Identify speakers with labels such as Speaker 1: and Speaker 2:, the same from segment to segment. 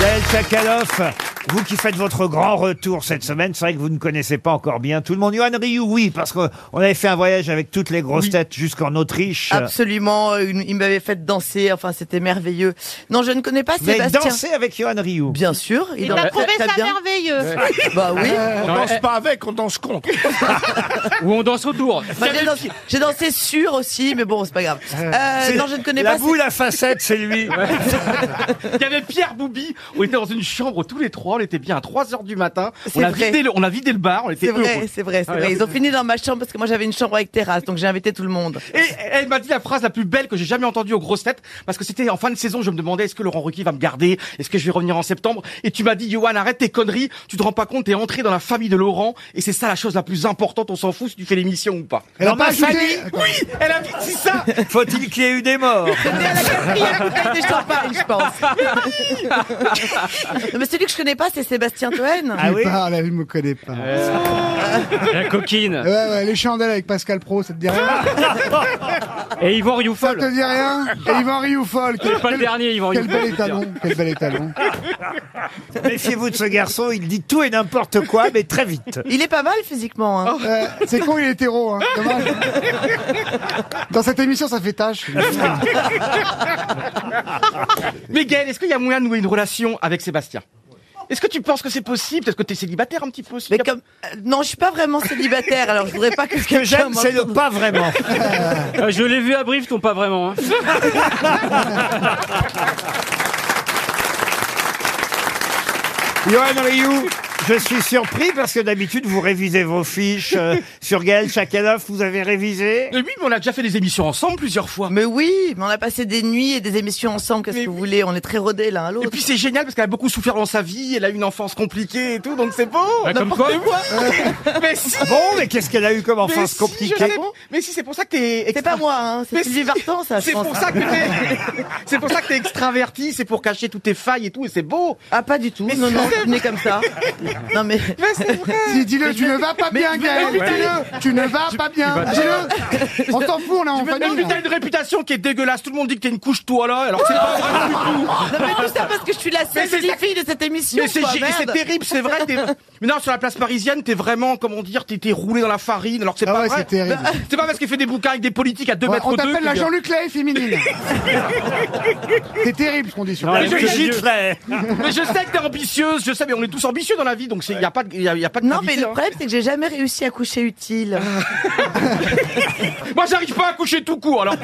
Speaker 1: Michael Tchakaloff, vous qui faites votre grand retour cette semaine, c'est vrai que vous ne connaissez pas encore bien tout le monde. Johan Rioux, oui, parce qu'on avait fait un voyage avec toutes les grosses têtes jusqu'en Autriche.
Speaker 2: Absolument, euh, une- il m'avait fait danser, enfin c'était merveilleux. Non, je ne connais pas
Speaker 1: Vous avez
Speaker 2: Sébastien.
Speaker 1: dansé avec Johan Rioux.
Speaker 2: Bien sûr,
Speaker 3: Il
Speaker 2: en-
Speaker 3: a trouvé
Speaker 2: t'as
Speaker 3: ça
Speaker 2: bien
Speaker 3: merveilleux.
Speaker 2: Bah oui.
Speaker 4: On
Speaker 5: Non,
Speaker 4: danse
Speaker 5: eh.
Speaker 4: pas avec, on danse contre.
Speaker 5: Où on danse autour.
Speaker 2: Bah, j'ai dansé- J'ai dansé sûr aussi, mais bon, c'est pas grave. Euh,
Speaker 1: C'est-
Speaker 2: non, je ne connais
Speaker 1: la
Speaker 2: pas.
Speaker 1: boule à facettes, c'est lui.
Speaker 5: Il y avait Pierre Boubi. On était dans une chambre tous les trois. On était bien à 3 heures du matin.
Speaker 2: C'est
Speaker 5: On a,
Speaker 2: vrai.
Speaker 5: vidé le, on a vidé le bar. On était
Speaker 2: C'est
Speaker 5: heureux.
Speaker 2: vrai, c'est vrai, c'est
Speaker 5: Ah,
Speaker 2: vrai.
Speaker 5: oui.
Speaker 2: Ils ont fini dans ma chambre parce que moi j'avais une chambre avec terrasse, donc j'ai invité tout le monde.
Speaker 5: Et elle m'a dit la phrase la plus belle que j'ai jamais entendue aux grosses têtes. Parce que c'était en fin de saison. Je me demandais est-ce que Laurent Ruquier va me garder Est-ce que je vais revenir en septembre Et tu m'as dit, Johan, arrête tes conneries. Tu te rends pas compte, t'es entré dans la famille de Laurent. Et c'est ça la chose la plus importante. On s'en fout si tu fais l'émission ou pas.
Speaker 1: Dans ma
Speaker 5: famille Oui Elle a dit c'est ça
Speaker 1: Faut-il qu'il y ait eu des morts
Speaker 2: C'était à la quatrième
Speaker 4: Ah,
Speaker 2: bouteille de champagne, je pense. Non, mais celui que je connais pas, c'est Sébastien Toen.
Speaker 1: Ah oui
Speaker 6: Pas, là, il me connaît pas.
Speaker 5: Euh, La coquine.
Speaker 6: Ouais, ouais, les chandelles avec Pascal Pro, ça te dit rien
Speaker 5: Ah Et Yvan
Speaker 6: Ça
Speaker 5: Rioufol.
Speaker 6: te dit rien Et Yvan Rioufol, quel,
Speaker 5: pas le dernier, Yvan
Speaker 6: quel
Speaker 5: Rioufol,
Speaker 6: bel
Speaker 5: je veux dire.
Speaker 6: étalon, quel bel étalon.
Speaker 1: Méfiez-vous de ce garçon, il dit tout et n'importe quoi, mais très vite.
Speaker 2: Il est pas mal physiquement. hein.
Speaker 6: Euh, c'est con, il est hétéro, hein. dommage. Dans cette émission, ça fait tâche.
Speaker 5: Mais Gaël, est-ce qu'il y a moyen de nouer une relation avec Sébastien Est-ce que tu penses que c'est possible Est-ce que t'es célibataire un petit peu aussi
Speaker 2: Mais comme euh, non, je suis pas vraiment célibataire, alors je voudrais pas que
Speaker 1: Ce que j'aime, c'est le pas vraiment.
Speaker 5: Euh, Je l'ai vu à Brive, ton pas vraiment. hein.
Speaker 1: Johan Rioux, je suis surpris parce que d'habitude, vous révisez vos fiches. euh, sur Gaël Chakaloff, vous avez révisé
Speaker 5: Mais oui, mais on a déjà fait des émissions ensemble plusieurs fois.
Speaker 2: Mais oui, mais on a passé des nuits et des émissions ensemble. Qu'est-ce que vous voulez On est très rodés l'un à
Speaker 5: Et
Speaker 2: l'autre.
Speaker 5: puis c'est génial parce qu'elle a beaucoup souffert dans sa vie, elle a eu une enfance compliquée et tout, donc c'est beau.
Speaker 4: Bah, comme quoi
Speaker 5: Bah, mais si,
Speaker 1: Bon, mais qu'est-ce qu'elle a eu comme
Speaker 5: mais
Speaker 1: enfance
Speaker 5: si, je
Speaker 1: compliquée
Speaker 5: sais. Mais si, c'est pour ça que t'es.
Speaker 2: C'est
Speaker 5: extra-
Speaker 2: pas moi, hein, c'est
Speaker 5: Mais
Speaker 2: Sylvie
Speaker 5: si.
Speaker 2: Vartan, ça. je
Speaker 5: C'est
Speaker 2: pense,
Speaker 5: pour
Speaker 2: hein.
Speaker 5: ça que t'es. c'est pour ça que t'es extraverti, c'est pour cacher toutes tes failles et tout, et c'est beau.
Speaker 2: Ah pas du tout.
Speaker 5: Mais
Speaker 2: non
Speaker 5: si.
Speaker 2: non, je suis née comme ça. Non mais
Speaker 5: Mais c'est vrai.
Speaker 6: Dis- Dis-le, tu ne vas pas bien, Gaël. Dis-le, tu ne vas pas bien. Dis-le. On s'en fout, là, on
Speaker 5: Mais
Speaker 6: famille.
Speaker 5: tu t'as
Speaker 6: là.
Speaker 5: une réputation qui est dégueulasse, tout le monde dit que t'es une couche toi là, alors que c'est pas vrai du tout.
Speaker 2: non mais tout ça parce que je suis la seule
Speaker 5: c'est
Speaker 2: petite
Speaker 5: ça-
Speaker 2: fille de cette émission.
Speaker 5: Mais c'est
Speaker 2: quoi,
Speaker 5: gé-
Speaker 2: merde.
Speaker 5: c'est terrible, c'est vrai. t'es- Mais non, sur la place parisienne, t'es vraiment, comment dire, t'es t'es roulé dans la farine, alors que c'est
Speaker 6: Ah
Speaker 5: pas
Speaker 6: ouais,
Speaker 5: vrai. Bah,
Speaker 6: c'est terrible.
Speaker 5: C'est pas parce qu'il fait des bouquins avec des politiques à 2
Speaker 6: Ouais,
Speaker 5: mètres
Speaker 6: on
Speaker 5: deux
Speaker 6: t'appelle
Speaker 5: que-
Speaker 6: la Jean-Luc Lay féminine. C'est terrible ce qu'on dit sur
Speaker 5: Non,
Speaker 6: toi.
Speaker 5: mais je-
Speaker 1: Brigitte
Speaker 5: je-
Speaker 1: Lahaye.
Speaker 5: Mais je sais que t'es ambitieuse, je sais, mais on est tous ambitieux dans la vie, donc il y a pas de, y a, y a pas de
Speaker 2: Non mais
Speaker 5: gravité,
Speaker 2: le
Speaker 5: hein.
Speaker 2: problème c'est que j'ai jamais réussi à coucher utile.
Speaker 5: Ah. Moi, j'arrive pas à coucher tout court, alors.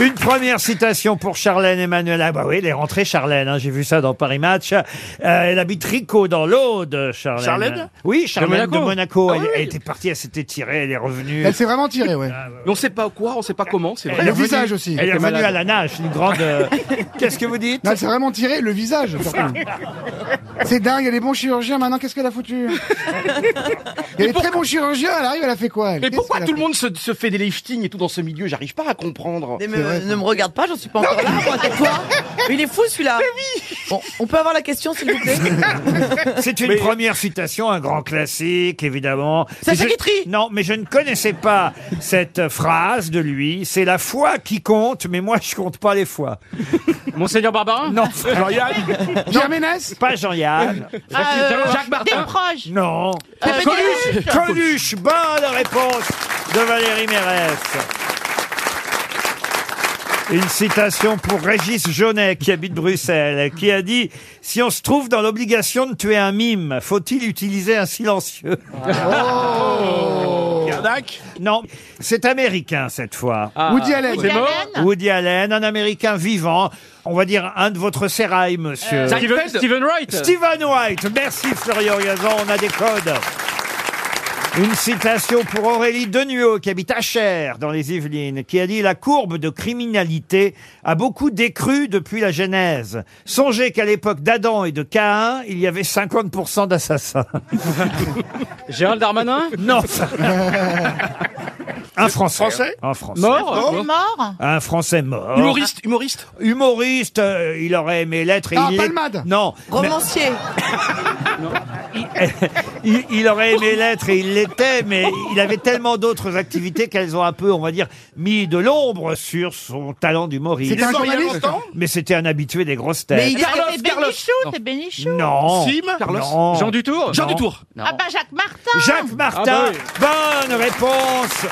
Speaker 1: Une première citation pour Charlène Emmanuela. Bah oui, elle est rentrée, Charlène. hein, J'ai vu ça dans Paris Match. Euh, elle habite Rico, dans l'Aude, Charlène.
Speaker 5: Charlène
Speaker 1: Oui, Charlène de
Speaker 5: Monaco.
Speaker 1: Monaco.
Speaker 5: Ah
Speaker 1: elle,
Speaker 5: oui,
Speaker 1: elle
Speaker 5: oui.
Speaker 1: était partie, elle s'était tirée, elle est revenue. Ah,
Speaker 6: Elle s'est vraiment tirée, ouais.
Speaker 5: Mais on sait pas quoi, on sait pas comment, c'est
Speaker 1: Elle
Speaker 6: Le
Speaker 1: est
Speaker 5: vrai.
Speaker 1: revenue-
Speaker 6: visage aussi.
Speaker 1: Elle est
Speaker 6: était
Speaker 1: revenue
Speaker 6: malade.
Speaker 1: à la nage, une grande. euh, Qu'est-ce que vous dites
Speaker 6: Non, elle s'est vraiment tirée le visage. surtout. C'est dingue, elle est bon chirurgien, maintenant qu'est-ce qu'elle a foutu Elle est très bon chirurgien, elle arrive, elle a fait quoi elle
Speaker 5: Mais
Speaker 6: Qu'est-ce
Speaker 5: pourquoi
Speaker 6: qu'elle a
Speaker 5: tout le
Speaker 6: fait
Speaker 5: monde se, se fait des liftings et tout dans ce milieu J'arrive pas à comprendre.
Speaker 2: Mais me-
Speaker 6: C'est vrai, ça.
Speaker 2: ne me regarde pas, j'en suis pas encore là. Moi, t'es quoi Il est fou celui-là. Bon, on peut avoir la question s'il vous plaît
Speaker 1: C'est une première citation, un grand classique, évidemment.
Speaker 2: Sacha
Speaker 1: Mais je-
Speaker 2: Guitry
Speaker 1: Non, mais je ne connaissais pas cette phrase de lui. C'est la foi qui compte, mais moi, je compte pas les fois.
Speaker 5: Monseigneur Barbarin
Speaker 1: Non,
Speaker 6: Pierre Ménès
Speaker 1: pas Jean-Yann.
Speaker 5: Euh, Jacques Martin.
Speaker 3: Proche.
Speaker 1: Non. Coluche. Coluche. Bonne réponse de Valérie Mérès. Une citation pour Régis Jaunet, qui habite Bruxelles, qui a dit « Si on se trouve dans l'obligation de tuer un mime, faut-il utiliser un silencieux
Speaker 4: Oh.
Speaker 1: Oh.
Speaker 4: Yardak
Speaker 1: Non, c'est américain cette fois.
Speaker 5: Ah.
Speaker 6: Woody Allen.
Speaker 3: Woody
Speaker 6: mort
Speaker 3: Allen.
Speaker 1: Woody Allen, un américain vivant, on va dire un de votre sérail, monsieur.
Speaker 5: Euh, Steven, Steven Wright.
Speaker 1: Stephen White, merci Florian Gazan, on a des codes. Une citation pour Aurélie Denuot, qui habite Achères, dans les Yvelines, qui a dit « La courbe de criminalité a beaucoup décru depuis la Genèse. Songez qu'à l'époque d'Adam et de Caïn, il y avait 50% d'assassins.
Speaker 5: Gérald Darmanin. »
Speaker 1: Non Un Français.
Speaker 4: Français
Speaker 1: Un Français. Oh.
Speaker 5: Mort.
Speaker 3: Il est mort.
Speaker 1: Un Français mort.
Speaker 5: Humoriste, humoriste.
Speaker 1: Humoriste, euh, il aurait aimé l'être. et
Speaker 6: Ah,
Speaker 1: il est-
Speaker 6: Palmade
Speaker 1: Non. mais-
Speaker 2: Romancier.
Speaker 1: Il, il aurait aimé l'être et il l'était, mais il avait tellement d'autres activités qu'elles ont un peu, on va dire, mis de l'ombre sur son talent d'humoriste.
Speaker 4: C'était un
Speaker 7: Florian
Speaker 4: journaliste
Speaker 7: Longtemps
Speaker 1: Mais c'était un habitué des grosses têtes.
Speaker 8: Mais il
Speaker 7: Carlos,
Speaker 8: est
Speaker 7: Carlos.
Speaker 9: Bénichou,
Speaker 7: Non.
Speaker 9: c'est Bénichou.
Speaker 1: Non.
Speaker 7: Sim, Carlos.
Speaker 1: Non.
Speaker 10: Jean Dutour
Speaker 7: Jean
Speaker 10: Non.
Speaker 7: Dutour.
Speaker 9: Ah bah Jacques Martin
Speaker 1: Jacques Martin.
Speaker 11: bah
Speaker 10: Ah
Speaker 1: Bonne réponse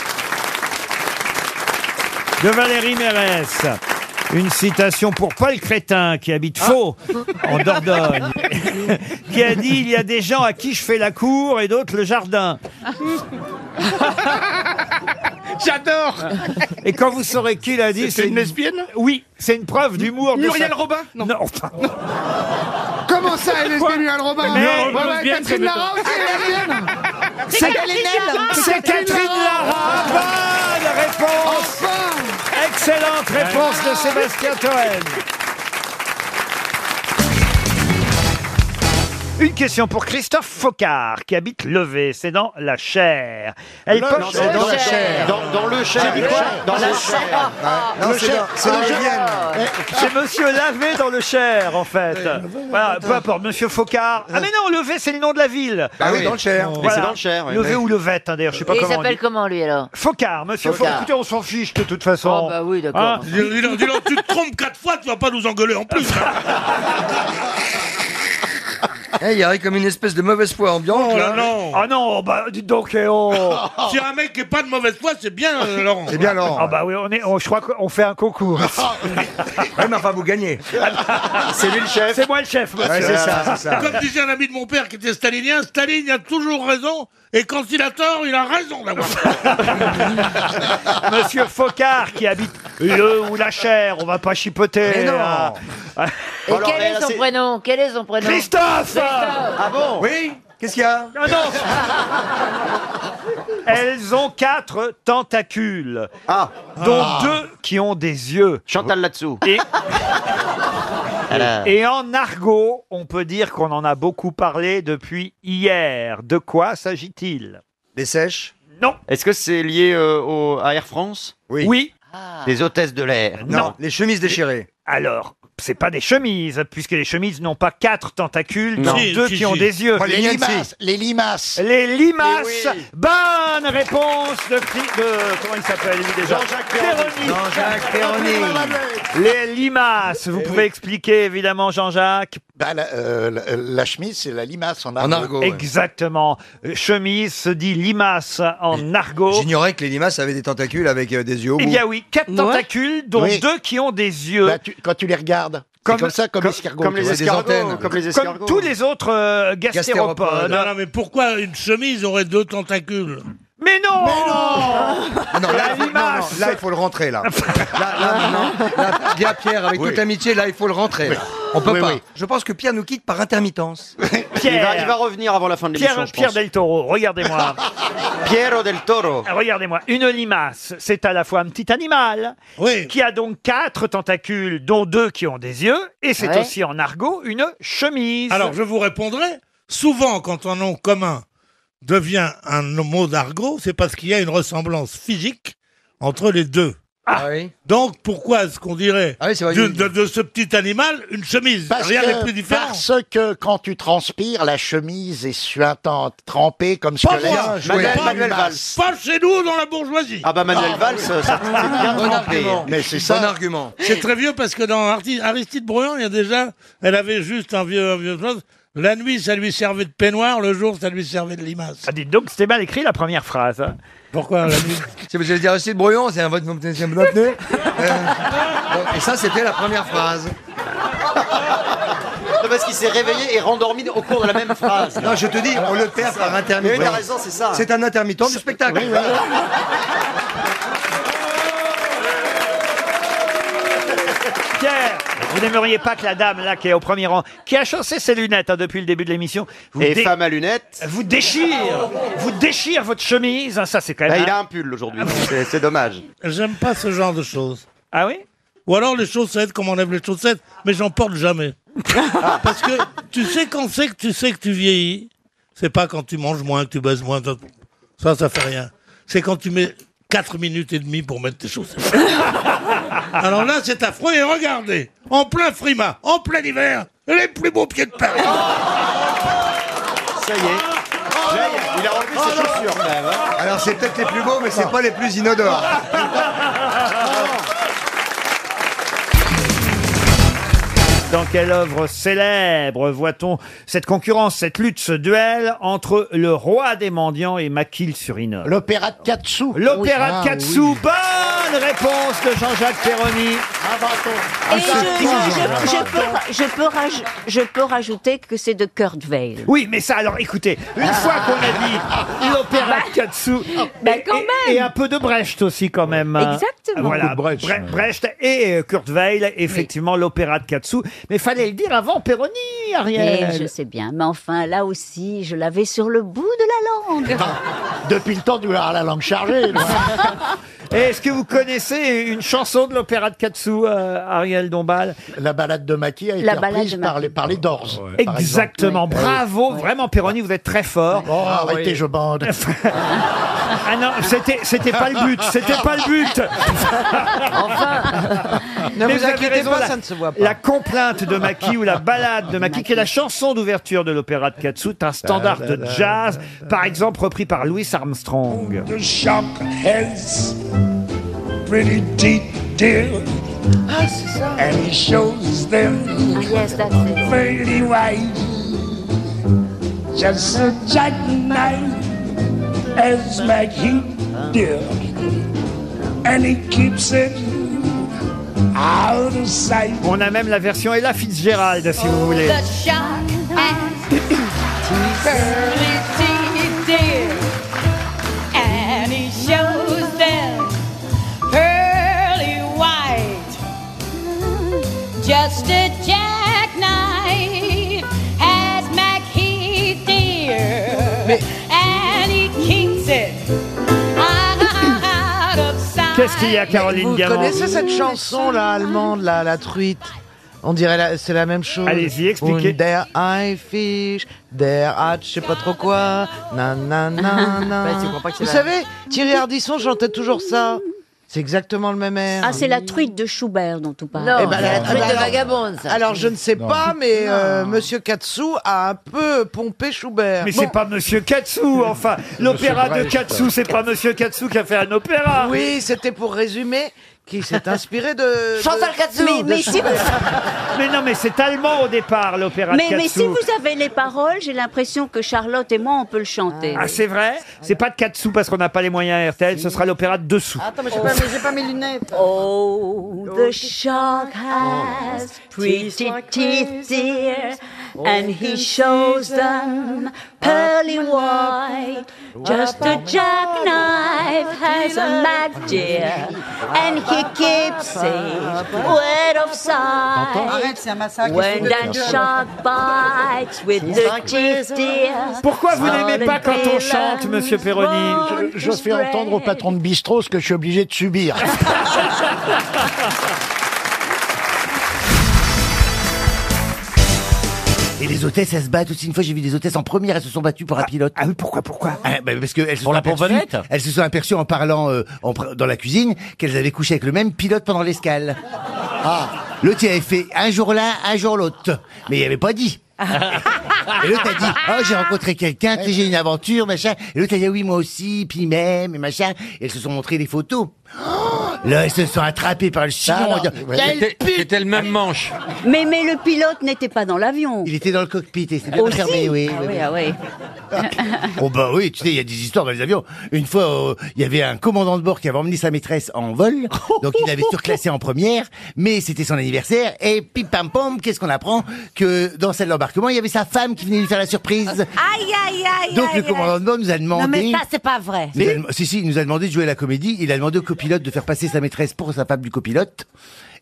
Speaker 1: de Valérie Mérès. Une citation pour Paul Crétin, qui
Speaker 4: Ah.
Speaker 1: habite Faux, en Dordogne, qui a dit « Il y a des gens à qui je fais la cour et d'autres le jardin.
Speaker 7: J'adore. »
Speaker 1: Et quand vous saurez qui l'a dit,
Speaker 7: C'est une lesbienne
Speaker 1: Oui, c'est une preuve d'humour. de
Speaker 7: Muriel
Speaker 1: sa-
Speaker 7: Robin Non.
Speaker 1: Non,
Speaker 4: Comment ça, elle est Muriel Robin
Speaker 1: Mais-
Speaker 4: Ouais,
Speaker 10: Non,
Speaker 4: ouais,
Speaker 10: lesbienne,
Speaker 4: Catherine
Speaker 10: c'est
Speaker 4: Lara aussi, elle est lesbienne
Speaker 1: c'est c'est Catherine Lara. Bonne réponse
Speaker 4: Enfin
Speaker 1: Excellente réponse de Sébastien Toen. Une question pour Christophe Focard, qui habite Levé, c'est dans la chair. Elle
Speaker 12: Non,
Speaker 1: porte-
Speaker 12: c'est dans la
Speaker 9: chair.
Speaker 12: chair. Dans, dans le chair. J'ai dit quoi Dans le chair.
Speaker 5: Non, c'est Ah, dans- c'est dans la Vienne.
Speaker 1: Eh, C'est Monsieur Lavé dans le Cher, en fait. Voilà, peu importe, Monsieur Focard. Ah mais non, Levé, c'est le nom de la ville.
Speaker 5: Ah oui, dans le Cher.
Speaker 1: Voilà.
Speaker 12: c'est dans le Cher, oui.
Speaker 1: Levé
Speaker 12: Mais-
Speaker 1: ou Levette, hein, d'ailleurs, je sais pas
Speaker 13: Et il
Speaker 1: comment. on
Speaker 13: s'appelle
Speaker 1: dit.
Speaker 13: comment lui alors
Speaker 1: Focard, Monsieur Focard.
Speaker 13: Focard.
Speaker 1: Écoutez, on s'en fiche de toute façon.
Speaker 13: Ah bah oui, d'accord.
Speaker 1: Hein
Speaker 14: Dis-leur, dis-leur, tu te trompes quatre fois, tu vas pas nous engueuler en plus. hein.
Speaker 5: Eh, Il y a comme une espèce de mauvaise foi ambiante.
Speaker 14: Oh
Speaker 5: là.
Speaker 14: là, non.
Speaker 1: Ah non, bah dites donc, eh, oh.
Speaker 14: Si un mec est pas de mauvaise foi, c'est bien, euh, Laurent.
Speaker 5: C'est Eh bien Laurent.
Speaker 1: Ah bah oui, on est, on- je crois qu'on fait un concours.
Speaker 5: Ouais, mais enfin, vous gagnez.
Speaker 12: C'est lui le chef.
Speaker 1: C'est moi le chef, monsieur.
Speaker 5: Ouais, c'est ça, c'est ça.
Speaker 14: Comme disait un ami de mon père qui était stalinien, Staline a toujours raison, et quand il a tort, il a raison d'avoir tort.
Speaker 1: Monsieur Focard qui habite le ou la chair, on va pas chipoter.
Speaker 5: Mais non.
Speaker 1: hein.
Speaker 13: Et
Speaker 12: Alors,
Speaker 13: quel
Speaker 12: mais
Speaker 13: est
Speaker 12: là,
Speaker 13: son
Speaker 12: c'est-
Speaker 13: prénom Quel est son prénom
Speaker 1: Christophe,
Speaker 12: Ah bon
Speaker 5: Oui Qu'est-ce qu'il y a
Speaker 1: Ah non Elles ont quatre tentacules,
Speaker 12: Ah,
Speaker 1: dont deux qui ont des yeux.
Speaker 12: Chantal là-dessous.
Speaker 1: Et,
Speaker 12: Elle
Speaker 5: Ah.
Speaker 12: a-
Speaker 1: et en argot, on peut dire qu'on en a beaucoup parlé depuis hier. De quoi s'agit-il
Speaker 5: Des sèches
Speaker 1: Non.
Speaker 12: Est-ce que c'est lié euh, au, à Air France
Speaker 5: Oui.
Speaker 1: Oui. Euh,
Speaker 13: Ah.
Speaker 12: Des hôtesses de l'air.
Speaker 1: Non.
Speaker 5: Les chemises déchirées.
Speaker 1: Alors, c'est pas des chemises, puisque les chemises n'ont pas quatre tentacules,
Speaker 12: Non.
Speaker 1: dont
Speaker 14: Si,
Speaker 1: deux
Speaker 14: si,
Speaker 1: qui ont
Speaker 14: si.
Speaker 1: des yeux.
Speaker 5: Moi,
Speaker 1: Les,
Speaker 5: les miennes, si.
Speaker 12: Les limaces.
Speaker 1: limaces.
Speaker 12: Eh oui.
Speaker 1: Bonne réponse de, Cri- de- comment il s'appelle lui déjà
Speaker 12: Jean-Jacques
Speaker 1: Véronique.
Speaker 5: Jean-Jacques Eh Perroni.
Speaker 1: Les limaces. Vous pouvez expliquer évidemment Jean-Jacques.
Speaker 5: Bah, la, chemise, c'est la limace en argot. En argot, ouais.
Speaker 1: Exactement. Euh, Chemise se dit limace en argot.
Speaker 5: J'ignorais que les limaces avaient Eh. des tentacules avec euh, des yeux au bout.
Speaker 1: Il y a Eh oui quatre
Speaker 8: Ouais.
Speaker 1: tentacules, dont
Speaker 5: Oui.
Speaker 1: deux qui ont des yeux.
Speaker 5: quand tu les regardes,
Speaker 1: Comme- comme
Speaker 5: ça, comme,
Speaker 12: Comme les escargots. Comme les escargots.
Speaker 1: comme tous les autres euh, gastéropodes.
Speaker 5: Gastéropodes.
Speaker 14: Non, non, mais pourquoi une chemise aurait deux tentacules
Speaker 1: Mais non,
Speaker 5: non,
Speaker 1: La
Speaker 5: là, non,
Speaker 1: limace.
Speaker 5: non, là, il faut le rentrer, là. Ah, là,
Speaker 12: Ah.
Speaker 5: là, maintenant, là, bien Pierre, avec toute amitié, là, il faut le rentrer. là. On peut pas. Je pense que Pierre nous quitte par intermittence.
Speaker 1: Pierre,
Speaker 12: Il va, il va revenir avant la fin de l'émission.
Speaker 1: Pierre,
Speaker 12: je
Speaker 1: Pierre
Speaker 12: pense.
Speaker 1: Del Toro, regardez-moi. Ah,
Speaker 12: Piero del Toro.
Speaker 1: Regardez-moi, une limace, c'est à la fois un petit animal
Speaker 14: Oui.
Speaker 1: qui a donc quatre tentacules, dont deux qui ont des yeux, et c'est
Speaker 13: Ouais.
Speaker 1: aussi en argot une chemise.
Speaker 14: Alors, je vous répondrai, souvent, quand un nom commun devient un mot d'argot, c'est parce qu'il y a une ressemblance physique entre les deux.
Speaker 5: Ah, oui
Speaker 14: Donc, pourquoi est-ce qu'on dirait
Speaker 5: Ah oui, c'est vrai.
Speaker 14: d'une- de, de ce petit animal une chemise Rien n'est plus différent.
Speaker 5: que quand tu transpires, la chemise est suintante, trempée comme
Speaker 14: Pas moi
Speaker 5: joué.
Speaker 14: Manuel,
Speaker 12: Manuel,
Speaker 14: pas-
Speaker 12: Manuel Valls.
Speaker 14: Pas chez nous, dans la bourgeoisie
Speaker 12: Ah bah Manuel Valls, ça ça- c'est bien
Speaker 5: Bon
Speaker 12: trempé.
Speaker 5: argument.
Speaker 12: Mais
Speaker 5: c'est ça. Bon argument.
Speaker 14: C'est très vieux parce que dans Arti- Aristide Bruand, il y a déjà, elle avait juste un vieux, un vieux chose. La nuit, ça lui servait de peignoir, le jour, ça lui servait de limace.
Speaker 1: Ah, dites donc, c'était mal écrit la première phrase. hein.
Speaker 14: Pourquoi la nuit
Speaker 5: C'est parce que j'allais dire aussi de brouillon, c'est un vote mon petit bloc nez. Euh, donc, Et ça, c'était la première phrase.
Speaker 12: Non, parce qu'il s'est réveillé et rendormi au cours de la même phrase.
Speaker 5: Non, je te dis, on le perd par
Speaker 12: Mais t'as
Speaker 5: intermittence.
Speaker 12: raison, c'est ça.
Speaker 5: C'est un intermittent du spectacle.
Speaker 1: Pierre, vous n'aimeriez pas que la dame là qui est au premier rang, qui a chaussé ses lunettes hein, depuis le début de l'émission, vous,
Speaker 12: Et
Speaker 1: dé-
Speaker 12: femme à lunettes.
Speaker 1: vous déchire, vous déchire votre chemise, hein, ça c'est quand
Speaker 12: Là,
Speaker 1: même.
Speaker 12: Eh, Bah, il
Speaker 1: un-
Speaker 12: a un pull aujourd'hui. C'est c'est dommage.
Speaker 14: J'aime pas ce genre de choses.
Speaker 1: Ah oui
Speaker 14: Ou alors les chaussettes, comme on enlève les chaussettes, mais j'en porte jamais. Parce que tu sais quand c'est que tu sais que tu vieillis, c'est pas quand tu manges moins, que tu baises moins, ça- ça, ça fait rien. C'est quand tu mets 4 minutes et demie pour mettre tes chaussettes. alors là, c'est affreux et regardez, en plein frima, en plein hiver, les plus beaux pieds de Paris.
Speaker 15: Ça y est. Là, il- il a enlevé ses chaussures quand même. hein.
Speaker 16: Alors c'est peut-être les plus beaux, mais c'est pas les plus inodores.
Speaker 1: Dans quelle œuvre célèbre voit-on cette concurrence, cette lutte, ce duel entre le roi des mendiants et Maquille sur Inol
Speaker 3: L'opéra de Katsu.
Speaker 1: L'opéra
Speaker 3: Oui.
Speaker 1: de
Speaker 3: Ah,
Speaker 1: Katsu,
Speaker 3: oui.
Speaker 1: bonne réponse de Jean-Jacques Perroni. Ah,
Speaker 17: Et je, je- je- je peux, ra- je, peux raj- je peux rajouter que c'est de Kurt Weill. Ah.
Speaker 1: Oui, mais ça, alors écoutez, une fois qu'on a dit l'opéra de Katsu,
Speaker 17: bah,
Speaker 1: et-
Speaker 17: quand
Speaker 1: et-
Speaker 17: même.
Speaker 1: et un peu de Brecht aussi quand même. hein.
Speaker 17: Exactement.
Speaker 1: Voilà,
Speaker 3: Beaucoup de Brecht,
Speaker 1: Bre-
Speaker 3: ouais.
Speaker 1: Brecht et euh, Kurt Weill, effectivement, l'opéra de Katsu. Mais fallait le dire avant Perroni, Ariel.
Speaker 17: Et je sais bien, mais enfin, là aussi, je l'avais sur le bout de la langue.
Speaker 1: Ah.
Speaker 3: Depuis le temps, tu vas avoir la langue chargée. moi.
Speaker 1: Et Est-ce que vous connaissez une chanson de l'opéra de Katsu, euh, Ariel Dombal
Speaker 3: la balade de Maki a été
Speaker 17: La balade
Speaker 3: reprise
Speaker 17: de
Speaker 3: par
Speaker 17: Maki.
Speaker 3: les, par les Doors. par exemple.
Speaker 1: Exactement, bravo, vraiment Perroni, vous êtes très fort.
Speaker 3: Oh, arrêtez, je bande.
Speaker 1: Ah non, c'était c'était pas le but, c'était pas le but.
Speaker 16: Ne
Speaker 1: Mais vous avez raison, la-
Speaker 16: ne se voit
Speaker 1: La complainte de Maki ou la balade de Maki, qui est la chanson d'ouverture de l'opéra de Katsu, est un standard de jazz, par exemple repris par Louis Armstrong.
Speaker 11: The shark heads pretty deep, dear. And he shows them
Speaker 17: yes, that's it.
Speaker 11: pretty wide. Just a jackknife as my cute dear. And he keeps it out of sight.
Speaker 1: On a même la version Ella Fitzgerald, si vous
Speaker 16: Oh,
Speaker 1: voulez.
Speaker 4: And he shows them pearly white. Just a jackknife has McHeath dear. And he keeps it Ah, out of sight.
Speaker 1: Qu'est-ce qu'il y a, Caroline
Speaker 6: Vous
Speaker 1: Diamant
Speaker 6: connaissez cette chanson là allemande là, la truite On dirait la- c'est la même chose.
Speaker 1: Allez-y, expliquez.
Speaker 6: Und der Ei fish, der hat je sais pas trop quoi. Nan nan nan nan.
Speaker 17: Bah,
Speaker 6: Vous savez, Thierry Ardisson chantait toujours ça. C'est exactement le même air.
Speaker 17: Ah, c'est la truite de Schubert dont on parle.
Speaker 6: Eh
Speaker 3: Non,
Speaker 6: ben,
Speaker 3: c'est la
Speaker 6: alors-
Speaker 3: truite de
Speaker 6: alors-
Speaker 3: vagabonde, ça.
Speaker 6: Alors je ne sais
Speaker 3: Non.
Speaker 6: pas, mais euh, Monsieur Katsu a un peu pompé
Speaker 17: Euh,
Speaker 6: Schubert.
Speaker 1: Mais
Speaker 6: Bon,
Speaker 1: c'est pas Monsieur Katsu, enfin. L'opéra de
Speaker 16: Brecht.
Speaker 1: Katsu, c'est pas Monsieur Katsu qui a fait un opéra.
Speaker 6: Oui, c'était pour résumer qu'il s'est inspiré de.
Speaker 3: Chantal
Speaker 6: de-
Speaker 3: Katsu.
Speaker 17: Mais, mais si vous,
Speaker 1: Mais non, mais c'est allemand au départ, l'opéra de
Speaker 17: mais,
Speaker 1: Katsu.
Speaker 17: mais si vous avez les paroles, j'ai l'impression que Charlotte et moi, on peut le chanter.
Speaker 1: Ah, c'est vrai C'est pas de Katsu parce qu'on n'a pas les moyens RTL, ce sera l'opéra de dessous.
Speaker 6: Attends, mais j'ai pas, mais j'ai pas mes lunettes.
Speaker 17: Oh, the shark
Speaker 1: Oh.
Speaker 17: has pretty teeth, dear, and he shows them pearly white. Just a jackknife has a mad deer, and he keeps it wet of sight.
Speaker 6: c'est un massacre.
Speaker 17: When that shark bites with the teeth, dear.
Speaker 1: Pourquoi vous
Speaker 4: Ah,
Speaker 1: n'aimez pas quand on chante, monsieur Perroni
Speaker 3: Je, je fais entendre au patron de bistrot ce que je suis obligé de subir.
Speaker 1: Ah,
Speaker 12: Et les hôtesses, elles se battent aussi. Une fois, j'ai vu des hôtesses en première, elles se sont battues pour un pilote.
Speaker 1: Ah oui, pourquoi, pourquoi
Speaker 12: Ah, bah, parce que elles se sont aperçues, elles se sont aperçues en parlant euh, en pr- dans la cuisine qu'elles avaient couché avec le même pilote pendant l'escale. Ah. L'autre il avait fait un jour l'un, un jour l'autre, mais il avait pas dit. Et l'autre a dit, oh j'ai rencontré quelqu'un, tu sais, j'ai une aventure, machin. Et l'autre a dit, ah oui moi aussi, puis même, et machin. Et elles se sont montrées des photos. Oh Là, elles se sont attrapées par le chignon.
Speaker 3: Ah, non.
Speaker 12: en disant, Quelle pute
Speaker 5: C'était le même manche.
Speaker 17: Mais, mais le pilote n'était pas dans l'avion.
Speaker 12: Il était dans le cockpit et c'était bien
Speaker 17: Aussi
Speaker 12: fermé, oui.
Speaker 17: Ah
Speaker 12: oui,
Speaker 17: oui, ah oui.
Speaker 12: Oh bah oui, tu sais, il y a des histoires dans les avions. Une fois, euh, il y avait un commandant de bord qui avait emmené sa maîtresse en vol, donc il l'avait surclassée en première, mais c'était son anniversaire, et pim pam pam, qu'est-ce qu'on apprend Que dans celle d'embarquement, il y avait sa femme qui venait lui faire la surprise.
Speaker 4: Aïe, aïe, aïe,
Speaker 12: Donc
Speaker 4: aïe,
Speaker 12: le commandant de bord nous a demandé...
Speaker 4: Non, mais ça, c'est pas vrai.
Speaker 12: Nous a- si, si, il nous a demandé de jouer à la comédie. Il a demandé au copilote de faire passer sa maîtresse pour sa femme du copilote.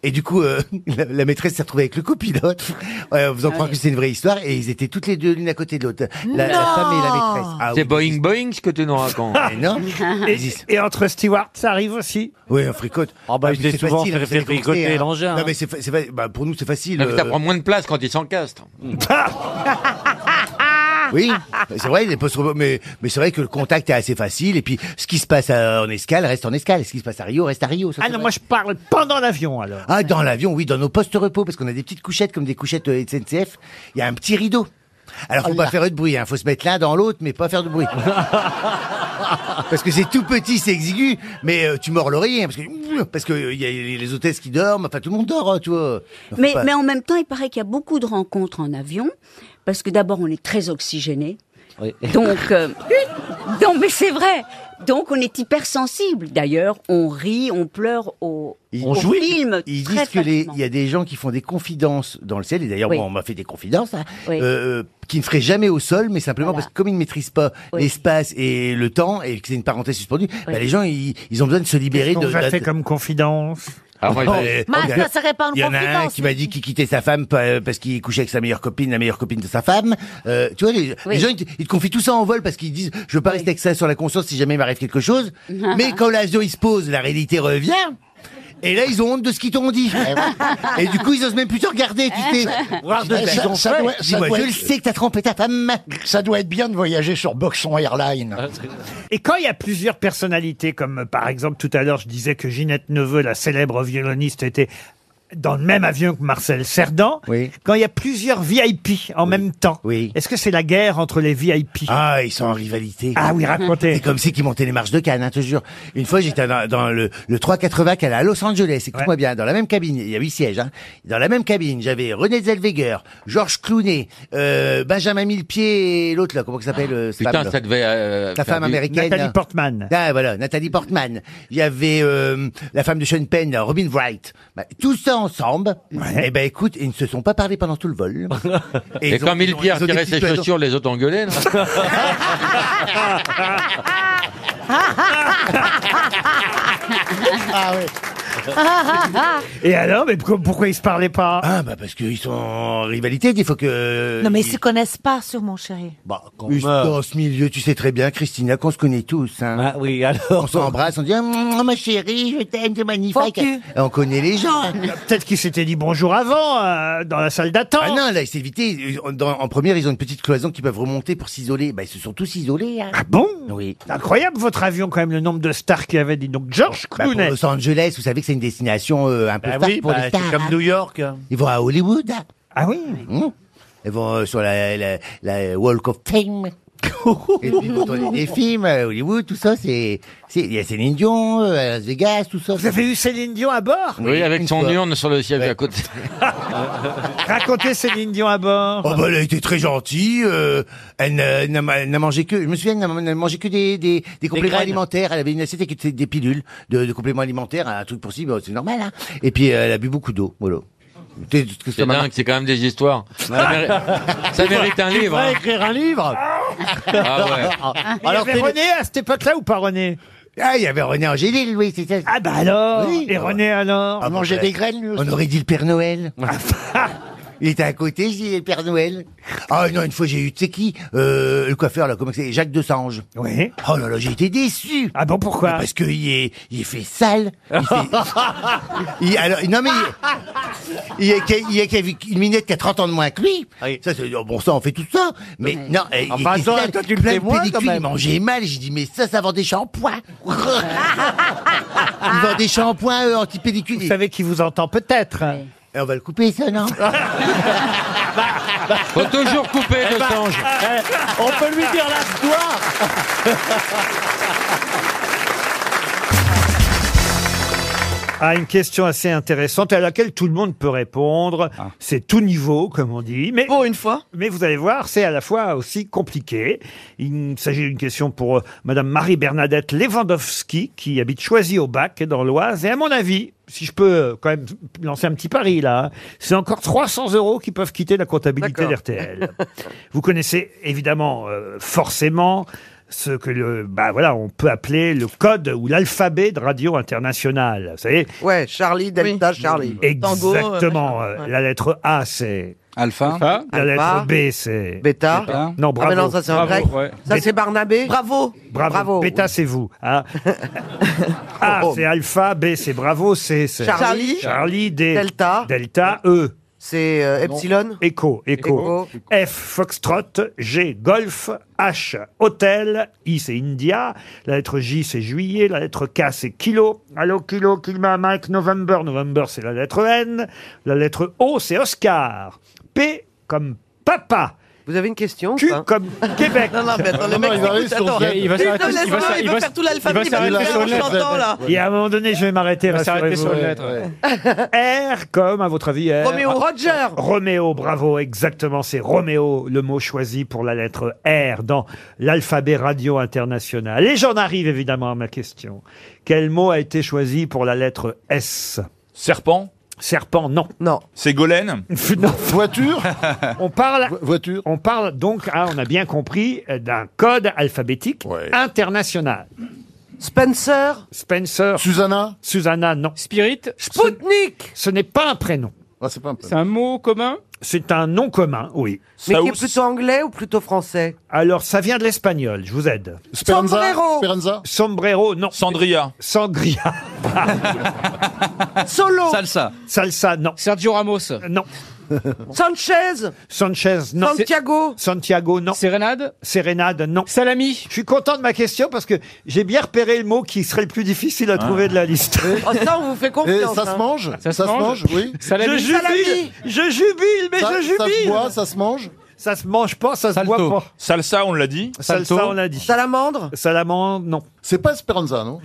Speaker 12: Et du coup, euh, la, la maîtresse s'est retrouvée avec le copilote, euh, en faisant
Speaker 4: Ah
Speaker 12: croire que c'est une vraie histoire, et ils étaient toutes les deux l'une à côté de l'autre. La, la femme et la maîtresse. Ah, oui.
Speaker 15: Boeing Boeing ce que tu nous racontes.
Speaker 12: Mais non
Speaker 1: et,
Speaker 12: Ils y-
Speaker 1: et entre Stewart, ça arrive aussi
Speaker 12: Oui, on fricote.
Speaker 18: Ah bah,
Speaker 12: Ah,
Speaker 18: je
Speaker 12: mais
Speaker 18: l'ai
Speaker 12: c'est
Speaker 18: souvent
Speaker 12: facile,
Speaker 18: fait-
Speaker 12: vous savez
Speaker 18: fait
Speaker 12: comment c'est,
Speaker 18: fricoter
Speaker 12: hein.
Speaker 18: l'engin,
Speaker 12: Non,
Speaker 18: hein.
Speaker 12: mais c'est fa- c'est fa- bah, pour nous, c'est facile.
Speaker 15: Non, mais ça
Speaker 12: euh, Hmm.
Speaker 15: prend moins de place quand il s'encastre.
Speaker 12: Oui, c'est vrai, il est pas sur- mais, mais c'est vrai que le contact est assez facile. Et puis, ce qui se passe à- en escale reste en escale. Ce qui se passe à Rio reste à Rio. ça,
Speaker 1: Ah
Speaker 12: c'est
Speaker 1: non,
Speaker 12: vrai.
Speaker 1: moi je parle pendant l'avion alors.
Speaker 12: Ah, dans l'avion, oui, dans nos postes repos, parce qu'on a des petites couchettes comme des couchettes euh, SNCF. Il y a un petit rideau. Alors, faut pas faire de bruit, hein. Faut se mettre l'un dans l'autre, mais pas faire de bruit. parce que c'est tout petit, c'est exigu, mais euh, tu mords l'oreiller, hein, parce que, parce que euh, il y a les les hôtesses qui dorment, enfin, tout le monde dort, hein, tu vois. Faut
Speaker 17: Mais,
Speaker 12: pas-
Speaker 17: mais en même temps, il paraît qu'il y a beaucoup de rencontres en avion, parce que d'abord, on est très oxygéné. Donc, euh, non, mais c'est vrai. Donc, on est hypersensible. D'ailleurs, on rit, on pleure au,
Speaker 12: Ils-
Speaker 17: au film.
Speaker 12: Ils
Speaker 17: très
Speaker 12: disent que les,
Speaker 17: facilement.
Speaker 12: il y a des gens qui font des confidences dans le ciel. Et d'ailleurs,
Speaker 17: Oui.
Speaker 12: moi, on m'a fait des confidences, hein,
Speaker 17: Oui.
Speaker 12: euh, euh, qui ne feraient jamais au sol, mais simplement parce que comme ils ne maîtrisent pas
Speaker 17: Oui.
Speaker 12: l'espace et le temps, et que c'est une parenthèse suspendue, bah, les gens, ils, ils ont besoin de se libérer.
Speaker 1: Qu'est-ce qu'on
Speaker 12: de,
Speaker 1: vous a
Speaker 12: de-
Speaker 1: fait comme confidence
Speaker 12: Alors, moi, il
Speaker 1: Oh,
Speaker 12: fallait-
Speaker 1: Mas,
Speaker 12: il y en a-
Speaker 1: ça serait pas une
Speaker 12: Il y en a un
Speaker 1: confidence.
Speaker 12: qui m'a dit qu'il quittait sa femme pa- euh, parce qu'il couchait avec sa meilleure copine, la meilleure copine de sa femme. Euh, tu vois, les, les
Speaker 17: Oui.
Speaker 12: gens, ils te, ils te confient tout ça en vol parce qu'ils disent, je veux pas rester avec ça sur la conscience si jamais il m'arrive quelque chose. Mais quand l'avion, il se pose, la réalité revient. Et là, ils ont honte de ce qu'ils t'ont dit. Et du coup, ils osent même plus te regarder, Eh, tu sais.
Speaker 3: Voir de ce
Speaker 12: Eh, ça-
Speaker 3: qu'ils ont
Speaker 12: ça
Speaker 3: fait.
Speaker 12: doit- ça
Speaker 3: Dis-moi,
Speaker 12: doit
Speaker 3: je
Speaker 12: être-
Speaker 3: le sais
Speaker 12: que t'as trompé ta femme.
Speaker 3: Ça doit être bien de voyager sur Boxon Airline.
Speaker 1: Et quand il y a plusieurs personnalités, comme euh, par exemple tout à l'heure, je disais que Ginette Neveu, la célèbre violoniste, était dans le même avion que Marcel Cerdan, quand il y a plusieurs VIP en même temps, est-ce que c'est la guerre entre les VIP
Speaker 12: Ah, ils sont en rivalité.
Speaker 1: Ah oui, racontez.
Speaker 12: C'est comme si qui montaient les marches de Cannes, hein, te jure. Une fois, j'étais dans, dans le, le 380 qu'elle a à Los Angeles. Écoute-moi bien, dans la même cabine, il y a huit sièges. Hein, dans la même cabine, j'avais René Zellweger, Georges Clooney, euh, Benjamin Millepied et l'autre là, comment ça s'appelle euh, ce
Speaker 18: Putain,
Speaker 12: femme, là
Speaker 18: ça devait. euh,
Speaker 12: la
Speaker 18: faire
Speaker 12: femme
Speaker 18: du-
Speaker 12: américaine.
Speaker 1: Portman.
Speaker 12: Ah, voilà, Nathalie Portman. Il y avait euh, la femme de Sean Penn, Robin Wright. Bah, tout ça ensemble. Eh ben écoute, ils ne se sont pas parlé pendant tout le vol.
Speaker 18: Et,
Speaker 12: ils ont-
Speaker 18: quand
Speaker 12: ils ont-
Speaker 18: Milpierre
Speaker 12: ils ont des
Speaker 18: tirait
Speaker 12: petites
Speaker 18: ses
Speaker 12: toiles.
Speaker 18: chaussures, les autres engueulaient. non
Speaker 3: Ah oui.
Speaker 1: Et alors, mais pourquoi, pourquoi ils se parlaient pas
Speaker 12: Ah bah parce qu'ils sont en rivalité, Euh, il faut que...
Speaker 19: Non, mais ils
Speaker 12: ils-
Speaker 19: se connaissent pas, sûrement, chéri.
Speaker 12: Bah, quand Juste dans ce milieu, tu sais très bien, Christina, qu'on se connaît tous. Hein. Ah oui, alors. On s'embrasse, on dit Ah, ma chérie, je t'aime, t'es magnifique. Et on connaît les gens. hein.
Speaker 1: Peut-être qu'ils s'étaient dit bonjour avant, euh, dans la salle d'attente.
Speaker 12: Ah non, là, ils s'évitaient. euh, En- dans- en première, ils ont une petite cloison qu'ils peuvent remonter pour s'isoler. Bah, ils se sont tous isolés. Hein.
Speaker 1: Ah bon
Speaker 12: Oui.
Speaker 1: Incroyable votre avion, quand même, le nombre de stars qu'il y avait. Dit donc George
Speaker 12: Bah, pour
Speaker 1: Clooney.
Speaker 12: Los Angeles, vous savez que c'est une destination euh, un peu
Speaker 1: Bah
Speaker 12: star
Speaker 1: oui,
Speaker 12: pour
Speaker 1: bah,
Speaker 12: les stars. hein.
Speaker 1: c'est
Speaker 3: hein.
Speaker 1: comme New
Speaker 12: York. Ils vont à Hollywood. Hein
Speaker 1: Ah oui
Speaker 12: Ils vont euh, sur la, la- la Walk of Fame. Et puis, vous tournez des films à Hollywood, tout ça, c'est... c'est- Il y a Céline Dion, euh, à Las Vegas, tout ça. Vous
Speaker 1: avez eu Céline Dion à
Speaker 12: Ah,
Speaker 1: bord
Speaker 18: Oui, avec son urne sur le siège à côté.
Speaker 1: Racontez Céline Dion à bord.
Speaker 12: Oh bah, elle a été très gentille. euh, elle n'a- elle n'a ma- elle n'a mangé que. Je me souviens, elle n'a- elle n'a mangé que des, des, des compléments
Speaker 6: graines.
Speaker 12: alimentaires. Elle avait une assiette qui était des pilules de, de compléments alimentaires, un truc pour si, bah, c'est normal. Hein. Et puis euh, elle a bu beaucoup d'eau. Voilà. C'est
Speaker 18: C'est dingue, c'est quand même des histoires. Ça, méri- ça mérite un livre. hein.
Speaker 12: écrire un livre.
Speaker 18: Ah ouais.
Speaker 1: Il y avait René à cette époque-là ou pas René
Speaker 12: Ah, il y avait René Angélil, oui, c'est ça.
Speaker 1: Ah bah alors Et René alors
Speaker 12: Il mangeait Ah, des graines, lui On aurait dit le Père Noël. Il était à côté, je dis le Père Noël. Ah non, une fois j'ai eu, tu sais qui Euh, Le coiffeur, là, comment c'est Jacques Desange.
Speaker 1: Oui.
Speaker 12: Oh là là, j'ai été déçu.
Speaker 1: Ah bon, pourquoi
Speaker 12: Parce qu'il est, il est fait sale. Il fait- il- alors, non mais il, il y a, qu'à- il y a qu'à- une minette qui a 30 ans de moins que lui. Ça, c'est- oh, bon, ça, on fait tout ça. Mais non, il
Speaker 6: Enfin,
Speaker 12: était
Speaker 6: toi,
Speaker 12: sale.
Speaker 6: toi, tu le
Speaker 12: plein
Speaker 6: fais
Speaker 12: de
Speaker 6: moins,
Speaker 12: pellicules,
Speaker 6: quand même.
Speaker 12: il mangeait mal. J'ai dit, mais ça, ça vend des shampoings. Ils vendent des shampoings euh, anti-pellicules. Vous
Speaker 1: savez qui vous entend peut-être.
Speaker 12: Et on va le couper, ça, non
Speaker 18: Faut toujours couper
Speaker 12: Eh
Speaker 18: le
Speaker 12: ben,
Speaker 18: singe.
Speaker 6: On peut lui dire la histoire.
Speaker 1: Ah, une question assez intéressante à laquelle tout le monde peut répondre. C'est tout niveau, comme on dit. Mais pour une fois. Mais vous allez voir, c'est à la fois aussi compliqué. Il s'agit d'une question pour euh, Madame Marie Bernadette Lewandowski, qui habite Choisy au Bac, dans l'Oise. Et à mon avis, si je peux euh, quand même lancer un petit pari là, hein, c'est encore 300 euros qui peuvent quitter la comptabilité d'RTL. vous connaissez évidemment euh, forcément ce que le, bah voilà, on peut appeler le code ou l'alphabet de Radio Internationale. Vous savez
Speaker 6: Ouais, Charlie, Delta, Charlie. Tango, euh,
Speaker 1: Exactement.
Speaker 6: machin.
Speaker 1: euh,
Speaker 6: Ouais.
Speaker 1: La lettre A, c'est. Alpha. La
Speaker 6: Alpha.
Speaker 1: lettre B, c'est.
Speaker 6: Bêta.
Speaker 1: Non, bravo.
Speaker 6: Ah, mais non, ça c'est en grec. Ça c'est Barnabé. Bravo. Oh.
Speaker 1: Bravo. Bêta, c'est vous. hein. A, c'est Alpha. B, c'est Bravo. C, c'est.
Speaker 6: Charlie.
Speaker 1: Charlie. D.
Speaker 6: Delta.
Speaker 1: Delta. E.
Speaker 6: C'est euh, Epsilon.
Speaker 1: Écho, écho. F, Foxtrot. G, Golf. H, Hôtel. I, c'est India. La lettre J, c'est Juillet. La lettre K, c'est Kilo. Allo, Kilo, Kilma, Mike, November. November, c'est la lettre N. La lettre O, c'est Oscar. P, comme Papa.
Speaker 6: Vous avez une question
Speaker 1: Q comme Québec.
Speaker 6: Non, non, mais attends, le mec, écoute, attends. Putain, laisse-moi, il va faire tout l'alphabet, il va faire
Speaker 1: sur
Speaker 6: le chantant, là.
Speaker 1: Et à un moment donné, je vais m'arrêter.
Speaker 6: Il va s'arrêter
Speaker 1: rassurez-vous.
Speaker 6: sur une lettre,
Speaker 1: R comme, à votre avis, R.
Speaker 6: Roméo Roger.
Speaker 1: Roméo, bravo, exactement. C'est Roméo, le mot choisi pour la lettre R dans l'alphabet radio international. Et j'en arrive évidemment à ma question. Quel mot a été choisi pour la lettre S Serpent Serpent, non. Non.
Speaker 15: Ségolène
Speaker 1: Voiture On parle. Voiture On parle donc, ah, on a bien compris, euh, d'un code alphabétique international. Spencer Spencer. Susanna Susanna, non. Spirit Spoutnik Ce n'est pas un prénom. Ah, C'est un mot commun C'est un nom commun, oui.
Speaker 6: Mais qui est plutôt anglais ou plutôt français
Speaker 1: Alors, ça vient de l'espagnol, je vous aide.
Speaker 6: Speranza Sombrero.
Speaker 1: Sombrero, non. Sangria. Sangria.
Speaker 6: Solo
Speaker 1: Salsa. Salsa, non. Sergio Ramos. Non.
Speaker 6: Sanchez
Speaker 1: Sanchez, non.
Speaker 6: Santiago
Speaker 1: Santiago, non. Sérénade Sérénade, non. Salami Je suis content de ma question parce que j'ai bien repéré le mot qui serait le plus difficile à trouver de la liste.
Speaker 6: Oh, ça, on vous fait confiance.
Speaker 1: Ah. Et ça se
Speaker 6: hein.
Speaker 1: mange Ça se Ça se mange mange, oui. Salami.
Speaker 6: Je jubile,
Speaker 1: Salami. je jubile, mais
Speaker 6: Ça-
Speaker 1: je jubile
Speaker 6: ça se boit, ça
Speaker 1: se mange Ça se mange pas, ça se boit pas.
Speaker 15: Salsa, on l'a dit.
Speaker 1: Salsa, on l'a dit. Salamandre Salamandre, non. C'est pas Esperanza, non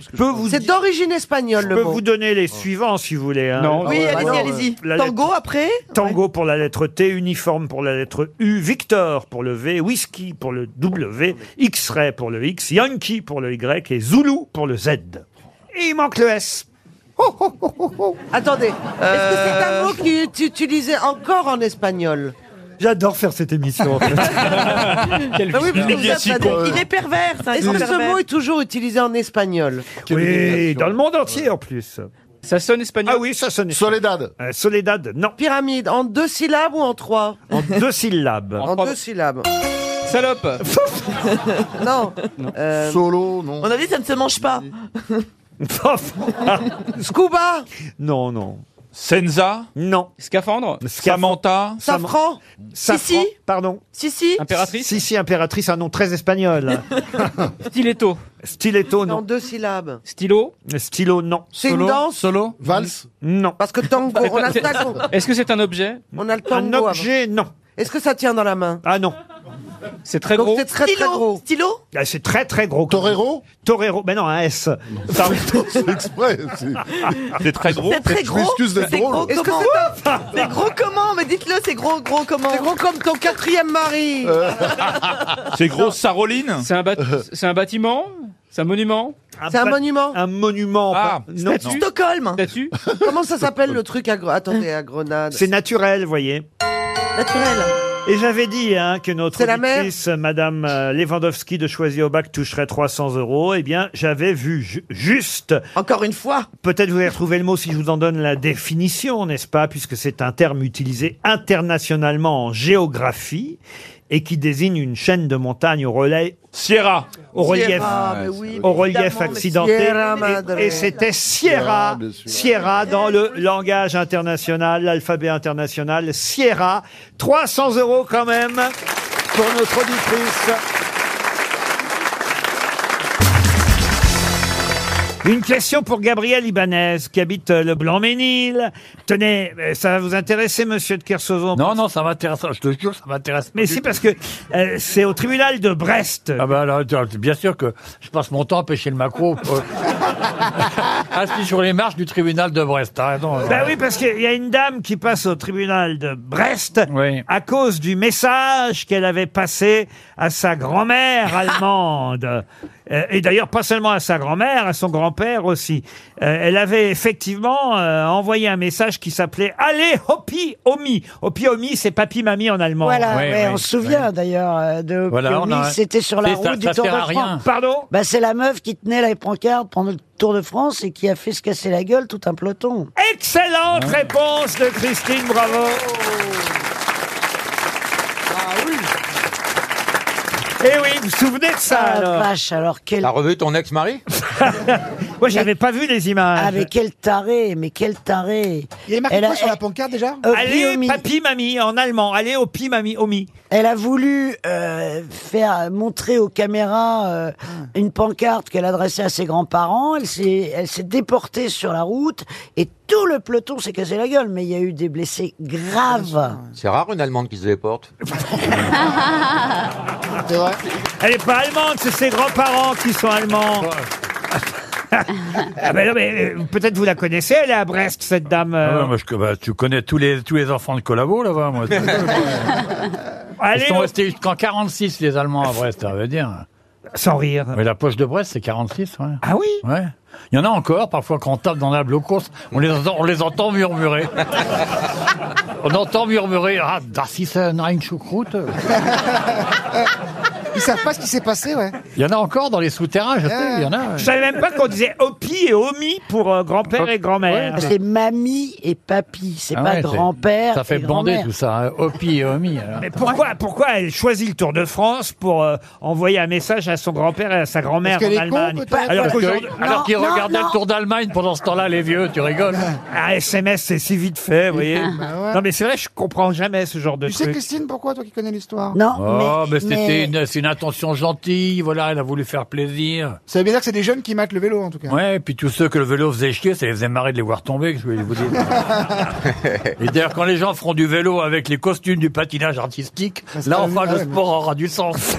Speaker 6: C'est d'origine espagnole,
Speaker 1: Je
Speaker 6: le
Speaker 1: peux
Speaker 6: mot.
Speaker 1: vous donner les suivants si vous voulez. hein.
Speaker 6: Non. Oui, Ah ouais, allez-y, alors, allez-y.
Speaker 1: La
Speaker 6: Tango
Speaker 1: lettre-
Speaker 6: après
Speaker 1: Tango pour la lettre T, uniforme pour la lettre U, Victor pour le V, Whisky pour le W, X-Ray pour le X, Yankee pour le Y et Zulu pour le Z. Et il manque le S.
Speaker 6: Oh,
Speaker 1: Euh,
Speaker 6: Attendez, est-ce que c'est un mot que tu utilisais encore en espagnol
Speaker 1: J'adore faire cette émission. en fait.
Speaker 2: Ah,
Speaker 6: Bah oui, parce que vous
Speaker 1: Villassico,
Speaker 6: apprenez-
Speaker 1: euh.
Speaker 6: pervers.
Speaker 1: ça,
Speaker 6: Est-ce
Speaker 1: il est
Speaker 6: que
Speaker 1: pervers.
Speaker 6: ce mot est toujours utilisé en espagnol
Speaker 1: Oui, dans le monde entier en plus. Ça sonne espagnol Ah oui, ça sonne Soledad. Soledad, non.
Speaker 6: Pyramide, en deux syllabes ou en trois
Speaker 1: En deux syllabes.
Speaker 6: En deux syllabes.
Speaker 5: Salope
Speaker 6: Non. Euh,
Speaker 1: Solo, non.
Speaker 6: On a dit ça ne se mange pas. Scuba
Speaker 1: Non, non. Senza Non. Scaphandre Samantha
Speaker 6: Safran
Speaker 1: Safran,
Speaker 6: Sissi
Speaker 1: pardon.
Speaker 6: Sissi
Speaker 1: Impératrice Sissi, impératrice, un nom très espagnol.
Speaker 5: Stiletto.
Speaker 1: Stiletto,
Speaker 6: En
Speaker 1: non.
Speaker 6: deux syllabes.
Speaker 5: Stylo
Speaker 1: Stylo, non.
Speaker 6: C'est une Solo danse
Speaker 1: Solo
Speaker 6: Valse
Speaker 1: Non.
Speaker 6: Parce que tango, on a le tango.
Speaker 5: Est-ce que c'est un objet
Speaker 6: On a le tango.
Speaker 1: Un objet, non.
Speaker 6: Est-ce que ça tient dans la main
Speaker 1: Ah non.
Speaker 5: C'est très
Speaker 6: Donc gros. c'est très, très Stylo. gros. Stylo
Speaker 1: Ah, C'est très très gros. Torero Torero, mais non, un S. C'est exprès.
Speaker 15: C'est très gros.
Speaker 19: C'est très gros. C'est gros
Speaker 6: Est-ce que
Speaker 19: comment
Speaker 6: c'est
Speaker 19: C'est gros comment Mais dites-le, c'est gros, gros comment
Speaker 6: C'est gros comme ton quatrième mari
Speaker 1: Euh,
Speaker 15: C'est gros Saroline
Speaker 5: C'est un, bat- c'est un bâtiment C'est un monument
Speaker 6: C'est un monument
Speaker 1: Un monument.
Speaker 5: Ah,
Speaker 1: non.
Speaker 5: statue.
Speaker 6: Stockholm
Speaker 5: Statue
Speaker 6: Comment ça s'appelle le truc à, Gre- Attendez, à Grenade
Speaker 1: C'est naturel, voyez.
Speaker 6: naturel.
Speaker 1: Et j'avais dit hein, que notre
Speaker 6: C'est la mère
Speaker 1: auditrice, Madame euh, Lewandowski de Choisy au bac, toucherait 300 euros. Eh bien, j'avais vu ju- juste.
Speaker 6: Encore une fois.
Speaker 1: Peut-être vous allez retrouver le mot si je vous en donne la définition, n'est-ce pas Puisque c'est un terme utilisé internationalement en géographie et qui désigne une chaîne de montagnes au relais. Sierra. Au relief,
Speaker 6: Sierra, mais oui,
Speaker 1: au relief
Speaker 6: évidemment, mais
Speaker 1: accidenté.
Speaker 6: Sierra Madre.
Speaker 1: et et c'était Sierra.
Speaker 6: Sierra, Ah, bien sûr.
Speaker 1: Sierra dans le langage international, l'alphabet international. Sierra. 300 euros quand même pour notre auditrice. Une question pour Gabriel Ibanez qui habite euh, le Blanc-Ménil. Tenez, euh, ça va vous intéresser, monsieur de Kersauzon. Non, non, ça m'intéresse. Je te jure, ça m'intéresse. Mais si, parce que euh, c'est au tribunal de Brest.
Speaker 19: Ah bah alors, attends, bien sûr que je passe mon temps à pêcher le maquereau. euh, assis sur les marches du tribunal de Brest. T'as raison.
Speaker 1: Ben oui, parce qu'il y a une dame qui passe au tribunal de Brest à cause du message qu'elle avait passé à sa grand-mère allemande. Euh, Et d'ailleurs, pas seulement à sa grand-mère, à son grand-père aussi. Euh, elle avait effectivement euh, envoyé un message qui s'appelait « Allez, hopi, homi ».« Hopi, homi », c'est papi-mamie en allemand.
Speaker 20: Voilà, ouais, on se souvient d'ailleurs euh, de
Speaker 1: Voilà,
Speaker 20: Pionis,
Speaker 1: on a-
Speaker 20: c'était sur la
Speaker 1: C'est-
Speaker 20: route
Speaker 1: ça-
Speaker 20: du
Speaker 1: ça
Speaker 20: Tour de
Speaker 1: sert à
Speaker 20: France.
Speaker 1: rien. Pardon
Speaker 20: bah, C'est la meuf qui tenait la pancarte pendant le Tour de France et qui a fait se casser la gueule tout un peloton.
Speaker 1: Eh, Excellente
Speaker 20: Ouais.
Speaker 1: réponse de Christine, bravo Eh oui, vous vous souvenez de ça
Speaker 20: Ah,
Speaker 1: alors
Speaker 6: Ah,
Speaker 20: vache, alors quel...
Speaker 16: T'as revu ton ex-mari
Speaker 1: Moi, j'avais pas vu les images.
Speaker 20: Ah, mais quel taré, mais quel taré.
Speaker 9: Il y avait marqué
Speaker 20: Elle
Speaker 9: quoi
Speaker 20: a-
Speaker 9: sur la
Speaker 20: elle-
Speaker 9: pancarte déjà
Speaker 20: Euh,
Speaker 1: Allez,
Speaker 20: Biomi.
Speaker 1: papi, mamie, en allemand. Allez, opi, mamie, omi.
Speaker 20: Elle a voulu euh, faire montrer aux caméras euh, une pancarte qu'elle adressait à ses grands-parents. Elle s'est, elle s'est déportée sur la route et tout le peloton s'est cassé la gueule. Mais il y a eu des blessés
Speaker 9: Ah,
Speaker 20: graves.
Speaker 18: C'est rare une Allemande qui se déporte.
Speaker 1: Elle est pas allemande, c'est ses grands-parents qui sont allemands. Ah ben non, mais, euh, peut-être vous la connaissez, elle est à Brest, cette dame. euh.
Speaker 19: Ah ouais, moi, je- bah, tu connais tous les, tous les enfants de Collabo là-bas, moi. Ils
Speaker 1: Allez,
Speaker 19: sont
Speaker 1: l'autre.
Speaker 19: restés jusqu'en 46, les Allemands à Brest, ça veut dire.
Speaker 1: Sans rire.
Speaker 19: Mais la poche de Brest, c'est 46, ouais.
Speaker 1: Ah oui
Speaker 19: Ouais. Il y en a encore, parfois, quand on tape dans la blocos, on les, entend- on les entend murmurer. on entend murmurer Ah, das ist eine Rheinchoucroute.
Speaker 9: Ils savent pas ce qui s'est passé, ouais.
Speaker 19: Il y en a encore dans les souterrains, je sais, il y en a. ouais.
Speaker 1: Ah. Je savais même pas qu'on disait opi et omi pour euh, grand-père et grand-mère.
Speaker 20: C'est mamie et papy, c'est
Speaker 19: Ah
Speaker 20: pas
Speaker 19: ouais, c'est-
Speaker 20: grand-père.
Speaker 19: Ça fait
Speaker 20: et
Speaker 19: bander
Speaker 20: grand-mère.
Speaker 19: tout ça, hein. Hopi et Homi. alors.
Speaker 1: Mais pourquoi, pourquoi elle choisit le Tour de France pour euh, envoyer un message à son grand-père et à sa grand-mère
Speaker 19: Parce qu'elle
Speaker 1: en
Speaker 19: est con,
Speaker 1: Allemagne
Speaker 19: peut-être.
Speaker 1: Alors
Speaker 19: Parce
Speaker 1: qu'aujourd'hui-
Speaker 19: que- alors qu'ils regardaient le Tour d'Allemagne pendant ce temps-là, les vieux, tu rigoles.
Speaker 1: Un SMS, c'est si vite fait, vous voyez.
Speaker 9: Ah. Bah ouais.
Speaker 1: Non, mais euh, c'est vrai, je comprends jamais ce genre de
Speaker 9: Tu sais,
Speaker 1: truc.
Speaker 9: Christine, pourquoi toi qui connais l'histoire
Speaker 19: Oh, mais, c'était
Speaker 9: mais-
Speaker 19: une, c'est une intention gentille, voilà, elle a voulu faire plaisir.
Speaker 9: Ça veut bien dire que c'est des jeunes qui matent le vélo, en tout cas.
Speaker 19: Ouais, et puis tous ceux que le vélo faisait chier, ça les faisait marrer de les voir tomber, que je voulais vous dire. et d'ailleurs, quand les gens feront du vélo avec les costumes du patinage artistique, là,
Speaker 1: sera-
Speaker 19: enfin, le
Speaker 1: ouais, mais-
Speaker 19: sport aura du sens.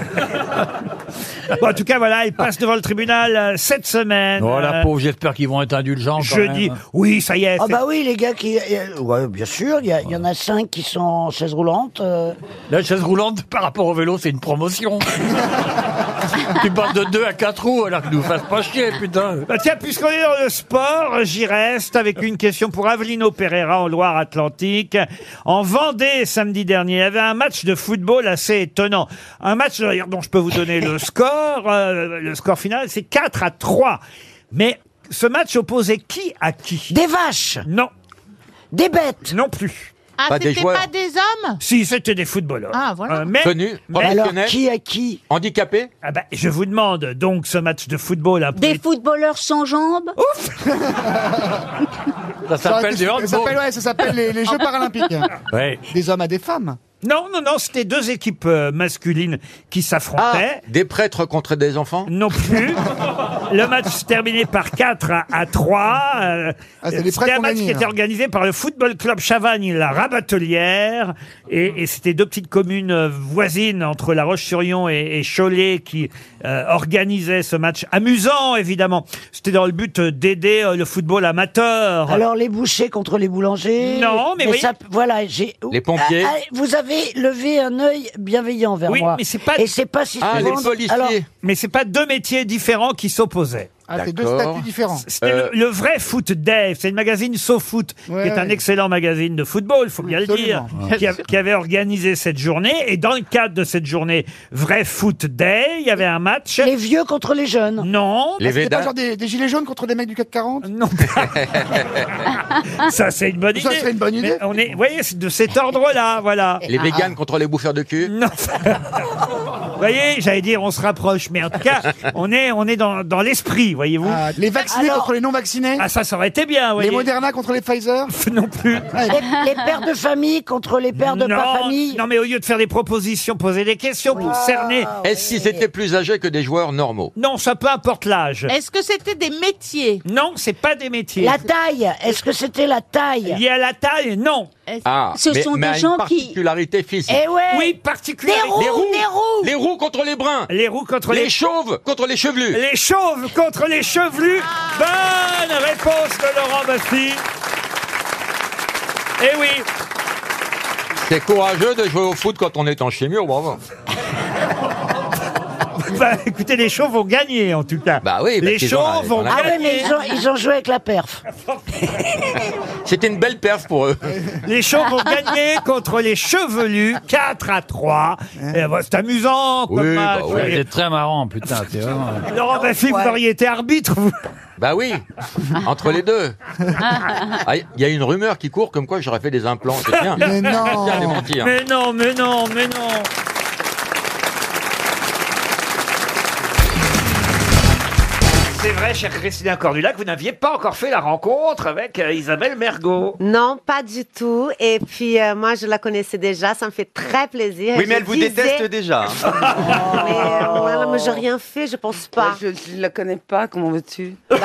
Speaker 1: Bon, en tout cas, voilà, il passe devant le tribunal euh, cette semaine.
Speaker 19: Oh,
Speaker 1: Euh,
Speaker 19: la pauvre, j'espère qu'ils vont être indulgents. quand
Speaker 1: Jeudi.
Speaker 19: même. hein.
Speaker 1: Oui, ça y est.
Speaker 20: Ah
Speaker 1: c'est-
Speaker 20: bah oui, les gars qui... euh, ouais, bien sûr, il y, a- il y en a cinq qui sont en chaise roulante. euh.
Speaker 19: La chaise roulante, par rapport au vélo, c'est une promotion. tu passes de 2 à 4 roues, alors que nous fasse pas chier, putain.
Speaker 1: Bah, tiens, puisqu'on est dans le sport, j'y reste avec une question pour Avelino Pereira en Loire-Atlantique. En Vendée, samedi dernier, il y avait un match de football assez étonnant. Un match d'ailleurs dont je peux vous donner le score. euh, le score final, c'est 4 à 3. Mais ce match opposait qui à qui
Speaker 20: Des vaches
Speaker 1: Non.
Speaker 20: Des bêtes
Speaker 1: Non plus.
Speaker 21: Ah,
Speaker 1: Pas des
Speaker 21: c'était
Speaker 1: joueurs.
Speaker 21: pas des hommes
Speaker 1: Si, c'était des footballeurs. Euh,
Speaker 21: Ah, voilà.
Speaker 1: mais,
Speaker 21: Connus,
Speaker 17: professionnels. qui
Speaker 20: à qui
Speaker 1: Handicapés ah bah, Je vous demande donc ce match de football. un peu
Speaker 17: Des footballeurs sans jambes Ouf
Speaker 19: Ça s'appelle du
Speaker 9: Ça
Speaker 19: handball.
Speaker 9: s'appelle, ouais, ça s'appelle les,
Speaker 21: Ah
Speaker 9: les Jeux
Speaker 21: bah.
Speaker 9: Paralympiques.
Speaker 19: Ouais.
Speaker 9: Des hommes à des femmes.
Speaker 1: Non, non, non, c'était deux équipes euh, masculines qui s'affrontaient.
Speaker 18: Ah, Des prêtres contre des enfants
Speaker 1: Non plus. le match se terminait par 4 à, à 3. euh,
Speaker 9: Ah, c'est les prêtres
Speaker 1: c'était un
Speaker 9: qu'on hein.
Speaker 1: match
Speaker 9: gagnait,
Speaker 1: qui était
Speaker 9: là.
Speaker 1: organisé par le Football Club Chavagne, la Rabatelière. Et, et c'était deux petites communes euh, voisines entre La Roche-sur-Yon et, et Cholet qui euh, organisaient ce match amusant, évidemment. C'était dans le but euh, d'aider euh, le football amateur.
Speaker 20: Alors les bouchers contre les boulangers.
Speaker 1: Non, mais oui.
Speaker 20: ça- voilà, j'ai.
Speaker 18: Les pompiers.
Speaker 20: Ah, ah, vous avez levé un œil bienveillant vers
Speaker 1: oui,
Speaker 20: moi.
Speaker 1: mais c'est pas.
Speaker 20: Et c'est pas si
Speaker 18: Ah,
Speaker 5: Ah,
Speaker 20: souvent- Alors,
Speaker 1: Mais c'est pas deux métiers différents qui s'opposaient.
Speaker 9: Ah, c'est deux statuts différents.
Speaker 1: C'était
Speaker 18: Euh.
Speaker 1: le, le vrai foot Dave, c'est le magazine SoFoot,
Speaker 9: Ouais,
Speaker 1: qui est un
Speaker 9: ouais.
Speaker 1: excellent magazine de football, il faut bien
Speaker 9: Absolument.
Speaker 1: le dire, qui, a- qui avait organisé cette journée. Et dans le cadre de cette journée vrai foot day, il y avait un match.
Speaker 20: Les vieux contre les jeunes.
Speaker 1: Non.
Speaker 18: Les
Speaker 9: C'était pas
Speaker 18: Védas.
Speaker 9: genre des, des gilets jaunes contre des mecs du 440
Speaker 1: Non.
Speaker 5: Ah.
Speaker 1: Ça, c'est une bonne idée.
Speaker 9: Ça serait une bonne idée.
Speaker 1: Mais on est, vous voyez, c'est de cet ordre-là, voilà. Ah.
Speaker 18: Les véganes contre les bouffeurs de cul.
Speaker 1: Non. Vous voyez, j'allais dire, on se rapproche, mais en tout cas, on est, on est dans, dans l'esprit, voyez-vous. Ah,
Speaker 9: Les vaccinés
Speaker 20: Alors-
Speaker 9: contre les non-vaccinés
Speaker 1: ça, ça aurait été bien, vous
Speaker 9: Les
Speaker 1: voyez.
Speaker 9: Moderna contre les Pfizer
Speaker 1: non plus.
Speaker 20: Les, les pères de famille contre les pères de pas famille.
Speaker 1: Ah. non, mais au lieu de faire des propositions, poser des questions pour cerner.
Speaker 18: Est-ce qu'ils étaient plus âgés que des joueurs normaux
Speaker 1: Non, ça peu importe l'âge.
Speaker 21: Est-ce que c'était des métiers
Speaker 1: Non, c'est pas des métiers.
Speaker 20: La taille. Est-ce que c'était la taille
Speaker 1: Lié à la taille, non.
Speaker 21: Est-ce-
Speaker 18: Ah,
Speaker 17: Ce
Speaker 18: mais-
Speaker 17: sont
Speaker 18: mais à
Speaker 17: des gens
Speaker 18: une
Speaker 17: qui-
Speaker 18: particularité physique.
Speaker 20: Eh ouais.
Speaker 1: Oui,
Speaker 20: Des
Speaker 1: particulièrement.
Speaker 20: roues,
Speaker 18: Les roues.
Speaker 20: des roues.
Speaker 18: Les roues contre les bruns.
Speaker 1: Les roues contre les...
Speaker 18: Les chauves contre les chevelus.
Speaker 1: Les chauves contre les chevelus. Bonne réponse de Laurent Basti. Eh oui.
Speaker 18: C'est courageux de jouer au foot quand on est en chimio, bravo.
Speaker 1: Bah, écoutez, les chauves vont gagner, en tout cas.
Speaker 18: Bah oui, parce
Speaker 1: les
Speaker 18: qu'ils ont
Speaker 1: chauves
Speaker 18: la-
Speaker 1: vont
Speaker 18: la-
Speaker 20: Ah ouais, mais
Speaker 1: gagner.
Speaker 20: ils ont, ils ont joué avec la perf.
Speaker 18: C'était une belle perf pour eux.
Speaker 1: Les chauves vont gagner contre les chevelus, 4 à 3. Eh, bah, c'est amusant, comme
Speaker 18: Oui,
Speaker 1: match.
Speaker 18: bah
Speaker 1: vous
Speaker 18: oui.
Speaker 1: voyez.
Speaker 19: C'est très marrant, putain, c'est vraiment.
Speaker 1: Laurent bah, Baffy, vous auriez été arbitre, vous.
Speaker 18: Bah oui, entre les deux. Ah, Il y a une rumeur qui court comme quoi j'aurais fait des implants. C'est bien. hein.
Speaker 9: Mais non
Speaker 18: Tiens, démentir.
Speaker 1: Mais non, mais non, mais non. C'est vrai, chère Christina Cordula, que vous n'aviez pas encore fait la rencontre avec euh, Isabelle Mergot.
Speaker 4: Non, pas du tout. Et puis, euh, moi, je la connaissais déjà. Ça me fait très plaisir.
Speaker 5: Oui,
Speaker 4: Et
Speaker 5: mais
Speaker 4: je
Speaker 5: elle vous
Speaker 4: disais- Oh,
Speaker 5: déteste déjà.
Speaker 4: Mais, euh, ouais, moi, j'ai rien fait, je pense pas. Je ne la connais pas. Comment veux-tu
Speaker 5: Euh,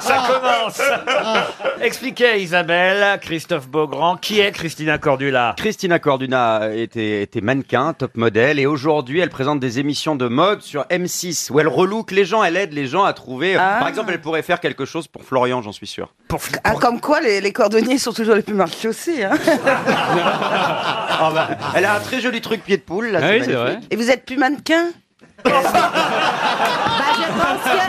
Speaker 1: Ça commence Expliquez, Isabelle, Christophe Beaugrand, qui est Christina Cordula
Speaker 5: Christina Corduna était, était mannequin, top modèle, et aujourd'hui elle présente des émissions de mode sur M6 où elle relook les gens, elle aide les gens à trouver. euh,
Speaker 6: Ah.
Speaker 5: Par exemple, elle pourrait faire quelque chose pour Florian, j'en suis sûr.
Speaker 6: Ah, comme quoi, les, les cordonniers sont toujours les plus marqués aussi. hein.
Speaker 5: Ah bah, elle a un très joli truc pied de poule là.
Speaker 6: Ah oui, c'est
Speaker 5: magnifique.
Speaker 6: Et vous êtes plus mannequin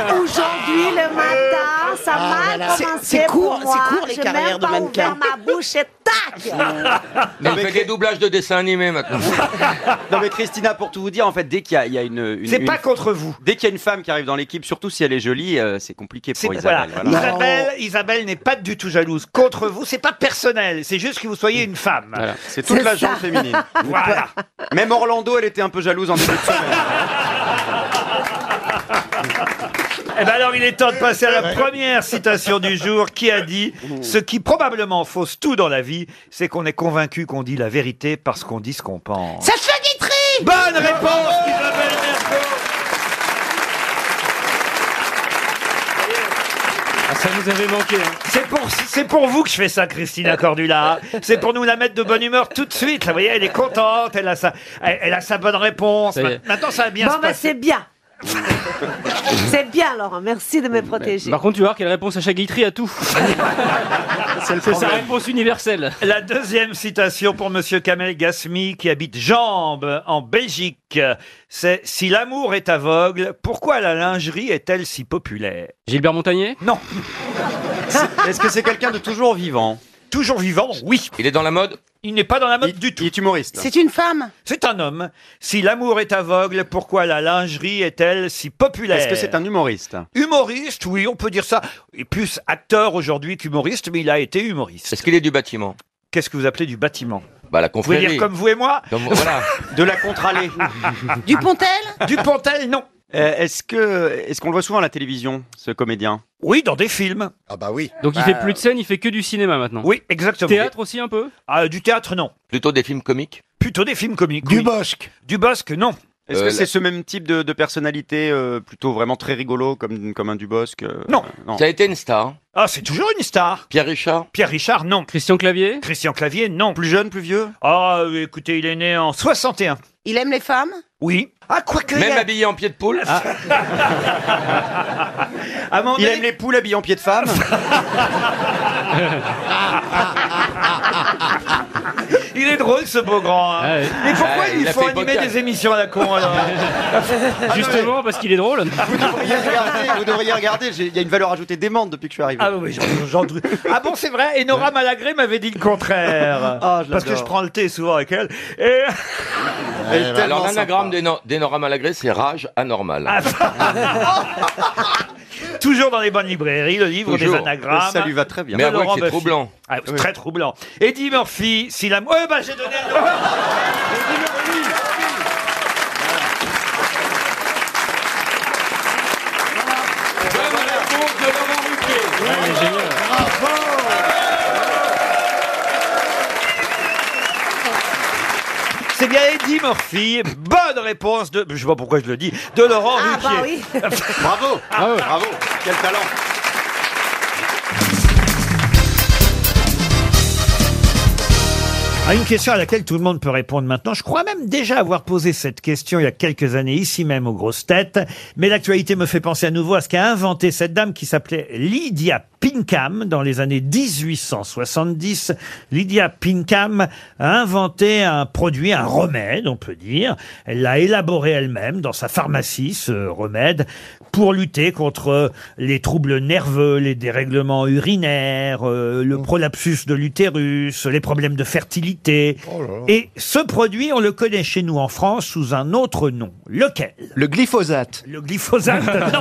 Speaker 4: Aujourd'hui, le matin, ça
Speaker 6: Ah,
Speaker 4: m'a
Speaker 6: voilà.
Speaker 4: commencé
Speaker 6: C'est- c'est court-
Speaker 4: pour moi.
Speaker 6: c'est court, les
Speaker 4: J'ai
Speaker 6: carrières
Speaker 4: même
Speaker 6: de
Speaker 4: pas
Speaker 6: mannequin.
Speaker 4: ouvert ma bouche et tac
Speaker 22: Mais on fait des doublages de dessins animés maintenant.
Speaker 5: Non mais Christina, pour tout vous dire, en fait, dès qu'il y, a- il y a une, une-
Speaker 1: C'est
Speaker 5: une-
Speaker 1: pas contre vous.
Speaker 5: Dès qu'il y a une femme qui arrive dans l'équipe, surtout si elle est jolie, euh, c'est compliqué pour
Speaker 1: Voilà.
Speaker 5: Isabelle. voilà.
Speaker 1: Isabelle, Isabelle n'est pas du tout jalouse. Contre vous, c'est pas personnel, c'est juste que vous soyez une femme.
Speaker 5: Voilà. C'est toute la jambe féminine.
Speaker 1: Voilà.
Speaker 5: Même Orlando, elle était un peu jalouse en début de semaine.
Speaker 1: Eh ben alors, il est temps de passer à la première citation du jour qui a dit Ce qui probablement fausse tout dans la vie, c'est qu'on est convaincu qu'on dit la vérité parce qu'on dit ce qu'on pense.
Speaker 23: Sacha Guitry
Speaker 1: Bonne réponse, Isabelle Ah, ça vous avait manqué. hein. C'est pour, c'est pour vous que je fais ça, Christina Cordula. C'est pour nous la mettre de bonne humeur tout de suite. Vous voyez, elle est contente, elle a sa, elle, elle a sa bonne réponse.
Speaker 4: Ça y est.
Speaker 1: Maintenant, ça va bien
Speaker 4: Bon,
Speaker 1: se
Speaker 4: bah,
Speaker 1: passer.
Speaker 4: c'est bien. c'est bien, Laurent. Merci de me protéger.
Speaker 24: Par contre, tu vas voir qu'elle répond Sacha Guitry à tout. C'est sa
Speaker 1: problème.
Speaker 24: réponse universelle.
Speaker 1: La deuxième citation pour Monsieur Kamel Gasmi, qui habite Jambes, en Belgique, c'est Si l'amour est aveugle, pourquoi la lingerie est-elle si populaire
Speaker 24: Gilbert Montagnier
Speaker 1: Non.
Speaker 5: Est-ce que c'est quelqu'un de toujours vivant
Speaker 1: Toujours vivant, oui.
Speaker 22: Il est dans la mode
Speaker 1: Il n'est pas dans la mode du tout. Il
Speaker 5: est humoriste.
Speaker 1: C'est une femme C'est un homme. Si l'amour est aveugle, pourquoi la lingerie est-elle si populaire
Speaker 5: Est-ce que c'est un humoriste
Speaker 1: Humoriste, oui, on peut dire ça. Et plus acteur aujourd'hui qu'humoriste, mais il a été humoriste.
Speaker 22: Est-ce qu'il est du bâtiment
Speaker 1: Qu'est-ce que vous appelez du bâtiment
Speaker 22: Bah la
Speaker 1: Vous pouvez
Speaker 22: confrérie.
Speaker 1: dire comme vous et moi
Speaker 22: Comme- voilà.
Speaker 5: De la contralée.
Speaker 1: Pontel Du Pontel, non.
Speaker 5: Euh, est-ce que est-ce qu'on le voit souvent à la télévision, ce comédien
Speaker 1: Oui, dans des films.
Speaker 5: Ah bah oui.
Speaker 24: Donc il fait plus de scène, il fait que du cinéma maintenant.
Speaker 1: Oui, exactement.
Speaker 24: Théâtre aussi un peu
Speaker 1: Ah, du théâtre, non.
Speaker 22: Plutôt des films comiques
Speaker 1: Plutôt des films comiques. Du Bosque Du Bosque, non.
Speaker 5: Est-ce que
Speaker 1: Euh,
Speaker 5: c'est ce même type de, de personnalité euh, plutôt vraiment très rigolo comme, comme un Dubosc euh,
Speaker 1: Non.
Speaker 5: Ça
Speaker 22: a été une star.
Speaker 1: Ah, c'est toujours une star.
Speaker 22: Pierre Richard
Speaker 1: Pierre Richard, non.
Speaker 24: Christian Clavier
Speaker 1: Christian Clavier, non.
Speaker 5: Plus jeune, plus vieux
Speaker 1: Ah, euh, écoutez, il est né en 61.
Speaker 6: Il aime les femmes
Speaker 1: Oui. Ah, quoique.
Speaker 22: Même habillé en pied de poule
Speaker 5: Ah. Il aime les poules habillées en pied de femme
Speaker 4: Ah,
Speaker 1: Il est drôle ce beau grand. hein. Mais pourquoi
Speaker 22: Ah,
Speaker 1: il
Speaker 22: il
Speaker 1: lui
Speaker 22: a
Speaker 1: faut
Speaker 22: fait
Speaker 1: animer
Speaker 22: bocal.
Speaker 1: des émissions à la con alors
Speaker 24: Justement, parce qu'il est drôle.
Speaker 5: Vous devriez regarder, vous devriez regarder, j'ai- il y a une valeur ajoutée démente depuis que je suis arrivé.
Speaker 1: Ah oui, j'en- j'en doute. Ah bon, c'est vrai, et Nora Malagré m'avait dit le contraire.
Speaker 5: Ah, je l'adore.
Speaker 1: Parce que je prends le thé souvent avec elle. Et...
Speaker 22: Ouais, ouais. Alors l'anagramme d'Eno- d'Enora Malagré, c'est rage anormale.
Speaker 5: Ah,
Speaker 1: Toujours dans les bonnes librairies, le livre
Speaker 22: Toujours.
Speaker 1: des anagrammes.
Speaker 22: Ça lui va très bien.
Speaker 1: de
Speaker 22: Mais avouez que
Speaker 1: Laurent
Speaker 22: c'est
Speaker 1: Baffy.
Speaker 22: troublant.
Speaker 1: Ah, c'est Très troublant. Eddie Murphy, si la... Ouais, bah j'ai donné le nom. Eddie Murphy. C'est bien Eddie Murphy. Bonne réponse de... Je sais pas pourquoi je le dis. De Laurent
Speaker 4: Ah, bah
Speaker 1: Ruquier.
Speaker 4: oui.
Speaker 22: Ah
Speaker 5: Bravo, bravo, Ah, bravo, quel talent.
Speaker 1: À Ah, une question à laquelle tout le monde peut répondre maintenant. Je crois même déjà avoir posé cette question il y a quelques années ici même aux grosses têtes. Mais l'actualité me fait penser à nouveau à ce qu'a inventé cette dame qui s'appelait Lydia Pinkham dans les années 1870. Lydia Pinkham a inventé un produit, un remède, on peut dire. Elle l'a élaboré elle-même dans sa pharmacie, ce remède, pour lutter contre les troubles nerveux, les dérèglements urinaires, euh, le prolapsus de l'utérus, les problèmes de fertilité. Et ce produit, on le connaît chez nous en France sous un autre nom. Lequel Le glyphosate. Le glyphosate, non.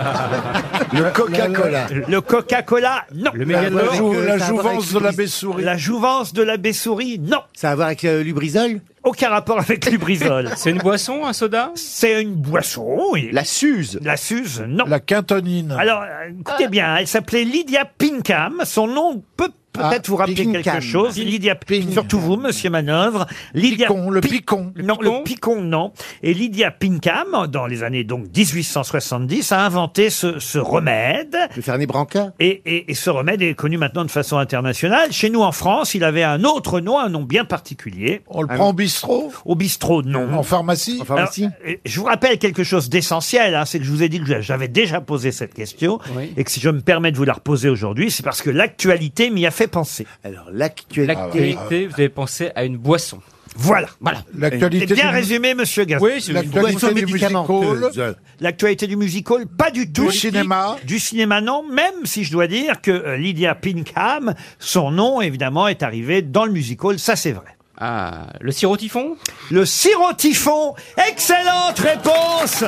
Speaker 25: Le Coca-Cola.
Speaker 1: Le Coca-Cola, non.
Speaker 25: Le mégalode.
Speaker 1: euh,
Speaker 25: La jou- la jouvence de l'abbé
Speaker 1: souris. La jouvence de l'abbé souris, non.
Speaker 26: Ça a à voir avec euh, Lubrizol
Speaker 1: Aucun rapport avec Lubrizol.
Speaker 27: C'est une boisson, un soda
Speaker 1: C'est une boisson, oui. La Suze La Suze, non. La Quintonine. Alors, euh, écoutez bien, elle s'appelait Lydia Pinkham. Son nom peut peut-être vous rappeler quelque
Speaker 12: Pinkham.
Speaker 1: chose. Lydia Pinkham. Surtout vous, monsieur Manœuvre. Lydia picon, le picon. Non, le picon, non. Et Lydia Pinkham, dans les années donc 1870, a inventé ce, ce remède. Le Fernet Branca. Et, et- et ce remède est connu maintenant de façon internationale. Chez nous, en France, il avait un autre nom, un nom bien particulier. On le
Speaker 4: prend au
Speaker 1: bistrot Au bistrot, non. En pharmacie En
Speaker 4: pharmacie
Speaker 1: Je vous rappelle quelque chose d'essentiel, hein, c'est que je vous ai dit que j'avais déjà posé cette question, et que si je me permets de vous la reposer aujourd'hui, c'est parce que l'actualité m'y a fait penser. Alors, l'actualité...
Speaker 27: L'actualité, vous avez pensé à une boisson.
Speaker 1: Voilà.
Speaker 27: Voilà.
Speaker 1: L'actualité C'est bien du- résumé, monsieur Gazan.
Speaker 27: Oui, c'est une boisson médicamenteuse.
Speaker 1: L'actualité du music hall, pas du tout. Du cinéma. Du cinéma, non. Même si je dois dire que euh, Lydia Pinkham, son nom, évidemment, est arrivé dans le music hall. Ça, c'est vrai. Ah, le sirotifon Le sirotifon Excellente réponse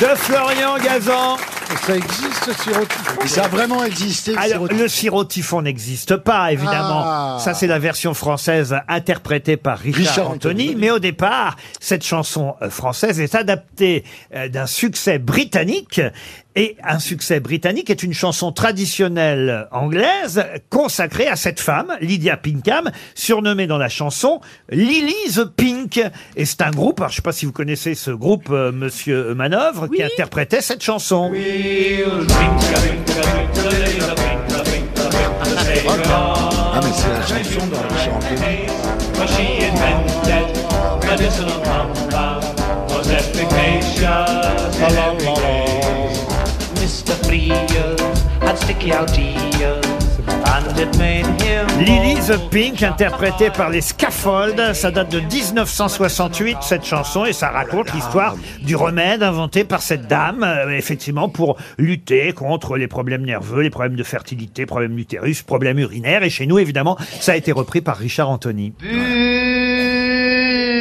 Speaker 1: de Florian Gazan. Ça existe, le sirotifon
Speaker 4: Ça a vraiment existé. le
Speaker 1: Alors,
Speaker 4: sirotifon.
Speaker 1: le sirotifon n'existe pas, évidemment.
Speaker 4: Ah.
Speaker 1: Ça, c'est la version française interprétée par Richard,
Speaker 4: Richard
Speaker 1: Anthony. Mais au départ, cette chanson euh, française est adaptée euh, d'un succès britannique. Et un succès britannique est une chanson traditionnelle anglaise consacrée à cette femme, Lydia Pinkham, surnommée dans la chanson Lily the Pink. Et c'est un groupe, alors je ne sais pas si vous connaissez ce groupe, euh, Monsieur Manœuvre, qui interprétait cette chanson.
Speaker 4: Ah, mais c'est la chanson dans le
Speaker 1: Lily the Pink, interprétée par les Scaffolds. Ça date de 1968, cette chanson, et ça raconte l'histoire du remède inventé par cette dame, euh, effectivement, pour lutter contre les problèmes nerveux, les problèmes de fertilité, problèmes d'utérus, problèmes urinaires. Et chez nous, évidemment, ça a été repris par Richard Anthony.
Speaker 6: Mmh.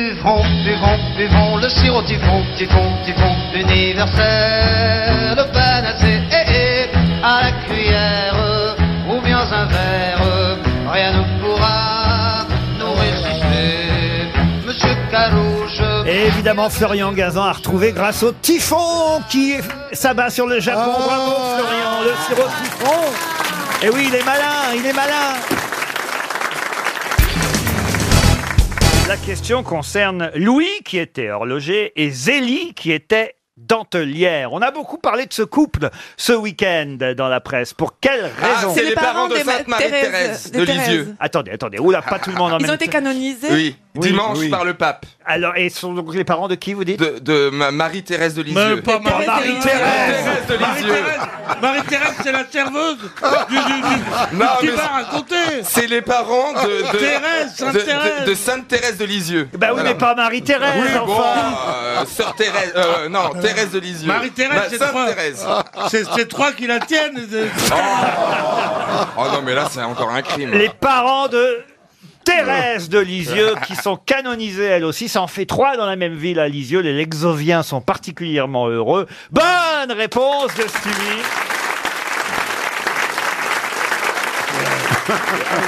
Speaker 6: Buvons, buvons, buvons le sirop typhon, typhon, typhon universel, le panacée, eh, eh, à la cuillère, ou bien un verre, rien ne pourra nous résister. Monsieur Carouge,
Speaker 1: Et évidemment, Florian Gazan a retrouvé grâce au typhon qui s'abat sur le Japon.
Speaker 5: Ah.
Speaker 1: Bravo, Florian, le sirop typhon. Et oui, il est malin, il est malin. La question concerne Louis qui était horloger et Zélie qui était dentelière. On a beaucoup parlé de ce couple ce week-end dans la presse. Pour quelle
Speaker 5: Ah,
Speaker 1: raison
Speaker 5: c'est les C'est les parents parents de de Sainte Ma- Marie-Thérèse, Thérèse de de Thérèse. Lisieux.
Speaker 1: Attendez, attendez. Oula, pas tout le monde en
Speaker 2: Ils
Speaker 1: même
Speaker 2: ont été
Speaker 1: temps.
Speaker 2: canonisés
Speaker 5: Oui, dimanche par le pape.
Speaker 1: Alors, et sont donc les parents de qui, vous dites
Speaker 5: De, de ma- Marie-Thérèse de Lisieux.
Speaker 14: Mais pas Marie- Marie-Thérèse.
Speaker 5: Marie-Thérèse de Lisieux.
Speaker 14: Marie-Thérèse, c'est la serveuse du, du, du-
Speaker 5: Non,
Speaker 14: du
Speaker 5: mais
Speaker 14: bar à côté.
Speaker 5: C'est les parents de, de
Speaker 14: Thérèse, Sainte
Speaker 5: de- de-
Speaker 14: Thérèse.
Speaker 5: de Sainte Thérèse de Lisieux.
Speaker 1: Bah oui, mais pas Marie-Thérèse,
Speaker 5: Oui, bon,
Speaker 1: enfin.
Speaker 5: euh, sœur Thérèse, euh, non, Thérèse de Lisieux.
Speaker 14: Marie-Thérèse,
Speaker 5: Ma-
Speaker 14: c'est
Speaker 5: Sainte
Speaker 14: trois. Ah,
Speaker 5: Thérèse.
Speaker 14: C'est c'est trois qui la tiennent.
Speaker 5: Oh non, mais là, c'est encore un crime.
Speaker 1: Les parents de Thérèse de Lisieux qui sont canonisés elle aussi. Ça en fait trois dans la même ville à Lisieux. Les Lexoviens sont particulièrement heureux. Bonne réponse de Stevie.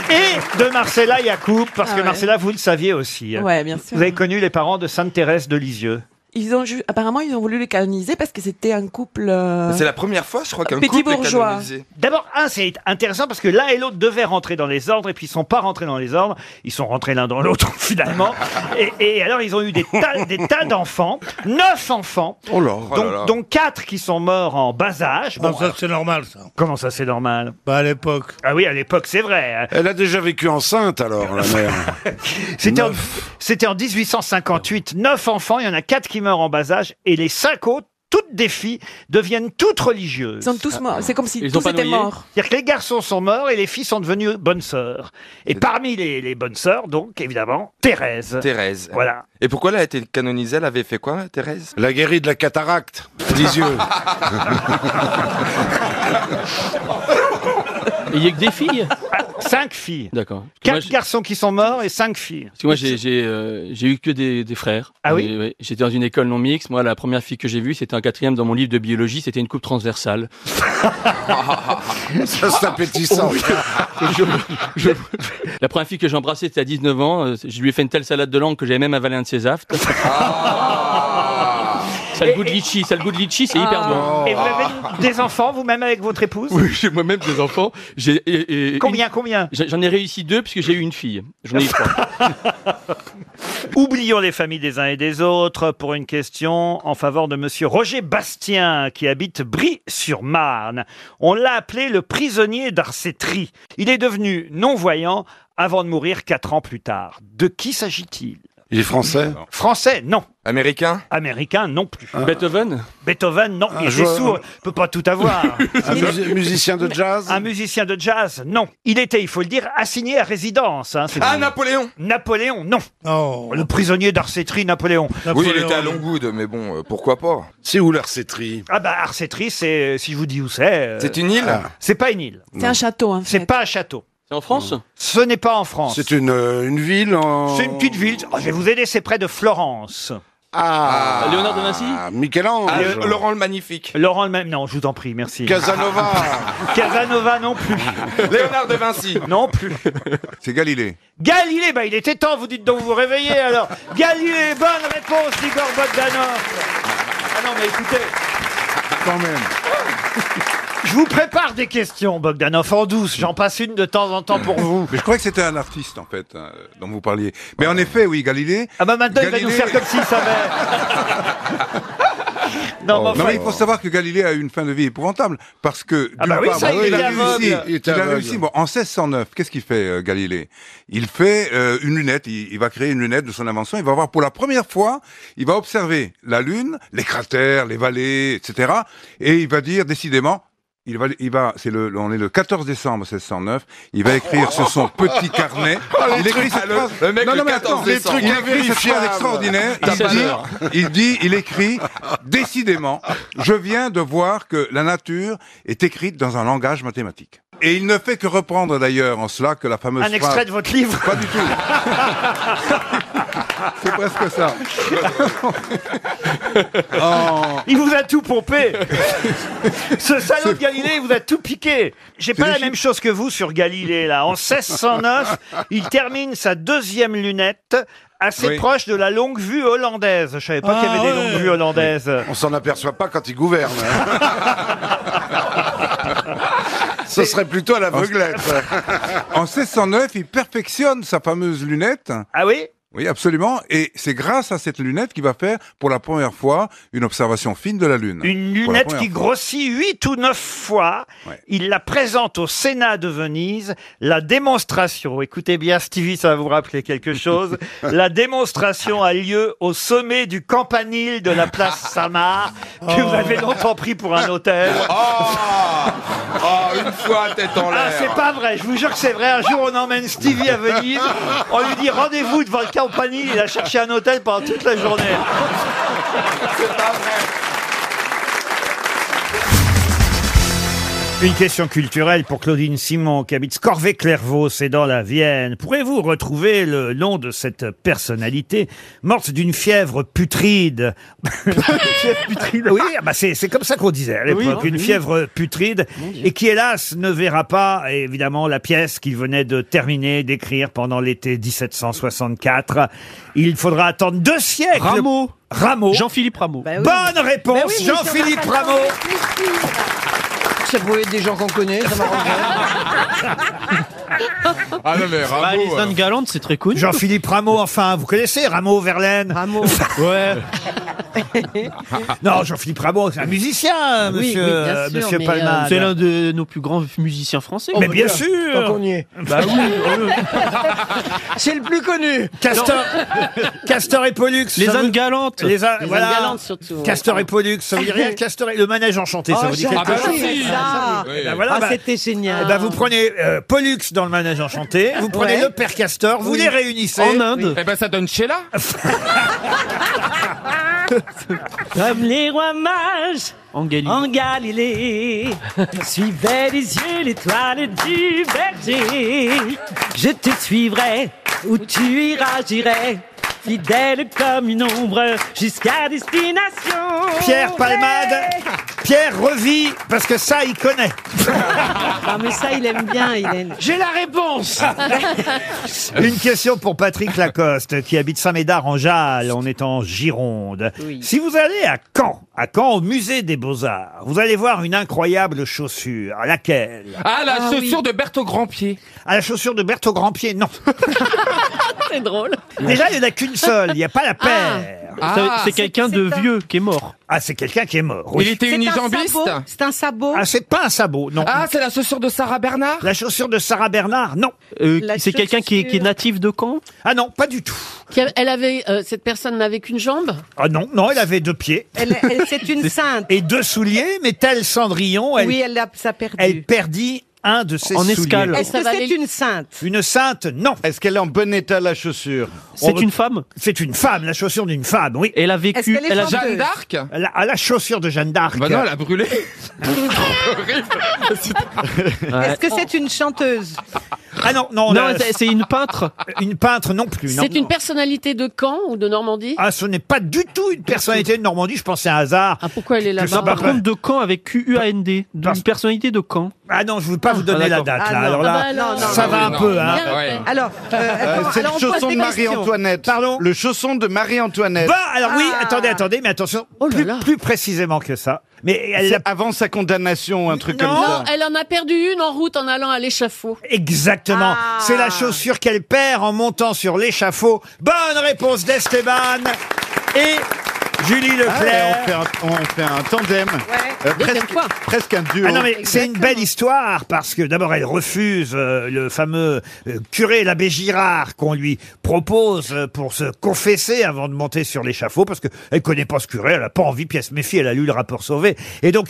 Speaker 1: Et de Marcella Yacoub, parce
Speaker 2: Ah
Speaker 1: que
Speaker 2: ouais.
Speaker 1: Marcella, vous le saviez aussi.
Speaker 2: Ouais, bien sûr.
Speaker 1: Vous avez connu les parents de Sainte-Thérèse de Lisieux.
Speaker 2: Ils ont ju- apparemment ils ont voulu le canoniser parce que c'était un couple. euh,
Speaker 5: C'est la première fois, je crois, qu'un
Speaker 2: Petit
Speaker 5: couple
Speaker 2: bourgeois.
Speaker 5: est canonisé.
Speaker 1: D'abord, un, c'est intéressant parce que l'un et l'autre devaient rentrer dans les ordres et puis ils sont pas rentrés dans les ordres. Ils sont rentrés l'un dans l'autre finalement. Et, et alors, ils ont eu des tas, des tas d'enfants, neuf enfants,
Speaker 5: Oh là, oh là
Speaker 1: dont,
Speaker 5: là.
Speaker 1: dont quatre qui sont morts en bas âge. Bon,
Speaker 14: Bon, ça, c'est normal, ça.
Speaker 1: Comment ça, c'est normal
Speaker 14: Bah, à l'époque.
Speaker 1: Ah oui, à l'époque, c'est vrai. hein.
Speaker 4: Elle a déjà vécu enceinte alors, la mère.
Speaker 1: C'était en, c'était en 1858. Neuf enfants, il y en a quatre qui meurent en bas âge et les cinq autres, toutes des filles, deviennent toutes religieuses.
Speaker 2: Ils sont tous morts. C'est comme si
Speaker 1: Ils
Speaker 2: tous
Speaker 1: ont pas
Speaker 2: étaient
Speaker 1: noyé
Speaker 2: morts.
Speaker 1: C'est-à-dire que les garçons sont morts et les filles sont devenues bonnes sœurs. Et parmi les, les bonnes sœurs, donc, évidemment, Thérèse.
Speaker 5: Thérèse.
Speaker 1: Voilà.
Speaker 5: Et pourquoi elle a été canonisée Elle avait fait quoi, Thérèse
Speaker 4: La guérie de la cataracte des yeux.
Speaker 27: Il y a que des filles.
Speaker 1: Ah, Cinq filles.
Speaker 27: D'accord.
Speaker 1: Quatre garçons qui sont morts et cinq filles.
Speaker 27: Parce que moi, j'ai j'ai, euh, j'ai eu que des, des frères.
Speaker 1: Ah oui
Speaker 27: Et, ouais, J'étais dans une école non mixte. Moi, la première fille que j'ai vue, c'était en quatrième dans mon livre de biologie. C'était une coupe transversale.
Speaker 28: Ça, c'est appétissant.
Speaker 27: Oh, je- je- je- la première fille que j'ai embrassée, c'était à 19 ans. Euh, Je lui ai fait une telle salade de langue que j'avais même avalé un de ses aftes.
Speaker 1: Ah.
Speaker 27: Ça a le goût de litchi, ça a le goût de litchi, c'est hyper bon.
Speaker 1: Ah. Et vous avez des enfants, vous-même, avec votre épouse
Speaker 27: Oui, j'ai moi-même des enfants. J'ai, et- et-
Speaker 1: Combien,
Speaker 27: une-
Speaker 1: combien
Speaker 27: J'en j'en ai réussi deux puisque j'ai eu une fille. J'en ai eu trois.
Speaker 1: Oublions les familles des uns et des autres pour une question en faveur de monsieur Roger Bastien qui habite Brie-sur-Marne. On l'a appelé le prisonnier d'Arcétrie. Il est devenu non-voyant avant de mourir quatre ans plus tard. De qui s'agit-il
Speaker 28: Il est français
Speaker 1: Français, non.
Speaker 28: Américain
Speaker 1: Américain, non plus.
Speaker 27: Beethoven
Speaker 1: Beethoven, non.
Speaker 28: Un
Speaker 1: Il était
Speaker 28: joueur-
Speaker 1: sourd, peut pas tout avoir.
Speaker 28: Un musi- musicien de jazz
Speaker 1: Un musicien de jazz, non. Il était, il faut le dire, assigné à résidence. hein, c'est-
Speaker 4: Ah, Napoléon
Speaker 1: Napoléon, non.
Speaker 28: Oh.
Speaker 1: Le prisonnier d'Arcétrie, Napoléon.
Speaker 4: Oui, il était à Longwood, mais bon, euh, pourquoi pas
Speaker 28: C'est où l'arcétrie
Speaker 1: Ah bah Arcetri, c'est si je vous dis où c'est. euh,
Speaker 4: C'est une île
Speaker 1: ah. C'est pas une île.
Speaker 21: C'est un château, hein.
Speaker 1: C'est pas un château.
Speaker 27: C'est en France
Speaker 1: Ce n'est pas en France.
Speaker 28: C'est une, euh, une ville en...
Speaker 1: C'est une petite ville. Oh, je vais vous aider. C'est près de Florence.
Speaker 28: Ah,
Speaker 27: Léonard de Vinci
Speaker 28: Michel-Ange
Speaker 1: Ah, le-
Speaker 4: Laurent le Magnifique.
Speaker 1: Laurent le même. Non, je vous en prie, merci.
Speaker 4: Casanova.
Speaker 1: Casanova non plus.
Speaker 4: Léonard de Vinci.
Speaker 1: Non plus.
Speaker 4: C'est Galilée.
Speaker 1: Galilée, bah il était temps. Vous dites donc vous vous réveillez alors. Galilée, bonne réponse d'Igor Bogdanov. Ah non mais écoutez.
Speaker 28: Quand même.
Speaker 1: Je vous prépare des questions, Bogdanov, en douce. J'en passe une de temps en temps pour vous.
Speaker 29: Mais je croyais que c'était un artiste, en fait, hein, dont vous parliez. Mais en effet, oui, Galilée.
Speaker 1: Ah bah maintenant, il va nous faire comme s'il savait.
Speaker 28: Oh.
Speaker 1: Non, mais
Speaker 29: Non,
Speaker 1: enfin- euh,
Speaker 29: mais il faut savoir que Galilée a eu une fin de vie épouvantable parce que
Speaker 1: Ah bah
Speaker 29: d'une
Speaker 1: oui,
Speaker 29: part,
Speaker 1: ça, il
Speaker 29: il,
Speaker 1: était
Speaker 29: a
Speaker 1: aveugle.
Speaker 29: réussi,
Speaker 1: Il était
Speaker 29: il a
Speaker 1: aveugle.
Speaker 29: réussi. Bon, en 1609, qu'est-ce qu'il fait euh, Galilée Il fait euh, une lunette. Il, il va créer une lunette de son invention. Il va voir pour la première fois, il va observer la Lune, les cratères, les vallées, etc. Et il va dire décidément. Il va, il va, c'est le, on est le 14 décembre 1609. Il va écrire sur son petit carnet.
Speaker 28: Oh, les
Speaker 29: il écrit
Speaker 28: trucs-
Speaker 29: cette
Speaker 28: le-
Speaker 29: phrase.
Speaker 28: le mec,
Speaker 29: non,
Speaker 28: le
Speaker 29: non, mais attends,
Speaker 28: 14 les trucs
Speaker 29: il écrit cette phrase
Speaker 28: invérifiables.
Speaker 29: extraordinaire.
Speaker 28: À
Speaker 29: Il
Speaker 28: 16
Speaker 29: dit,
Speaker 28: heures.
Speaker 29: il dit, il écrit, décidément, je viens de voir que la nature est écrite dans un langage mathématique. Et il ne fait que reprendre d'ailleurs en cela que la fameuse
Speaker 1: Un extrait
Speaker 29: phrase-
Speaker 1: de votre livre Pas
Speaker 29: du tout. C'est presque ça.
Speaker 28: Oh.
Speaker 1: Il vous a tout pompé. Ce salon de Galilée il vous a tout piqué. J'ai pas la même chose que vous sur Galilée là. En 1609, il termine sa deuxième lunette assez
Speaker 28: Oui. Ah
Speaker 1: proche de la longue vue hollandaise. Je savais pas qu'il y avait des longues vues hollandaises.
Speaker 28: On s'en aperçoit pas quand il gouverne. hein. Ce serait plutôt à l'aveuglette.
Speaker 29: En 1609, il perfectionne sa fameuse lunette.
Speaker 1: Ah oui
Speaker 29: Oui, absolument. Et c'est grâce à cette lunette qu'il va faire, pour la première fois, une observation fine de la Lune.
Speaker 1: Une lunette qui grossit 8 ou 9 fois. Il la présente au Sénat de Venise. La démonstration, écoutez bien Stevie, ça va vous rappeler quelque chose. la démonstration a lieu au sommet du campanile de la place Samar, que vous avez longtemps pris pour un hôtel.
Speaker 4: Oh, une fois tête en
Speaker 1: Ah,
Speaker 4: l'air.
Speaker 1: c'est pas vrai, je vous jure que c'est vrai. Un jour, on emmène Stevie à Venise, on lui dit rendez-vous devant le campanile, il a cherché un hôtel pendant toute la journée. Une question culturelle pour Claudine Simon qui habite Corvée-Clairvaux, c'est dans la Vienne. Pourrez-vous retrouver le nom de cette personnalité morte d'une fièvre putride fièvre putride Oui, ah bah c'est c'est comme ça qu'on disait à
Speaker 30: Oui,
Speaker 1: l'époque, une
Speaker 30: oui.
Speaker 1: fièvre putride et qui hélas ne verra pas évidemment la pièce qu'il venait de terminer d'écrire pendant l'été 1764. Il faudra attendre deux siècles.
Speaker 27: Rameau.
Speaker 1: Rameau.
Speaker 27: Jean-Philippe Rameau.
Speaker 1: Bonne réponse,
Speaker 27: Bah oui, mais
Speaker 1: Jean-Philippe
Speaker 27: sur la
Speaker 1: Rameau.
Speaker 6: Ça pouvait être des gens qu'on connaît, ça
Speaker 27: Ah non, mais Rameau. Alison Galante, c'est très cool.
Speaker 1: Jean-Philippe Rameau, enfin, vous connaissez Rameau Verlaine Rameau.
Speaker 27: Ouais.
Speaker 1: non, Jean-Philippe Rameau, c'est un musicien,
Speaker 27: Oui,
Speaker 1: monsieur,
Speaker 27: oui, bien sûr,
Speaker 1: monsieur
Speaker 27: mais, euh,
Speaker 1: Palman.
Speaker 27: C'est l'un de nos plus grands musiciens français.
Speaker 1: Mais bien sûr
Speaker 27: Bah oui, oui.
Speaker 1: C'est le plus connu Castor, Castor et Pollux
Speaker 27: Les
Speaker 1: ça veut-
Speaker 27: Indes galantes.
Speaker 1: Les, Indes-
Speaker 27: Les
Speaker 1: voilà.
Speaker 27: Indes galantes, surtout.
Speaker 1: Castor et Pollux, ça veut dire rien Castor et... Le manège enchanté, ça
Speaker 6: Oh,
Speaker 1: vous dit
Speaker 6: j'ai
Speaker 1: quelque
Speaker 6: adoré
Speaker 1: chose
Speaker 6: ça.
Speaker 1: Eh ben voilà,
Speaker 6: Ah,
Speaker 1: bah-
Speaker 6: c'était génial.
Speaker 1: Eh ben, vous prenez euh, Pollux dans le manège enchanté, vous prenez
Speaker 6: Ouais.
Speaker 1: le père Castor, vous
Speaker 6: Oui.
Speaker 27: Eh ben,
Speaker 1: les réunissez.
Speaker 6: En Inde.
Speaker 1: Eh ben ça donne Sheila
Speaker 5: Comme les rois mages en Galilée, suivait les yeux l'étoile du berger. Je te suivrai où tu iras, j'irai. Fidèle comme une ombre jusqu'à destination.
Speaker 1: Pierre Palmade, Pierre revit, parce que ça, il connaît.
Speaker 16: Ah, mais ça, il aime bien, Hélène.
Speaker 1: J'ai la réponse Une question pour Patrick Lacoste, qui habite Saint-Médard en Jalles, on est en Gironde. Si vous allez à Caen, à Caen, au musée des Beaux-Arts, vous allez voir une incroyable chaussure. À laquelle
Speaker 30: Ah, la Ah, chaussure oui.
Speaker 1: de Berthaud Grandpied. À la chaussure de Berthaud Grandpied, non.
Speaker 16: C'est drôle.
Speaker 1: Déjà, il n'y en a qu'une seule, il n'y a pas la paire.
Speaker 16: Ah. C'est- Ah. c'est quelqu'un C'est- de c'est un-
Speaker 1: vieux qui est mort. Ah, c'est quelqu'un qui est mort. oui.
Speaker 16: C'est un sabot C'est un sabot.
Speaker 1: Ah, c'est pas un sabot, non.
Speaker 16: Ah, c'est la chaussure de Sarah Bernard
Speaker 1: La chaussure de Sarah Bernard, non.
Speaker 16: La c'est quelqu'un Euh, qui est- qui est chaussure.
Speaker 1: natif de Caen Ah non, pas du tout.
Speaker 16: Qui a- Elle avait, euh, cette personne n'avait qu'une jambe.
Speaker 1: Ah non, non, elle avait deux pieds.
Speaker 16: Elle- elle- c'est une sainte.
Speaker 1: Et deux souliers, mais telle Cendrillon, elle,
Speaker 16: Oui, elle a, ça a perdu.
Speaker 1: elle perdit un de ses
Speaker 16: En
Speaker 1: souliers.
Speaker 16: escale. Est-ce que Ça valait- c'est une sainte
Speaker 1: Une sainte, non. Est-ce qu'elle est en bon état, la chaussure
Speaker 16: C'est une
Speaker 1: femme C'est une femme, la chaussure d'une femme, oui. Elle a
Speaker 16: vécu- Est-ce qu'elle est elle a- chanteuse Jeanne d'Arc
Speaker 1: elle a, ah, la chaussure de Jeanne d'Arc.
Speaker 30: Bah non, elle a brûlé.
Speaker 16: Est-ce que c'est une chanteuse
Speaker 1: Ah non, non.
Speaker 16: Non,
Speaker 1: la-
Speaker 16: c'est- c'est une peintre
Speaker 1: Une peintre non plus. non.
Speaker 16: C'est une personnalité de Caen ou de Normandie
Speaker 1: Ah, ce n'est pas du tout une personnalité de Normandie, je pense que c'est un hasard. Ah,
Speaker 16: pourquoi elle est là-bas Par contre,
Speaker 1: de Caen avec Q-U-A-N-D. Une personnalité de Caen. bah, Ah non, je ne veux pas vous donner la date, là. Alors là, ça va un peu, hein.
Speaker 16: Alors,
Speaker 31: Ah, Euh, c'est le chausson de Marie-Antoinette.
Speaker 1: Pardon
Speaker 31: Le chausson de Marie-Antoinette.
Speaker 1: Bah, alors oui,
Speaker 16: Ah.
Speaker 1: attendez, attendez, mais attention,
Speaker 16: Oh
Speaker 1: plus, plus précisément que ça. Mais elle
Speaker 31: C'est avant sa condamnation, un truc comme
Speaker 16: Non,
Speaker 31: ça.
Speaker 16: elle en a perdu une en route en allant à l'échafaud.
Speaker 1: Exactement. C'est la chaussure qu'elle perd en montant sur l'échafaud. Bonne réponse d'Esteban et Julie
Speaker 31: Ah ouais,
Speaker 1: Leclerc.
Speaker 31: on, fait un, on fait un tandem. Euh, presque, presque un duo.
Speaker 1: Ah non, mais c'est une belle histoire parce que d'abord elle refuse euh, le fameux euh, curé, l'abbé Girard, qu'on lui propose euh, pour se confesser avant de monter sur l'échafaud parce qu'elle connaît pas ce curé, elle a pas envie, puis elle se méfie, elle a lu le rapport sauvé. Et donc,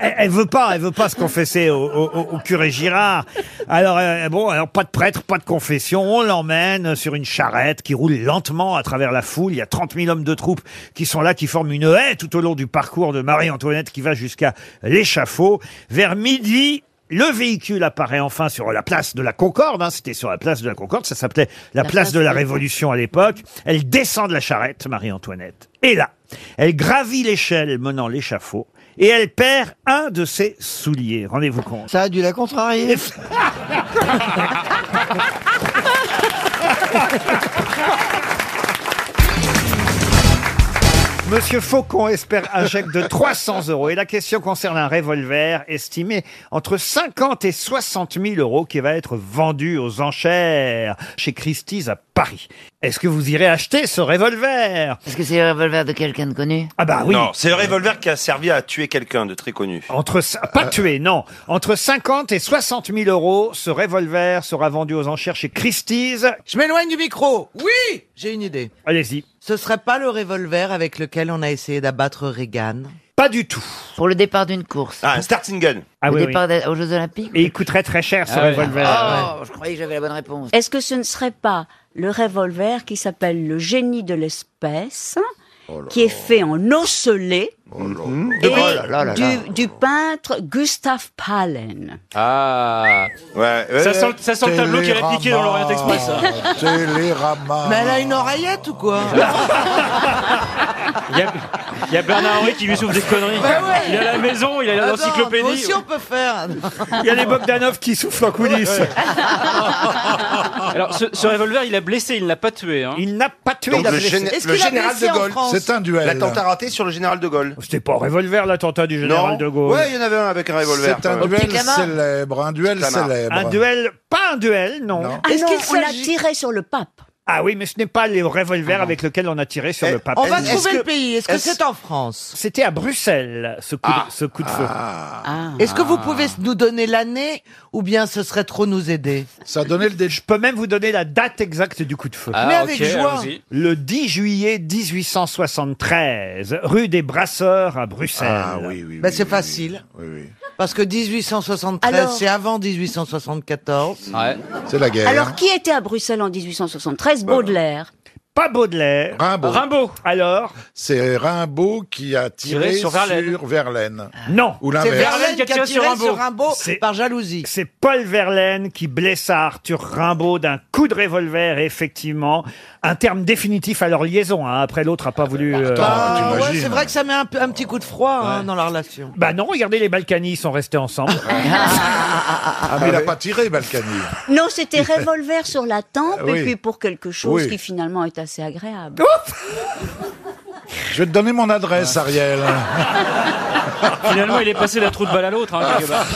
Speaker 1: elle, elle veut pas, elle veut pas se confesser au, au- au- au curé Girard. Alors, euh, bon, alors pas de prêtre, pas de confession, on l'emmène sur une charrette qui roule lentement à travers la foule. Il y a 30 000 hommes de troupe qui sont là, qui forment une haie tout au long du parcours de Marie-Antoinette qui va jusqu'à l'échafaud. Vers midi, le véhicule apparaît enfin sur la place de la Concorde. hein. C'était sur la place de la Concorde, ça s'appelait la, place, de la Révolution à l'époque. Elle descend de la charrette, Marie-Antoinette. Et là, elle gravit l'échelle menant l'échafaud et elle perd un de ses souliers. Rendez-vous compte. Ça a dû la contrarier. Monsieur Faucon espère un chèque de 300 euros. Et la question concerne un revolver estimé entre 50 et 60 000 euros qui va être vendu aux enchères chez Christie's à Paris. Est-ce que vous irez acheter ce revolver Est-ce que c'est le revolver de quelqu'un de connu Ah bah oui.
Speaker 14: Non, c'est le revolver qui a servi à tuer quelqu'un de très connu.
Speaker 1: Entre cin- pas tué, non. Entre 50 et 60 000 euros, ce revolver sera vendu aux enchères chez Christie's.
Speaker 6: Je m'éloigne du micro. Oui, j'ai une idée.
Speaker 1: Allez-y.
Speaker 6: Ce serait pas le revolver avec lequel on a essayé d'abattre Reagan
Speaker 1: Pas du tout.
Speaker 6: Pour le départ d'une course.
Speaker 14: Ah, un starting gun.
Speaker 1: Ah
Speaker 6: oui,
Speaker 14: départ
Speaker 6: aux Jeux Olympiques.
Speaker 1: Et il coûterait très cher ce
Speaker 6: Ah ouais.
Speaker 1: revolver.
Speaker 6: Ah
Speaker 17: je croyais que j'avais la bonne réponse. Est-ce que ce ne serait pas le revolver qui s'appelle le génie de l'espèce, qui est fait en osselet et
Speaker 14: Oh là là là
Speaker 17: du,
Speaker 14: là.
Speaker 17: du peintre Gustave Palen
Speaker 14: Ah. Ouais, ouais,
Speaker 32: Ça
Speaker 14: ouais.
Speaker 32: sent le- ça sent le tableau qui est répliqué dans l'Orient Express, ça. Bah
Speaker 14: Télérama.
Speaker 6: Mais elle a une oreillette ou quoi
Speaker 32: Il y, a- il y a Bernard Henry qui lui souffle des conneries.
Speaker 6: Bah ouais.
Speaker 32: Il a la maison, il a
Speaker 6: Ah, Attends, nous
Speaker 32: l'encyclopédie.
Speaker 6: aussi on peut faire.
Speaker 1: Il y a les Bogdanov qui soufflent en coulisses.
Speaker 32: Alors, ce, ce revolver, il a blessé, il n'a pas tué. hein.
Speaker 1: Il n'a pas tué,
Speaker 14: Donc le, gén- le général de Gaulle. L'attentat
Speaker 1: L'attentat
Speaker 14: raté sur le général de Gaulle.
Speaker 1: C'était pas un revolver, l'attentat du général
Speaker 14: Non.
Speaker 1: de Gaulle.
Speaker 14: Ouais, il y en avait un avec un revolver.
Speaker 1: C'est un duel
Speaker 14: célèbre, un duel
Speaker 1: Un duel, pas un duel, non.
Speaker 17: Ah non, on a tiré sur le pape.
Speaker 1: Ah oui, mais ce n'est pas les revolvers avec lesquels on a tiré sur le pape.
Speaker 6: On va trouver le pays. Est-ce que c'est en France
Speaker 1: C'était à Bruxelles, ce coup,
Speaker 6: Ah.
Speaker 1: de, ce coup de feu.
Speaker 17: Ah.
Speaker 1: Ah.
Speaker 6: Est-ce que vous pouvez nous donner l'année ou bien ce serait trop nous aider
Speaker 1: Ça donnait le Je peux même vous donner la date exacte du coup de feu.
Speaker 6: Ah, Mais avec ok, joie. allons-y.
Speaker 1: Le 10 juillet 1873, rue des Brasseurs à Bruxelles. Ah oui, oui.
Speaker 6: Ben, c'est facile. Parce que 1873,
Speaker 17: Alors-
Speaker 6: c'est avant 1874.
Speaker 17: Alors qui était à Bruxelles en 1873 Baudelaire.
Speaker 1: Pas Baudelaire.
Speaker 14: Rimbaud.
Speaker 1: Rimbaud. Alors
Speaker 14: C'est Rimbaud qui a tiré,
Speaker 1: Tiré sur
Speaker 14: sur
Speaker 1: Verlaine.
Speaker 14: Verlaine.
Speaker 1: Non.
Speaker 14: Ou l'inverse.
Speaker 1: C'est- C'est Paul Verlaine qui blessa Arthur Rimbaud d'un coup de revolver, et effectivement. Un terme définitif à leur liaison. hein. Après, l'autre a pas voulu... euh,
Speaker 6: Ah, ouais, c'est vrai que ça met un, peu- un petit coup de froid hein, dans la relation.
Speaker 1: Bah non, regardez, les Balkany ils sont restés ensemble.
Speaker 14: Ah, mais il n'a pas tiré, Balkany.
Speaker 17: Non, c'était revolver sur la tempe
Speaker 14: Oui.
Speaker 17: et puis pour quelque chose
Speaker 14: Oui.
Speaker 17: qui finalement est assez agréable.
Speaker 14: Je vais te donner mon adresse, Ariel.
Speaker 32: Finalement, il est passé d'un trou de balle à l'autre. hein, quelque part.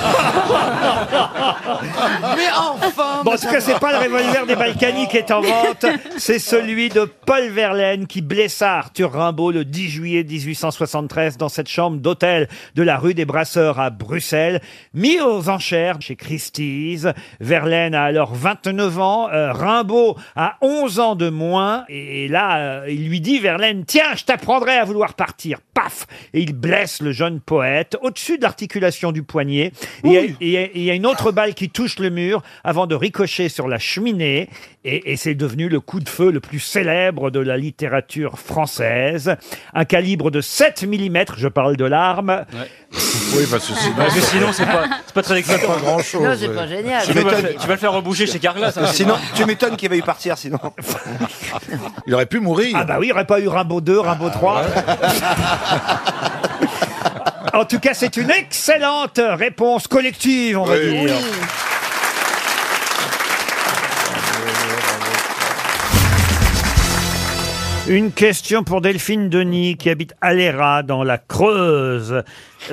Speaker 1: Mais enfin Bon, en tout cas, c'est pas le revolver des Balkany qui est en vente, c'est celui de Paul Verlaine qui blessa Arthur Rimbaud le 10 juillet 1873 dans cette chambre d'hôtel de la rue des Brasseurs à Bruxelles, mis aux enchères chez Christie's. Verlaine a alors 29 ans, euh, Rimbaud a 11 ans de moins, et, et là, euh, il lui dit, Verlaine, tiens, je t'apprendrai à vouloir partir. Paf Et il blesse le jeune poète au-dessus de l'articulation du poignet. Et il y a- et il y, a- il y a une autre balle qui touche le mur avant de ricocher sur la cheminée. Et, et c'est devenu le coup de feu le plus célèbre de la littérature française. Un calibre de 7 mm, je parle de l'arme.
Speaker 14: Oui, parce que sinon,
Speaker 32: Parce que sinon, c'est pas, c'est pas très excitant.
Speaker 14: pas grand-chose.
Speaker 32: Non, c'est pas
Speaker 14: génial.
Speaker 32: Tu vas, le faire- tu vas le faire reboucher chez Carglass. hein.
Speaker 14: tu m'étonnes qu'il avait eu partir, sinon. Il aurait pu mourir. Ah,
Speaker 1: Ah bah oui, il n'y aurait pas eu Rimbaud 2, Rimbaud 3. en tout cas, c'est une excellente réponse collective, on va
Speaker 14: Oui.
Speaker 1: dire. Une question pour Delphine Denis qui habite Aléra dans la Creuse.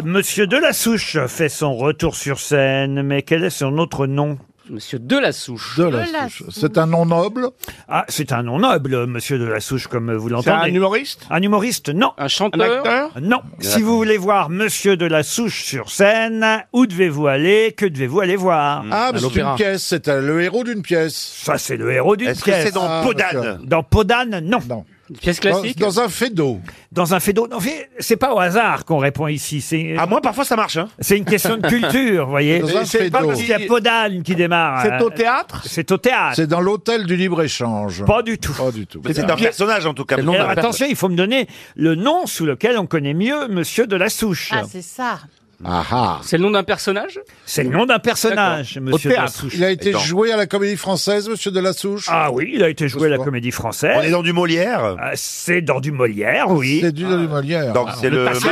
Speaker 1: Monsieur Delassouche fait son retour sur scène, mais quel est son autre nom Monsieur Delassouche.
Speaker 14: Delassouche. C'est un nom noble
Speaker 1: Ah, c'est un nom noble, monsieur Delassouche, comme vous l'entendez.
Speaker 14: un
Speaker 1: humoriste Un humoriste, non. Un
Speaker 14: chanteur Un acteur
Speaker 1: Non. Si vous voulez voir monsieur Delassouche sur scène, où devez-vous aller Que devez-vous aller voir
Speaker 14: Ah, mais c'est une pièce, c'est euh, le héros d'une pièce.
Speaker 1: Ça, c'est le héros d'une pièce.
Speaker 14: Ah, d'accord.
Speaker 1: Dans Podane, non. Une
Speaker 14: pièce classique Dans- dans un
Speaker 1: fait d'eau. Dans un fait d'eau. Non, mais c'est pas au hasard qu'on répond ici. C'est. À Ah, moi, parfois, ça marche. hein. C'est une question de culture, vous voyez.
Speaker 14: Dans un
Speaker 1: C'est
Speaker 14: fait
Speaker 1: pas
Speaker 14: d'eau.
Speaker 1: parce qu'il y a Podane qui démarre.
Speaker 14: C'est au
Speaker 1: théâtre C'est au théâtre.
Speaker 14: C'est dans l'hôtel du libre-échange.
Speaker 1: Pas du tout.
Speaker 14: Pas du tout.
Speaker 1: en tout cas. Alors, attention, il faut me donner le nom sous lequel on connaît mieux Monsieur de la Souche.
Speaker 11: Ah, c'est ça.
Speaker 14: Ah
Speaker 1: C'est le nom d'un personnage C'est le nom d'un personnage,
Speaker 14: D'accord.
Speaker 1: Monsieur
Speaker 14: Au
Speaker 1: de la
Speaker 14: théâtre.
Speaker 1: Souche.
Speaker 14: Il a été joué à la comédie française, monsieur de la Souche
Speaker 1: Ah oui, il a été joué à la comédie française. On est dans du Molière C'est dans du Molière, oui. Euh, Ah.
Speaker 14: C'est du dans du Molière.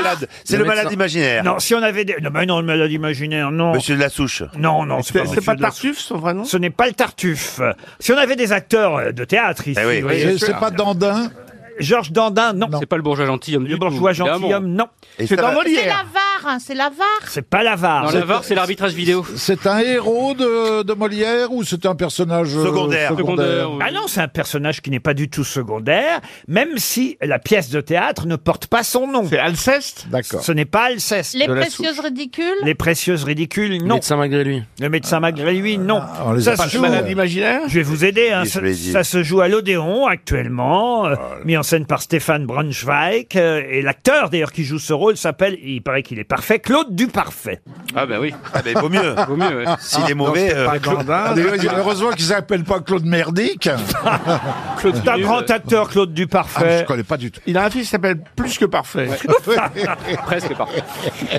Speaker 1: patient- médecin. Non, si on avait des... Non, mais non, le malade imaginaire, non.
Speaker 9: Monsieur de la Souche.
Speaker 1: Non, non, c'est pas Monsieur de la Souche.
Speaker 9: son vrai nom
Speaker 1: Ce n'est pas le Tartuffe. Si on avait des acteurs euh, de théâtre ici...
Speaker 9: Eh oui.
Speaker 1: vous voyez.
Speaker 14: C'est- C'est pas Dandin
Speaker 1: Georges Dandin, non.
Speaker 32: C'est pas le bourgeois gentilhomme.
Speaker 1: Le bourgeois gentilhomme, non. C'est dans
Speaker 11: C'est la VAR, hein, c'est la VAR.
Speaker 1: C'est pas l'avare.
Speaker 32: Non, la VAR, c'est l'arbitrage vidéo.
Speaker 14: C'est un héros de, de Molière ou c'est un personnage euh, secondaire
Speaker 1: Ah non, c'est un personnage qui n'est pas du tout secondaire, même si la pièce de théâtre ne porte pas son nom. C'est Alceste D'accord. Ce n'est pas Alceste.
Speaker 11: Les précieuses ridicules.
Speaker 1: Les précieuses ridicules, non. Le médecin malgré lui. Le médecin malgré lui, non.
Speaker 14: Ah, on les a pas- Malade
Speaker 1: imaginaire Je vais vous aider. hein.
Speaker 14: Oui, je
Speaker 1: Ça,
Speaker 14: vais dire.
Speaker 1: ça se joue à l'Odéon actuellement, euh, mis en scène par Stéphane Braunschweig. euh, et l'acteur d'ailleurs qui joue ce rôle s'appelle, il paraît qu'il est parfait, Claude Duparfait.
Speaker 32: Ah bah oui.
Speaker 9: Ah ben, vaut mieux.
Speaker 32: Vaut mieux,
Speaker 1: Ah,
Speaker 32: ouais.
Speaker 14: Ah,
Speaker 9: S'il est mauvais, euh, Claude-
Speaker 14: Heureusement qu'ils s'appellent pas Claude Merdic.
Speaker 1: Claude C'est un Nul. grand acteur, Claude Duparfait.
Speaker 14: Ah, je connais pas du tout. Il a un fils qui s'appelle Plus que Parfait.
Speaker 32: Presque parfait.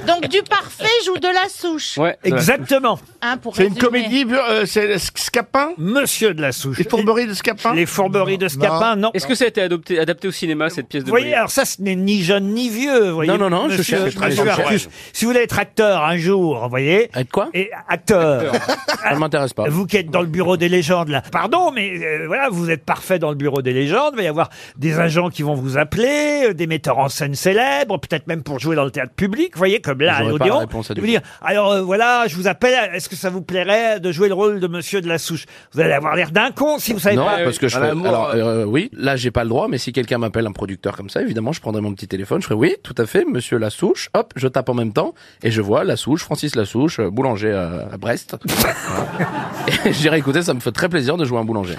Speaker 11: Donc du parfait joue de la souche.
Speaker 32: Ouais.
Speaker 1: Exactement.
Speaker 11: Hein, pour
Speaker 1: C'est une
Speaker 11: résumer.
Speaker 1: comédie, euh,
Speaker 32: C'est Scapin
Speaker 1: Monsieur de la Souche. Les
Speaker 32: fourberies de Scapin
Speaker 1: Les fourberies de Scapin, non.
Speaker 32: Est-ce que ça a été adopté, adapté au cinéma, cette pièce de
Speaker 1: Vous voyez,
Speaker 32: Molière
Speaker 1: alors ça, ce n'est ni jeune ni vieux, vous voyez.
Speaker 32: Non, non, non, je
Speaker 1: monsieur-
Speaker 32: sais, je
Speaker 1: monsieur
Speaker 32: connais.
Speaker 1: Artus. Si vous voulez être acteur un jour, vous voyez. Être quoi Et acteur. Ça ne m'intéresse pas. Vous qui êtes dans le bureau des légendes, là. Pardon, mais euh, voilà, vous êtes parfait dans le bureau des légendes. Il va y avoir des agents qui vont vous appeler, euh, des metteurs en scène célèbres, peut-être même pour jouer dans le théâtre public, vous voyez, comme là, à
Speaker 9: J'aurais pas la
Speaker 1: l'Odéon.
Speaker 9: réponse à
Speaker 1: Ils
Speaker 9: du
Speaker 1: vous dire, alors euh, voilà, je vous appelle, est-ce que ça vous plairait de jouer le rôle de monsieur de la souche Vous allez avoir l'air d'un con si vous savez
Speaker 11: non,
Speaker 1: pas.
Speaker 11: parce que je
Speaker 1: Un
Speaker 11: fais.
Speaker 1: amour,
Speaker 11: Alors,
Speaker 1: euh,
Speaker 11: euh, oui, là, j'ai pas le droit, mais si quelqu'un m'appelle un producteur comme ça, évidemment, je prendrai mon petit téléphone, je ferai oui, tout à fait, monsieur Lassouche, hop, je tape en même temps, et je vois Lassouche, Francis Lassouche, euh, boulanger euh, à Brest. et je dirais, écoutez, ça me fait très plaisir de jouer un boulanger.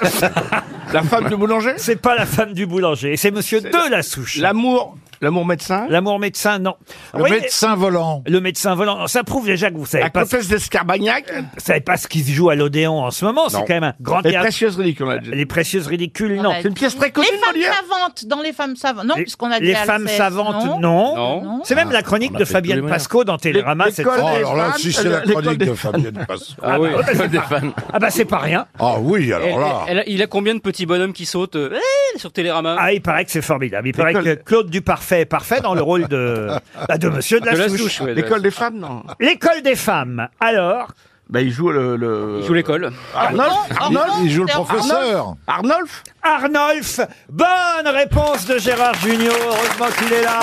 Speaker 1: La femme du boulanger C'est pas la femme du boulanger, c'est monsieur de la souche.
Speaker 11: L'amour
Speaker 1: L'amour médecin L'amour médecin, non.
Speaker 33: Le médecin
Speaker 1: volant. Le médecin volant. Non, Ça prouve déjà que vous savez
Speaker 14: La
Speaker 1: pas.
Speaker 14: comtesse
Speaker 1: d'Escarbagnac Vous savez pas ce qui se joue à l'Odéon en ce moment. C'est
Speaker 14: Non.
Speaker 1: quand même un grand
Speaker 14: Les
Speaker 1: théâtre.
Speaker 14: précieuses
Speaker 1: ridicules, Les précieuses
Speaker 9: Ah
Speaker 1: ridicules,
Speaker 9: bah,
Speaker 1: non.
Speaker 9: Les femmes savantes, dans les femmes savantes. Non,
Speaker 1: Les-
Speaker 9: puisqu'on a dit
Speaker 1: les
Speaker 9: Alceste,
Speaker 1: femmes savantes, non.
Speaker 9: Non.
Speaker 1: C'est même la chronique
Speaker 14: Ah, on a
Speaker 1: de
Speaker 14: fait
Speaker 1: Fabienne
Speaker 14: tous les moyens.
Speaker 1: Pasco dans Télérama.
Speaker 14: L'é-
Speaker 1: cette
Speaker 14: l'école
Speaker 1: semaine.
Speaker 14: des Oh là là, fans, si c'est la l'école chronique des de fans. Fabienne Pasco. Ah oui,
Speaker 1: bah, c'est
Speaker 14: l'école des
Speaker 1: pas-
Speaker 14: fans.
Speaker 1: Ah bah c'est pas rien. Ah oui,
Speaker 34: Elle- elle- elle- il a combien de petits bonhommes qui sautent euh, eh, sur Télérama
Speaker 1: Ah, il paraît que c'est formidable. Il paraît que Claude Duparfait est parfait dans le rôle de, bah, de Monsieur
Speaker 33: Ah,
Speaker 1: de la, Souche.
Speaker 14: L'école des femmes, non
Speaker 1: L'école des femmes. Alors
Speaker 14: Bah, il joue le.
Speaker 1: Il joue
Speaker 14: l'école.
Speaker 1: Arnolphe,
Speaker 14: il joue le professeur.
Speaker 1: Arnolphe Arnolphe Bonne réponse de Gérard Junior. Heureusement qu'il est là.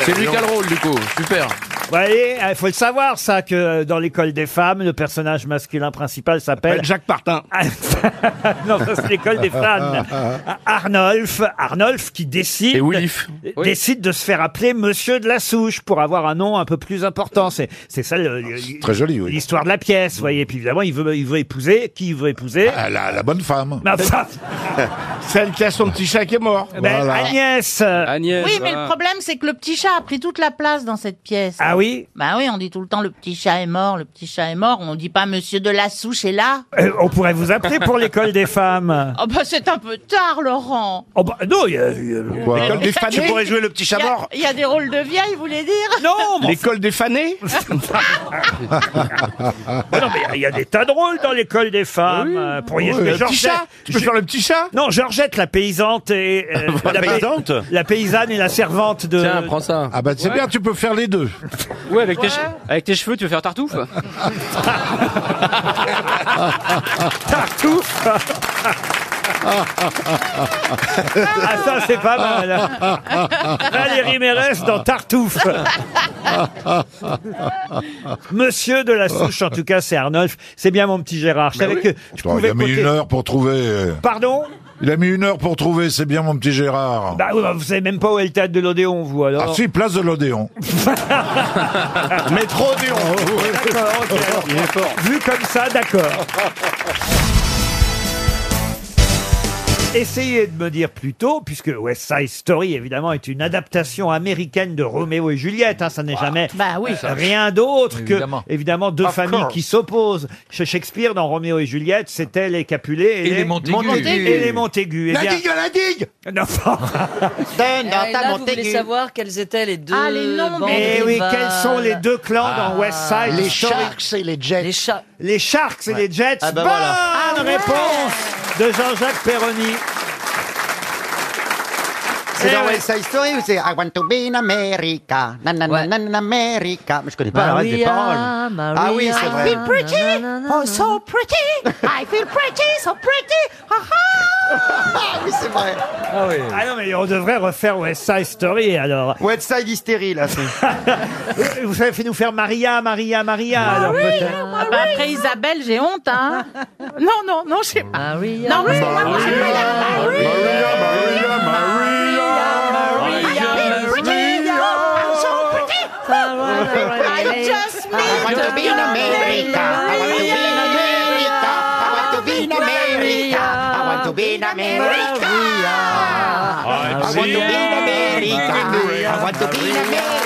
Speaker 27: C'est lui qui a le rôle, du coup. Super.
Speaker 1: Vous voyez, il faut le savoir, ça, que euh, dans l'école des femmes, le personnage masculin principal s'appelle... Jacques Partin. non, ça, c'est l'école des femmes. Arnolphe, Arnolphe qui décide... euh, Décide de se faire appeler Monsieur de la Souche pour avoir un nom un peu plus important. C'est c'est ça le- le-
Speaker 33: Très joli, oui.
Speaker 1: l'histoire de la pièce, vous voyez. Puis évidemment, il veut, il veut épouser... Qui il veut épouser
Speaker 33: Ah, la, la bonne femme.
Speaker 1: Ma femme.
Speaker 14: Celle qui a son petit chat qui est mort.
Speaker 1: Ben, Agnès.
Speaker 14: Agnès.
Speaker 9: Oui, mais le problème, c'est que le petit chat a pris toute la place dans cette pièce.
Speaker 1: Ah oui
Speaker 9: Bah oui, on dit tout le temps le petit chat est mort, le petit chat est mort. On dit pas Monsieur de la Souche est là.
Speaker 1: Euh, on pourrait vous appeler pour l'école des femmes.
Speaker 9: Oh bah c'est un peu tard, Laurent.
Speaker 1: Oh bah, non, il y a- il y a-
Speaker 9: L'école des fanés. Il y a- Il y a des rôles de vieille, vous voulez dire
Speaker 1: Non,
Speaker 14: L'école des fanés
Speaker 1: Ah non, mais il y a des tas de rôles dans l'école des femmes. Euh, pourriez
Speaker 14: Oui,
Speaker 1: jouer
Speaker 14: le petit
Speaker 1: Georgette.
Speaker 14: chat. Tu peux faire le petit chat
Speaker 1: Non, Georgette, la paysante et. euh,
Speaker 14: La paysante
Speaker 1: La paysanne et la servante de.
Speaker 14: Tiens, prends ça.
Speaker 1: Ah bah
Speaker 14: c'est bien,
Speaker 1: tu peux faire les deux.
Speaker 34: Ouais, avec, Tes, che- avec tes cheveux, tu veux faire tartouffe
Speaker 1: Tartouffe Ah, ça, c'est pas mal. Valérie Mérès dans Tartouffe. Monsieur de la Souche, en tout cas, c'est Arnolphe. C'est bien mon petit Gérard. Je savais que je
Speaker 33: Attends, Bah il
Speaker 1: pouvais
Speaker 33: a mis
Speaker 1: compter-
Speaker 33: une heure pour trouver. euh.
Speaker 1: Pardon
Speaker 33: Il a mis une heure pour trouver, c'est bien mon petit Gérard.
Speaker 1: Bah oui, bah, vous savez même pas où est le théâtre de l'Odéon, vous alors.
Speaker 33: Ah si, place de l'Odéon.
Speaker 1: Métro Odéon.
Speaker 5: Oh,
Speaker 1: D'accord, ok. Vu comme ça, d'accord. Essayez de me dire plutôt, puisque West Side Story, évidemment, est une adaptation américaine de Roméo et Juliette. hein, ça n'est jamais euh, rien d'autre que,
Speaker 14: Ah, bah Évidemment.
Speaker 1: évidemment, deux
Speaker 14: Of
Speaker 1: familles
Speaker 14: course.
Speaker 1: qui s'opposent. Chez Shakespeare, dans Roméo et Juliette, c'était les Capulet et,
Speaker 14: Et les Montaigu.
Speaker 1: Et les Montaigu. Eh
Speaker 14: La
Speaker 1: bien-
Speaker 14: digue,
Speaker 1: la digue
Speaker 5: Et là, vous voulez savoir quelles étaient les deux
Speaker 1: Ah, les noms, mais- Eh oui, quels sont les deux clans
Speaker 9: Ah.
Speaker 1: dans West Side
Speaker 5: Les
Speaker 1: Story
Speaker 5: Sharks et les Jets. Les, Sharks
Speaker 1: Les Sharks et les Jets.
Speaker 5: Ah bah
Speaker 1: Bonne
Speaker 5: voilà. Ah ouais.
Speaker 1: réponse de Jean-Jacques Perroni.
Speaker 5: C'est
Speaker 1: Eh
Speaker 5: dans
Speaker 1: ouais.
Speaker 5: West Side Story ou c'est I want to be in America. Nanana, nanana, America. Mais je connais pas la reste des
Speaker 4: Maria,
Speaker 5: paroles.
Speaker 4: Maria.
Speaker 5: ah oui, c'est
Speaker 4: I
Speaker 5: vrai.
Speaker 4: feel pretty. Oh, so pretty. I feel pretty, so pretty. Ah, ah. oui, c'est vrai.
Speaker 1: Ah non, mais on devrait refaire West Side Story alors. West Side Hystérie, là. Vous avez fait nous faire Maria, Maria, Maria. alors peut-être.
Speaker 9: Ah bah après Isabelle, j'ai honte, hein. Non, non, non, je sais pas.
Speaker 4: ah
Speaker 9: Non, mais moi, moi, j'ai pas la-
Speaker 4: I just need to be in America. I want to be in America. I want to be in America. I want to be in America. I want to
Speaker 1: Ah, bah,
Speaker 4: be in America. I want to be in America.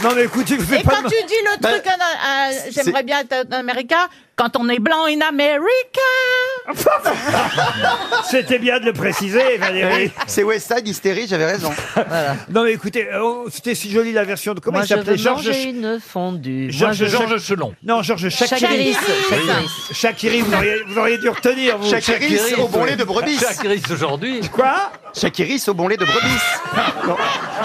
Speaker 1: Non, mais écoutez, vous
Speaker 9: Et
Speaker 1: faites pas
Speaker 9: quand
Speaker 1: de-
Speaker 9: tu dis le
Speaker 1: Bah,
Speaker 9: truc, en- euh, j'aimerais bien être en America, quand on est blanc in America.
Speaker 1: C'était bien de le préciser, Valérie.
Speaker 5: C'est West Side hystérie, j'avais raison. Voilà.
Speaker 1: Non, mais écoutez, oh, c'était si joli la version de. Comment
Speaker 5: Moi,
Speaker 1: il
Speaker 5: je
Speaker 1: s'appelait
Speaker 5: veux
Speaker 1: Georges
Speaker 5: manger
Speaker 1: une fondue.
Speaker 5: Moi, je- Georges
Speaker 1: Selon. Non, Georges Chakiri.
Speaker 5: Chakiris.
Speaker 1: Chakiri. Chakiri, vous auriez, vous auriez dû retenir, vous.
Speaker 5: Chakiris au bon lait de brebis.
Speaker 1: Chakiri.
Speaker 5: aujourd'hui.
Speaker 1: Quoi
Speaker 5: Chakiris au bon lait de brebis. non,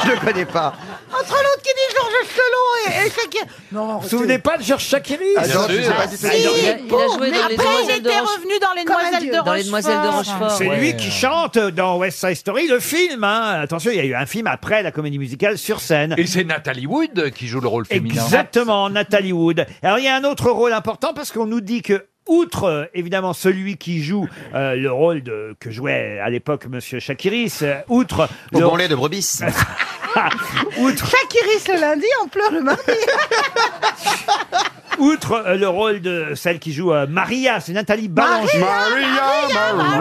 Speaker 5: je le connais pas.
Speaker 9: Entre l'autre qui dit Georges Chelon et, et Shakira. Non,
Speaker 1: Vous vous souvenez pas de Georges Chakiri
Speaker 5: Ah, non, je sais pas du tout.
Speaker 9: si,
Speaker 5: Il a- il a
Speaker 9: pauvre,
Speaker 5: joué
Speaker 9: mais
Speaker 5: dans Les
Speaker 9: après, il
Speaker 5: Demoiselles de
Speaker 9: était
Speaker 5: Roche-
Speaker 9: revenu dans Les
Speaker 5: Comme un
Speaker 9: Demoiselles
Speaker 5: dieu.
Speaker 9: de
Speaker 5: Dans
Speaker 9: Rochefort.
Speaker 5: Les Demoiselles de Rochefort.
Speaker 1: C'est
Speaker 5: Ouais.
Speaker 1: lui qui chante dans West Side Story, le film. hein. Attention, il y a eu un film après la comédie musicale sur scène.
Speaker 14: Et c'est Nathalie Wood qui joue le rôle féminin.
Speaker 1: Exactement, Nathalie Wood. Alors il y a un autre rôle important parce qu'on nous dit que outre euh, évidemment celui qui joue euh, le rôle de que jouait à l'époque Monsieur Chakiris, euh, outre
Speaker 5: Au
Speaker 1: le-
Speaker 5: bon lait de brebis.
Speaker 6: Chakiris le lundi, on pleure le mardi.
Speaker 1: outre euh, le rôle de celle qui joue euh, Maria, c'est Nathalie Ballanger.
Speaker 4: Maria,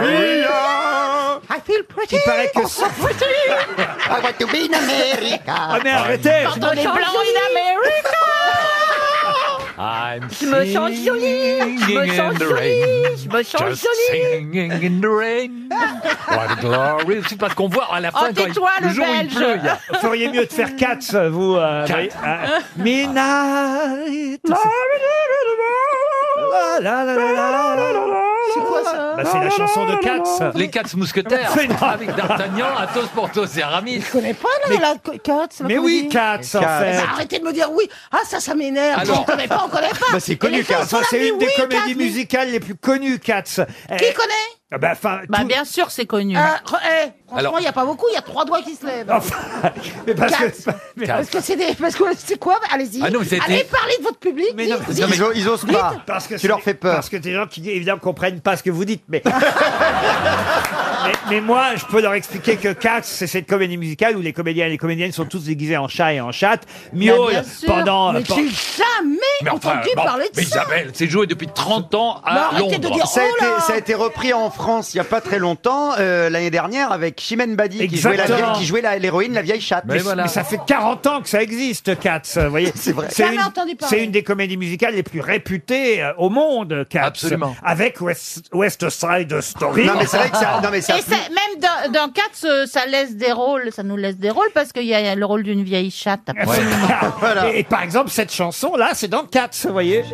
Speaker 6: I feel pretty.
Speaker 1: Il paraît que
Speaker 4: so pretty. I want to be in America.
Speaker 1: Ah, mais arrêtez.
Speaker 4: Quand on est blanc in America.
Speaker 19: I'm
Speaker 4: Je me sens jolie. Je me sens jolie. Je me sens
Speaker 19: Just
Speaker 4: jolie.
Speaker 19: singing in the rain. What a glory. C'est parce qu'on voit à
Speaker 6: Oh,
Speaker 19: la fin, quand il, le jour où il pleut, il y a...
Speaker 1: Vous feriez mieux de faire Cats, vous. euh,
Speaker 19: Cats.
Speaker 1: voyez,
Speaker 6: Ah.
Speaker 1: hein.
Speaker 4: Ah.
Speaker 1: Midnight. Ah, La, la, la, la, la, la, la.
Speaker 19: C'est quoi ça
Speaker 1: Bah, c'est la chanson
Speaker 6: Ah,
Speaker 1: de Katz.
Speaker 19: Les Katz mousquetaires.
Speaker 1: C'est une-
Speaker 19: Avec D'Artagnan, Athos, Porthos et Aramis. Je connais pas,
Speaker 6: Ah non, la co- Katz, la
Speaker 19: mais oui,
Speaker 6: comédie.
Speaker 19: Katz, en Katz. fait.
Speaker 6: Bah, arrêtez de me dire oui. Ah, ça, ça m'énerve.
Speaker 1: Alors.
Speaker 6: On connaît pas, on connaît pas.
Speaker 1: Bah, c'est connu, Katz.
Speaker 6: Katz.
Speaker 1: Enfin, c'est une des comédies musicales les plus connues, Katz.
Speaker 6: Qui connaît
Speaker 1: Bah, enfin, tout-
Speaker 6: bien sûr, c'est connu. franchement,
Speaker 1: Alors.
Speaker 6: il n'y a pas beaucoup, il y a trois doigts qui se lèvent.
Speaker 1: mais parce que- mais-
Speaker 6: Parce que c'est des. Parce que c'est quoi Allez-y.
Speaker 1: Ah non, mais c'était-
Speaker 6: Allez parler de votre public.
Speaker 1: Mais non,
Speaker 6: dites-
Speaker 1: mais-
Speaker 6: dites- dites-
Speaker 1: Parce que tu leur fais peur. Parce que des gens qui évidemment comprennent pas ce que vous dites, mais. mais, mais moi, je peux leur expliquer que Katz, c'est cette comédie musicale où les comédiens et les comédiennes sont tous déguisés en chat et en chatte, miaule
Speaker 6: bien sûr.
Speaker 1: pendant.
Speaker 6: Mais j'ai jamais entendu
Speaker 19: bon,
Speaker 6: parler de
Speaker 19: mais
Speaker 6: ça.
Speaker 19: Isabelle, Ah, ben, c'est joué depuis 30 ans
Speaker 5: Mais
Speaker 19: à
Speaker 5: arrêtez de
Speaker 19: Londres.
Speaker 5: dire, oh ça, a été, ça a été repris en France il n'y a pas très longtemps, euh, l'année dernière, avec Chimène Badi qui jouait, la
Speaker 1: Exactement.
Speaker 5: vieille- qui jouait la- l'héroïne, la vieille chatte.
Speaker 1: Mais, mais ça fait 40 ans que ça existe, Katz. Vous voyez, c'est
Speaker 5: vrai.
Speaker 1: C'est
Speaker 5: Jamais
Speaker 1: une,
Speaker 5: entendu parler.
Speaker 1: c'est une des comédies musicales les plus réputées euh, au monde, Katz.
Speaker 19: Absolument.
Speaker 1: Avec West, West Side Story.
Speaker 5: Non, mais c'est vrai que ça- non, mais
Speaker 9: Ah. Et ça- même dans, dans Katz, euh, ça laisse des rôles, ça nous laisse des rôles parce qu'il y a le rôle d'une vieille chatte. absolument.
Speaker 1: et, et par exemple, cette chanson-là, c'est dans Katz, vous voyez.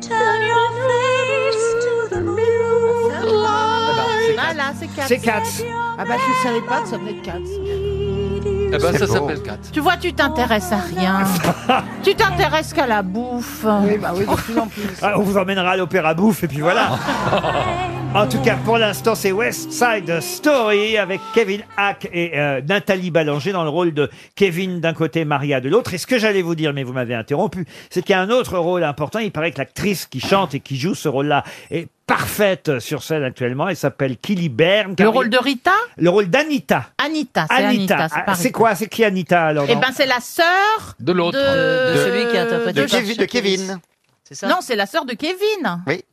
Speaker 4: Turn your face to the
Speaker 9: Ah
Speaker 4: Ah
Speaker 9: bah,
Speaker 4: moonlight.
Speaker 6: Voilà, c'est Katz.
Speaker 1: C'est Katz.
Speaker 6: Ah bah, je savais pas que ça venait de Katz.
Speaker 19: Eh ben,
Speaker 5: C'est
Speaker 19: ça
Speaker 5: beau.
Speaker 19: s'appelle 4.
Speaker 9: Tu vois, tu t'intéresses à rien. tu t'intéresses qu'à la bouffe. Oui, bah oui, de plus en plus.
Speaker 1: Ah, on vous emmènera à l'opéra bouffe et puis voilà. en tout cas, pour l'instant, c'est West Side Story avec Kevin Hack et euh, Nathalie Ballanger dans le rôle de Kevin d'un côté, Maria de l'autre. Et ce que j'allais vous dire, mais vous m'avez interrompu, c'est qu'il y a un autre rôle important. Il paraît que l'actrice qui chante et qui joue ce rôle-là est parfaite sur scène actuellement. Elle s'appelle Killy Bern.
Speaker 9: Le rôle de Rita
Speaker 1: Le rôle d'Anita.
Speaker 9: Anita, c'est Anita. c'est
Speaker 1: Ah,
Speaker 9: pas
Speaker 1: c'est
Speaker 9: Rita.
Speaker 1: quoi C'est qui Anita alors
Speaker 9: Eh
Speaker 1: dans-
Speaker 9: ben, c'est la sœur
Speaker 1: De l'autre.
Speaker 9: De,
Speaker 1: De- de celui qui a interprété
Speaker 5: de Kevi- de Kevin.
Speaker 9: Non, c'est la sœur de Kevin.
Speaker 5: Oui.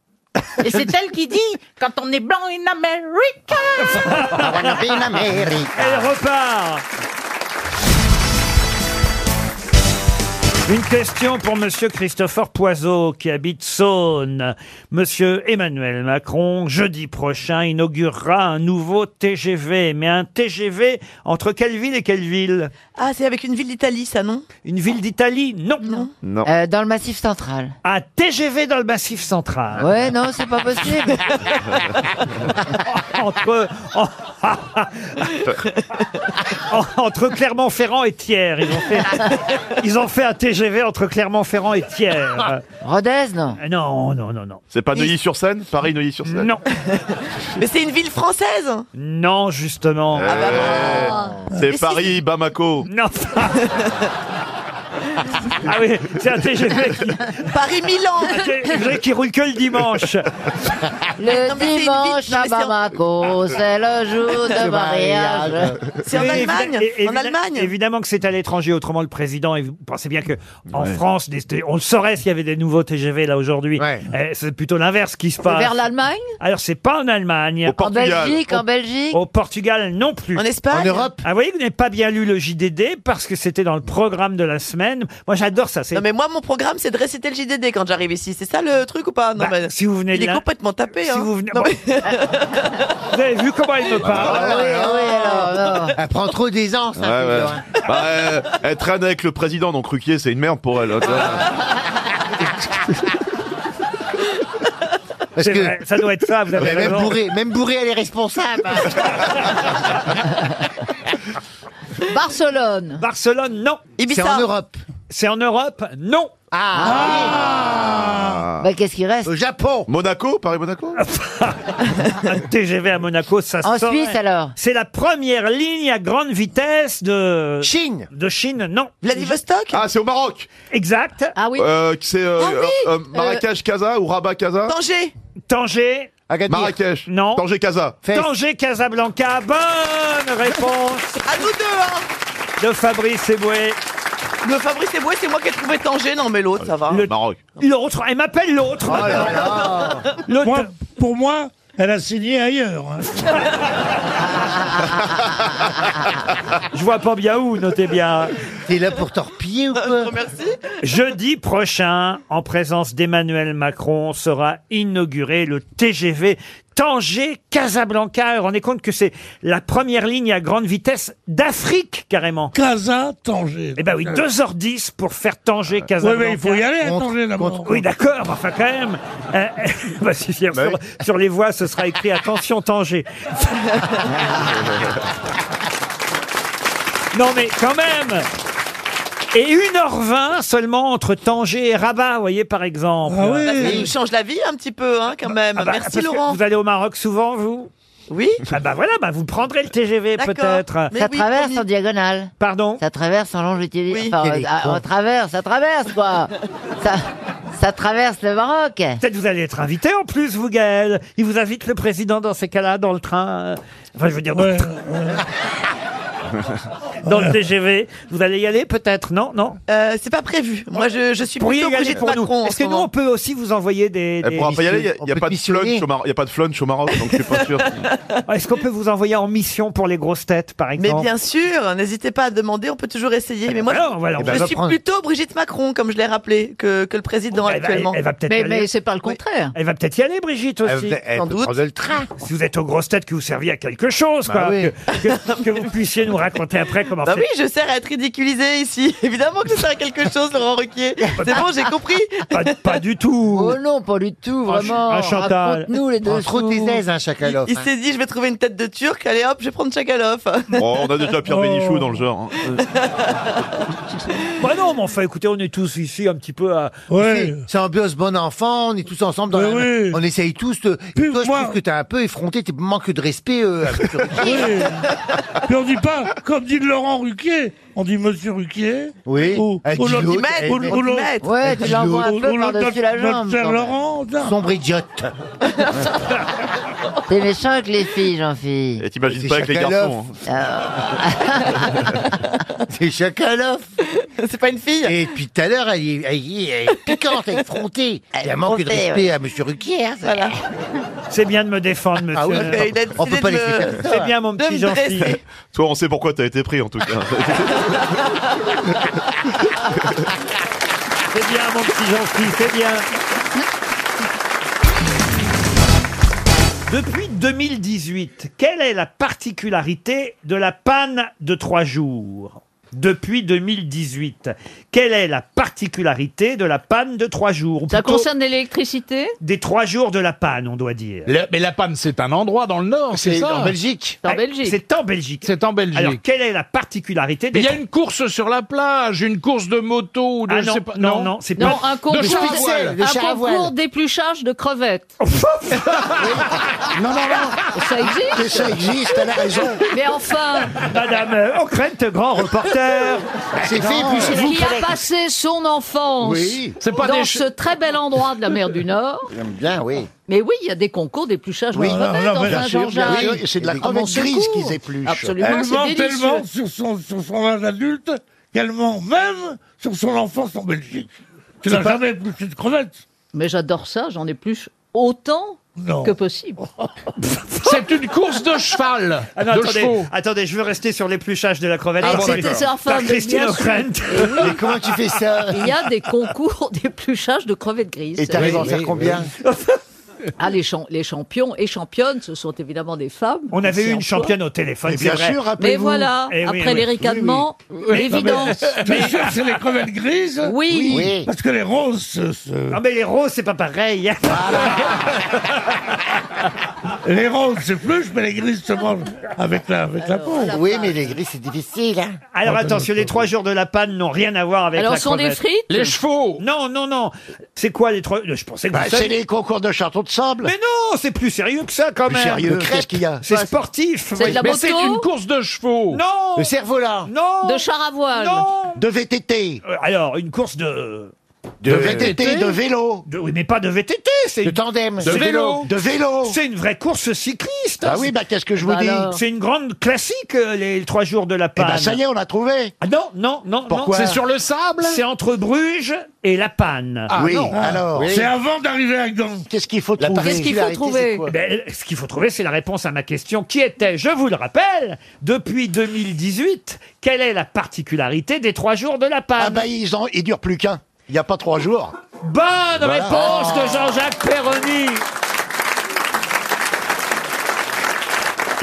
Speaker 9: Et c'est elle qui dit quand on est blanc in America.
Speaker 1: Elle repart. Une question pour Monsieur Christopher Poiseau qui habite Saône. Monsieur Emmanuel Macron, jeudi prochain, inaugurera un nouveau TGV, mais un TGV entre quelle ville et quelle ville
Speaker 2: Ah, c'est avec une ville d'Italie, ça, non
Speaker 1: Une ville d'Italie Non. Non.
Speaker 12: Euh,
Speaker 6: Euh,
Speaker 12: dans le Massif central.
Speaker 1: Un TGV dans le Massif central.
Speaker 12: Ouais, non, c'est pas possible.
Speaker 1: entre, en- en- entre Clermont-Ferrand et Thiers. Ils ont, fait, ils ont fait un TGV entre Clermont-Ferrand et Thiers. Euh,
Speaker 12: Rodez, non
Speaker 1: Non, Oh, non, non, non.
Speaker 14: C'est pas Neuilly-sur-Seine Paris Neuilly-sur-Seine
Speaker 1: Non.
Speaker 2: Mais c'est une ville française
Speaker 1: Non, justement.
Speaker 12: Ah bah
Speaker 14: Eh, C'est Paris, Bamako.
Speaker 1: Non. Ah oui, c'est un TGV qui,
Speaker 2: Paris-Milan
Speaker 1: un TGV qui roule que le dimanche.
Speaker 12: Le dimanche à Bamako, c'est le jour de mariage.
Speaker 1: Oui, évi- é- évidemment- Évidemment que c'est à l'étranger, autrement le président, et vous pensez bien que en
Speaker 12: Ouais.
Speaker 1: France, des T- on le saurait s'il y avait des nouveaux TGV là aujourd'hui. Eh, C'est plutôt l'inverse qui se passe.
Speaker 12: Vers l'Allemagne
Speaker 1: Alors c'est pas en Allemagne. Au
Speaker 12: Portugal. Belgique, en Belgique.
Speaker 1: Au Portugal non plus.
Speaker 12: En Espagne. En Europe.
Speaker 1: Ah, vous voyez que vous n'avez pas bien lu le JDD parce que c'était dans le programme de la semaine. Moi j'adore ça. c'est-
Speaker 2: Non, mais moi, mon programme, c'est de réciter le JDD quand j'arrive ici. C'est ça le truc ou pas non,
Speaker 1: Bah,
Speaker 2: mais
Speaker 1: si vous venez
Speaker 2: Il
Speaker 1: de
Speaker 2: est
Speaker 1: là-
Speaker 2: complètement tapé.
Speaker 1: Si
Speaker 2: hein.
Speaker 1: vous venez-
Speaker 2: Non,
Speaker 1: bon.
Speaker 2: mais-
Speaker 1: Vous avez vu comment il Ah me
Speaker 12: Ah
Speaker 1: parle
Speaker 14: Elle prend trop d'aisance.
Speaker 1: hein, toujours,
Speaker 5: Bah, euh,
Speaker 14: elle traîne avec le président, donc Ruquier, c'est une merde pour
Speaker 5: hein,
Speaker 14: elle.
Speaker 1: Parce C'est que- vrai, Eh, ça doit être ça, vous avez
Speaker 14: Ouais,
Speaker 1: raison.
Speaker 12: même bourré, elle est responsable. Barcelone.
Speaker 1: Barcelone, non.
Speaker 12: Ibiza. C'est en Europe.
Speaker 1: C'est en Europe Non. Ah,
Speaker 6: Bah, qu'est-ce qui reste
Speaker 1: Au Japon Monaco Paris-Monaco Un TGV à Monaco, ça
Speaker 6: En
Speaker 1: saurait.
Speaker 6: Suisse, alors
Speaker 1: C'est la première ligne à grande vitesse de... Chine De Chine, non. Vladivostok Ah, c'est au Maroc Exact. Ah oui
Speaker 5: Euh, c'est euh, euh, Marrakech, Casa ou Rabat, Casa
Speaker 1: Tanger Tanger
Speaker 5: Marrakech.
Speaker 1: Non.
Speaker 5: Tanger, Casa.
Speaker 1: Tanger, Casablanca, bonne réponse
Speaker 2: À nous deux, hein
Speaker 1: de Fabrice Eboué.
Speaker 2: Le Fabrice Eboué, c'est moi qui ai trouvé Tanger. Non, mais l'autre, ça va.
Speaker 1: Le Maroc. Ah, L'autre, elle m'appelle l'autre.
Speaker 14: Moi, pour moi, elle a signé ailleurs. hein.
Speaker 1: Je vois pas bien où, notez bien. T'es là pour torpiller ou quoi Jeudi prochain, en présence d'Emmanuel Macron, sera inauguré le TGV Tanger-Casablanca. Rendez compte que c'est la première ligne à grande vitesse d'Afrique, carrément. Casa, Tanger. Eh ben oui, 2h10 pour faire Tanger-Casablanca.
Speaker 14: Euh. Ouais, mais il faut y aller à Tanger, d'abord.
Speaker 1: Oui, d'accord, enfin quand même. Euh, bah, si, si, sur, sur les voies, ce sera écrit attention Tanger. Non, mais quand même Et 1h20 seulement entre Tanger et Rabat, vous voyez, par exemple.
Speaker 2: Là, ça nous change la vie un petit peu, hein, quand même.
Speaker 1: Ah bah, parce
Speaker 2: Merci,
Speaker 1: que
Speaker 2: Laurent.
Speaker 1: Vous allez au Maroc souvent, vous
Speaker 2: Oui.
Speaker 1: Ah bah voilà, bah vous prendrez le TGV
Speaker 6: D'accord.
Speaker 9: euh,
Speaker 1: peut-être.
Speaker 6: Ça traverse en diagonale.
Speaker 1: Pardon
Speaker 6: Ça traverse en longitude.
Speaker 1: Oui.
Speaker 6: Enfin,
Speaker 1: Quel
Speaker 6: euh,
Speaker 1: con.
Speaker 6: on traverse, ça traverse quoi. ça, ça traverse le Maroc.
Speaker 1: Peut-être vous allez être invité en plus, vous, Gaël. Il vous invite le président dans ces cas-là, dans le train. euh, Enfin, je veux dire, dans, le, train, dans le TGV. Vous allez y aller peut-être, non Non
Speaker 2: Euh, c'est pas prévu. Moi, je, je suis plutôt Brigitte Macron. en
Speaker 1: Est-ce
Speaker 2: ce
Speaker 1: que nous,
Speaker 2: moment.
Speaker 1: on peut aussi vous envoyer des.
Speaker 5: Eh,
Speaker 1: des-
Speaker 5: pour après y aller, il n'y a, pas de flunch au Maroc- y a pas de flunch au Maroc, donc je suis pas sûr.
Speaker 1: Ah, Est-ce qu'on peut vous envoyer en mission pour les grosses têtes, par
Speaker 2: Mais
Speaker 1: exemple
Speaker 2: bien sûr, n'hésitez pas à demander, on peut toujours essayer. Mais moi,
Speaker 1: alors,
Speaker 2: je,
Speaker 1: voilà,
Speaker 6: Eh
Speaker 1: on
Speaker 6: ben,
Speaker 2: je
Speaker 1: va
Speaker 2: suis
Speaker 1: prendre.
Speaker 2: plutôt Brigitte Macron, comme je l'ai rappelé, que, que le président
Speaker 1: Oh, Elle va-
Speaker 2: actuellement.
Speaker 1: Elle, va peut-être y aller. Elle va peut-être y aller, Brigitte aussi.
Speaker 2: Elle- elle Sans peut doute. prendre le train.
Speaker 1: Si vous êtes aux grosses têtes, que vous serviez à quelque chose,
Speaker 2: Bah
Speaker 1: quoi.
Speaker 2: oui.
Speaker 1: que, que- que vous puissiez nous raconter après comment
Speaker 2: Bah
Speaker 1: c'est.
Speaker 2: oui, je sers à être ridiculisé ici. Évidemment que je sers à quelque chose, Laurent Ruquier. C'est bon, j'ai compris.
Speaker 1: Pas, pas du tout.
Speaker 2: Oh non, pas du tout,
Speaker 1: Ah,
Speaker 6: vraiment.
Speaker 2: Un Chantal.
Speaker 6: Raconte-nous les Prends trop dessous. tes aises, hein,
Speaker 2: Chakalov.
Speaker 6: Chakalov,
Speaker 2: Il, il
Speaker 6: hein.
Speaker 2: s'est dit, je vais trouver une tête de turc, allez hop, je vais prendre Chakalov.
Speaker 5: Oh, on a déjà Pierre Bénichou dans le genre. hein.
Speaker 1: Bah non, mais enfin, écoutez, on est tous ici un petit peu à.
Speaker 14: Ouais.
Speaker 12: C'est ambiance bon enfant, on est tous ensemble dans la
Speaker 14: oui.
Speaker 12: On essaye tous de. Et toi, je trouve que t'es un peu effronté, t'es manque de respect. euh, avec le-
Speaker 14: Oui. Mais on dit pas, comme dit Laurent Ruquier, on dit Monsieur Ruquier.
Speaker 12: Oui. Eh,
Speaker 14: Ou,
Speaker 12: Elle
Speaker 14: ou
Speaker 12: dit
Speaker 14: l'autre-
Speaker 12: l'autre, elle-
Speaker 14: ou- ou
Speaker 12: elle-
Speaker 14: l'autre-
Speaker 12: elle- Ouais, tu
Speaker 14: ou-
Speaker 12: l'envoies un
Speaker 14: ou-
Speaker 12: peu
Speaker 14: ou l'autre-
Speaker 12: par-dessus la jambe,
Speaker 14: notre cher
Speaker 12: quand même.
Speaker 14: Laurent, non.
Speaker 12: Sombre idiote.
Speaker 6: T'es méchant avec les filles, Jean-Philippe.
Speaker 5: Et t'imagines pas avec les garçons. hein.
Speaker 1: Ah.
Speaker 17: Ah.
Speaker 12: C'est Chakalov.
Speaker 2: C'est pas une fille.
Speaker 12: Et puis tout à l'heure, elle, est- elle est- elle est piquante, elle est frontée. Il y a un manque de
Speaker 2: frontée,
Speaker 12: respect
Speaker 2: ouais.
Speaker 12: à Monsieur Ruquier. hein,
Speaker 2: Pierre, voilà.
Speaker 1: C'est bien de me défendre, monsieur.
Speaker 12: Ah oui,
Speaker 14: Euh,
Speaker 12: mais il a On peut décidé pas de laisser me- faire ça.
Speaker 1: C'est bien, mon
Speaker 2: de
Speaker 1: petit
Speaker 2: me
Speaker 1: gentil.
Speaker 2: dresser.
Speaker 5: Toi, on sait pourquoi t'as été pris en tout cas.
Speaker 1: C'est bien, mon petit gentil, c'est bien. Depuis 2018, quelle est la particularité de la panne de trois jours Depuis 2018, quelle est la particularité de la panne de trois jours Ou
Speaker 9: Ça
Speaker 1: plutôt
Speaker 9: concerne l'électricité
Speaker 1: des trois jours de la panne, on doit dire.
Speaker 9: Mais la panne, c'est un endroit dans le Nord, c'est ça
Speaker 1: Ah, C'est en Belgique.
Speaker 9: C'est en Belgique.
Speaker 1: Alors, quelle est la particularité
Speaker 9: Mais il
Speaker 1: des
Speaker 9: y a une course sur la plage, une course de moto ou de
Speaker 1: Ah
Speaker 9: je
Speaker 1: non,
Speaker 9: sais pas-
Speaker 1: non, non, c'est
Speaker 9: De-
Speaker 1: pas-
Speaker 9: de char à voile. Un concours d'épluchage de crevettes. non, non, non. Ça existe
Speaker 12: Ça existe, elle a raison.
Speaker 9: Mais enfin
Speaker 1: Madame euh, Ockrent, grand reporter euh,
Speaker 12: C'est fait,
Speaker 9: puis c'est vous, Qui a collègue. passé son enfance
Speaker 12: Oui.
Speaker 9: C'est pas dans des ch- ce très bel endroit de la mer du Nord.
Speaker 12: J'aime bien, oui.
Speaker 9: Mais oui, il y a des concours d'épluchage
Speaker 12: Oui.
Speaker 9: de
Speaker 12: Non,
Speaker 9: crevettes
Speaker 12: non,
Speaker 9: dans
Speaker 12: mais
Speaker 9: un
Speaker 12: bien sûr, bien
Speaker 9: Jean-Jacques.
Speaker 12: sûr. Et c'est de la
Speaker 9: Ah,
Speaker 12: crevette
Speaker 9: mon secours.
Speaker 12: grise qu'ils épluchent.
Speaker 9: Absolument,
Speaker 14: elle
Speaker 9: c'est
Speaker 14: ment
Speaker 9: délicieux.
Speaker 14: tellement sur son, sur son âge adulte qu'elle ment même sur son enfance en Belgique. Tu
Speaker 9: C'est
Speaker 14: n'as
Speaker 9: pas-
Speaker 14: jamais épluché de crevettes.
Speaker 9: Mais j'adore ça, j'en épluche autant
Speaker 14: Non.
Speaker 9: que possible.
Speaker 1: Bah,
Speaker 9: c'est une course de cheval,
Speaker 1: Ah non, attendez, attendez, je veux rester sur l'épluchage de la crevette.
Speaker 9: Ah bon,
Speaker 1: Par-
Speaker 9: d'accord.
Speaker 1: par Christine O'Krent.
Speaker 9: Mais
Speaker 12: comment tu fais ça
Speaker 9: Il y a des concours d'épluchage de crevettes grises.
Speaker 12: Et t'arrives à en faire combien
Speaker 9: Ah, les, cham- les champions et championnes, ce sont évidemment des femmes.
Speaker 1: On avait
Speaker 9: C'est
Speaker 1: eu
Speaker 9: un
Speaker 1: une championne au téléphone,
Speaker 9: Mais
Speaker 1: c'est
Speaker 9: bien
Speaker 1: vrai.
Speaker 9: sûr, rappelez-vous. Mais voilà,
Speaker 1: Eh oui,
Speaker 9: après
Speaker 1: oui.
Speaker 9: les ricanements, l'évidence.
Speaker 14: Mais sûr, c'est les crevettes grises.
Speaker 9: Oui. Oui.
Speaker 14: Parce que les roses. se- se-
Speaker 1: Ah, mais les roses, c'est pas pareil.
Speaker 14: Les roses, c'est plus, mais les grises se mangent avec la, avec la peau.
Speaker 5: Oui, mais les gris, c'est difficile. hein.
Speaker 1: Alors attention, les trois jours de la panne n'ont rien à voir avec
Speaker 5: Alors,
Speaker 1: la
Speaker 5: ce sont des
Speaker 1: crevette.
Speaker 5: frites Les
Speaker 1: chevaux Non, non, non. C'est quoi les trois... Je pensais que
Speaker 5: Bah,
Speaker 1: vous
Speaker 5: c'est
Speaker 1: saviez.
Speaker 5: les concours de château de sable.
Speaker 1: Mais non, c'est plus sérieux que ça quand
Speaker 5: Plus
Speaker 1: même.
Speaker 5: sérieux,
Speaker 1: De crêpes.
Speaker 5: qu'est-ce qu'il y a
Speaker 1: C'est
Speaker 5: Ouais,
Speaker 1: sportif.
Speaker 5: c'est de la Mais c'est moto une
Speaker 1: course de chevaux. Non.
Speaker 5: Le cerf-volant.
Speaker 1: Non.
Speaker 9: De char à voile.
Speaker 1: Non.
Speaker 5: De VTT.
Speaker 1: Euh, Alors, une course de...
Speaker 5: De VTT, de vélo.
Speaker 1: De- oui, mais pas de VTT, c'est
Speaker 5: De
Speaker 1: une-
Speaker 5: tandem.
Speaker 1: c'est-
Speaker 5: De vélo. De vélo.
Speaker 1: C'est une vraie course cycliste. hein,
Speaker 5: Ah oui, bah, qu'est-ce que je vous Bah dis alors.
Speaker 1: C'est une grande classique, euh, les trois jours de la
Speaker 5: Eh
Speaker 1: panne.
Speaker 5: ben, ça y est, on l'a trouvé.
Speaker 1: Ah non, non, non,
Speaker 5: Pourquoi
Speaker 1: non. C'est sur
Speaker 5: le sable
Speaker 1: C'est entre Bruges et La Panne.
Speaker 5: Ah Oui, non. alors. Oui. C'est
Speaker 14: avant d'arriver à Gand.
Speaker 5: Qu'est-ce qu'il faut trouver
Speaker 1: Ben, Ce qu'il faut trouver, c'est la réponse à ma question qui était, je vous le rappelle, depuis 2018, quelle est la particularité des trois jours de la panne
Speaker 5: Ah bah, ils ont, ils durent plus qu'un. Il n'y a pas trois jours.
Speaker 1: Bonne
Speaker 5: Voilà.
Speaker 1: réponse de Jean-Jacques Perroni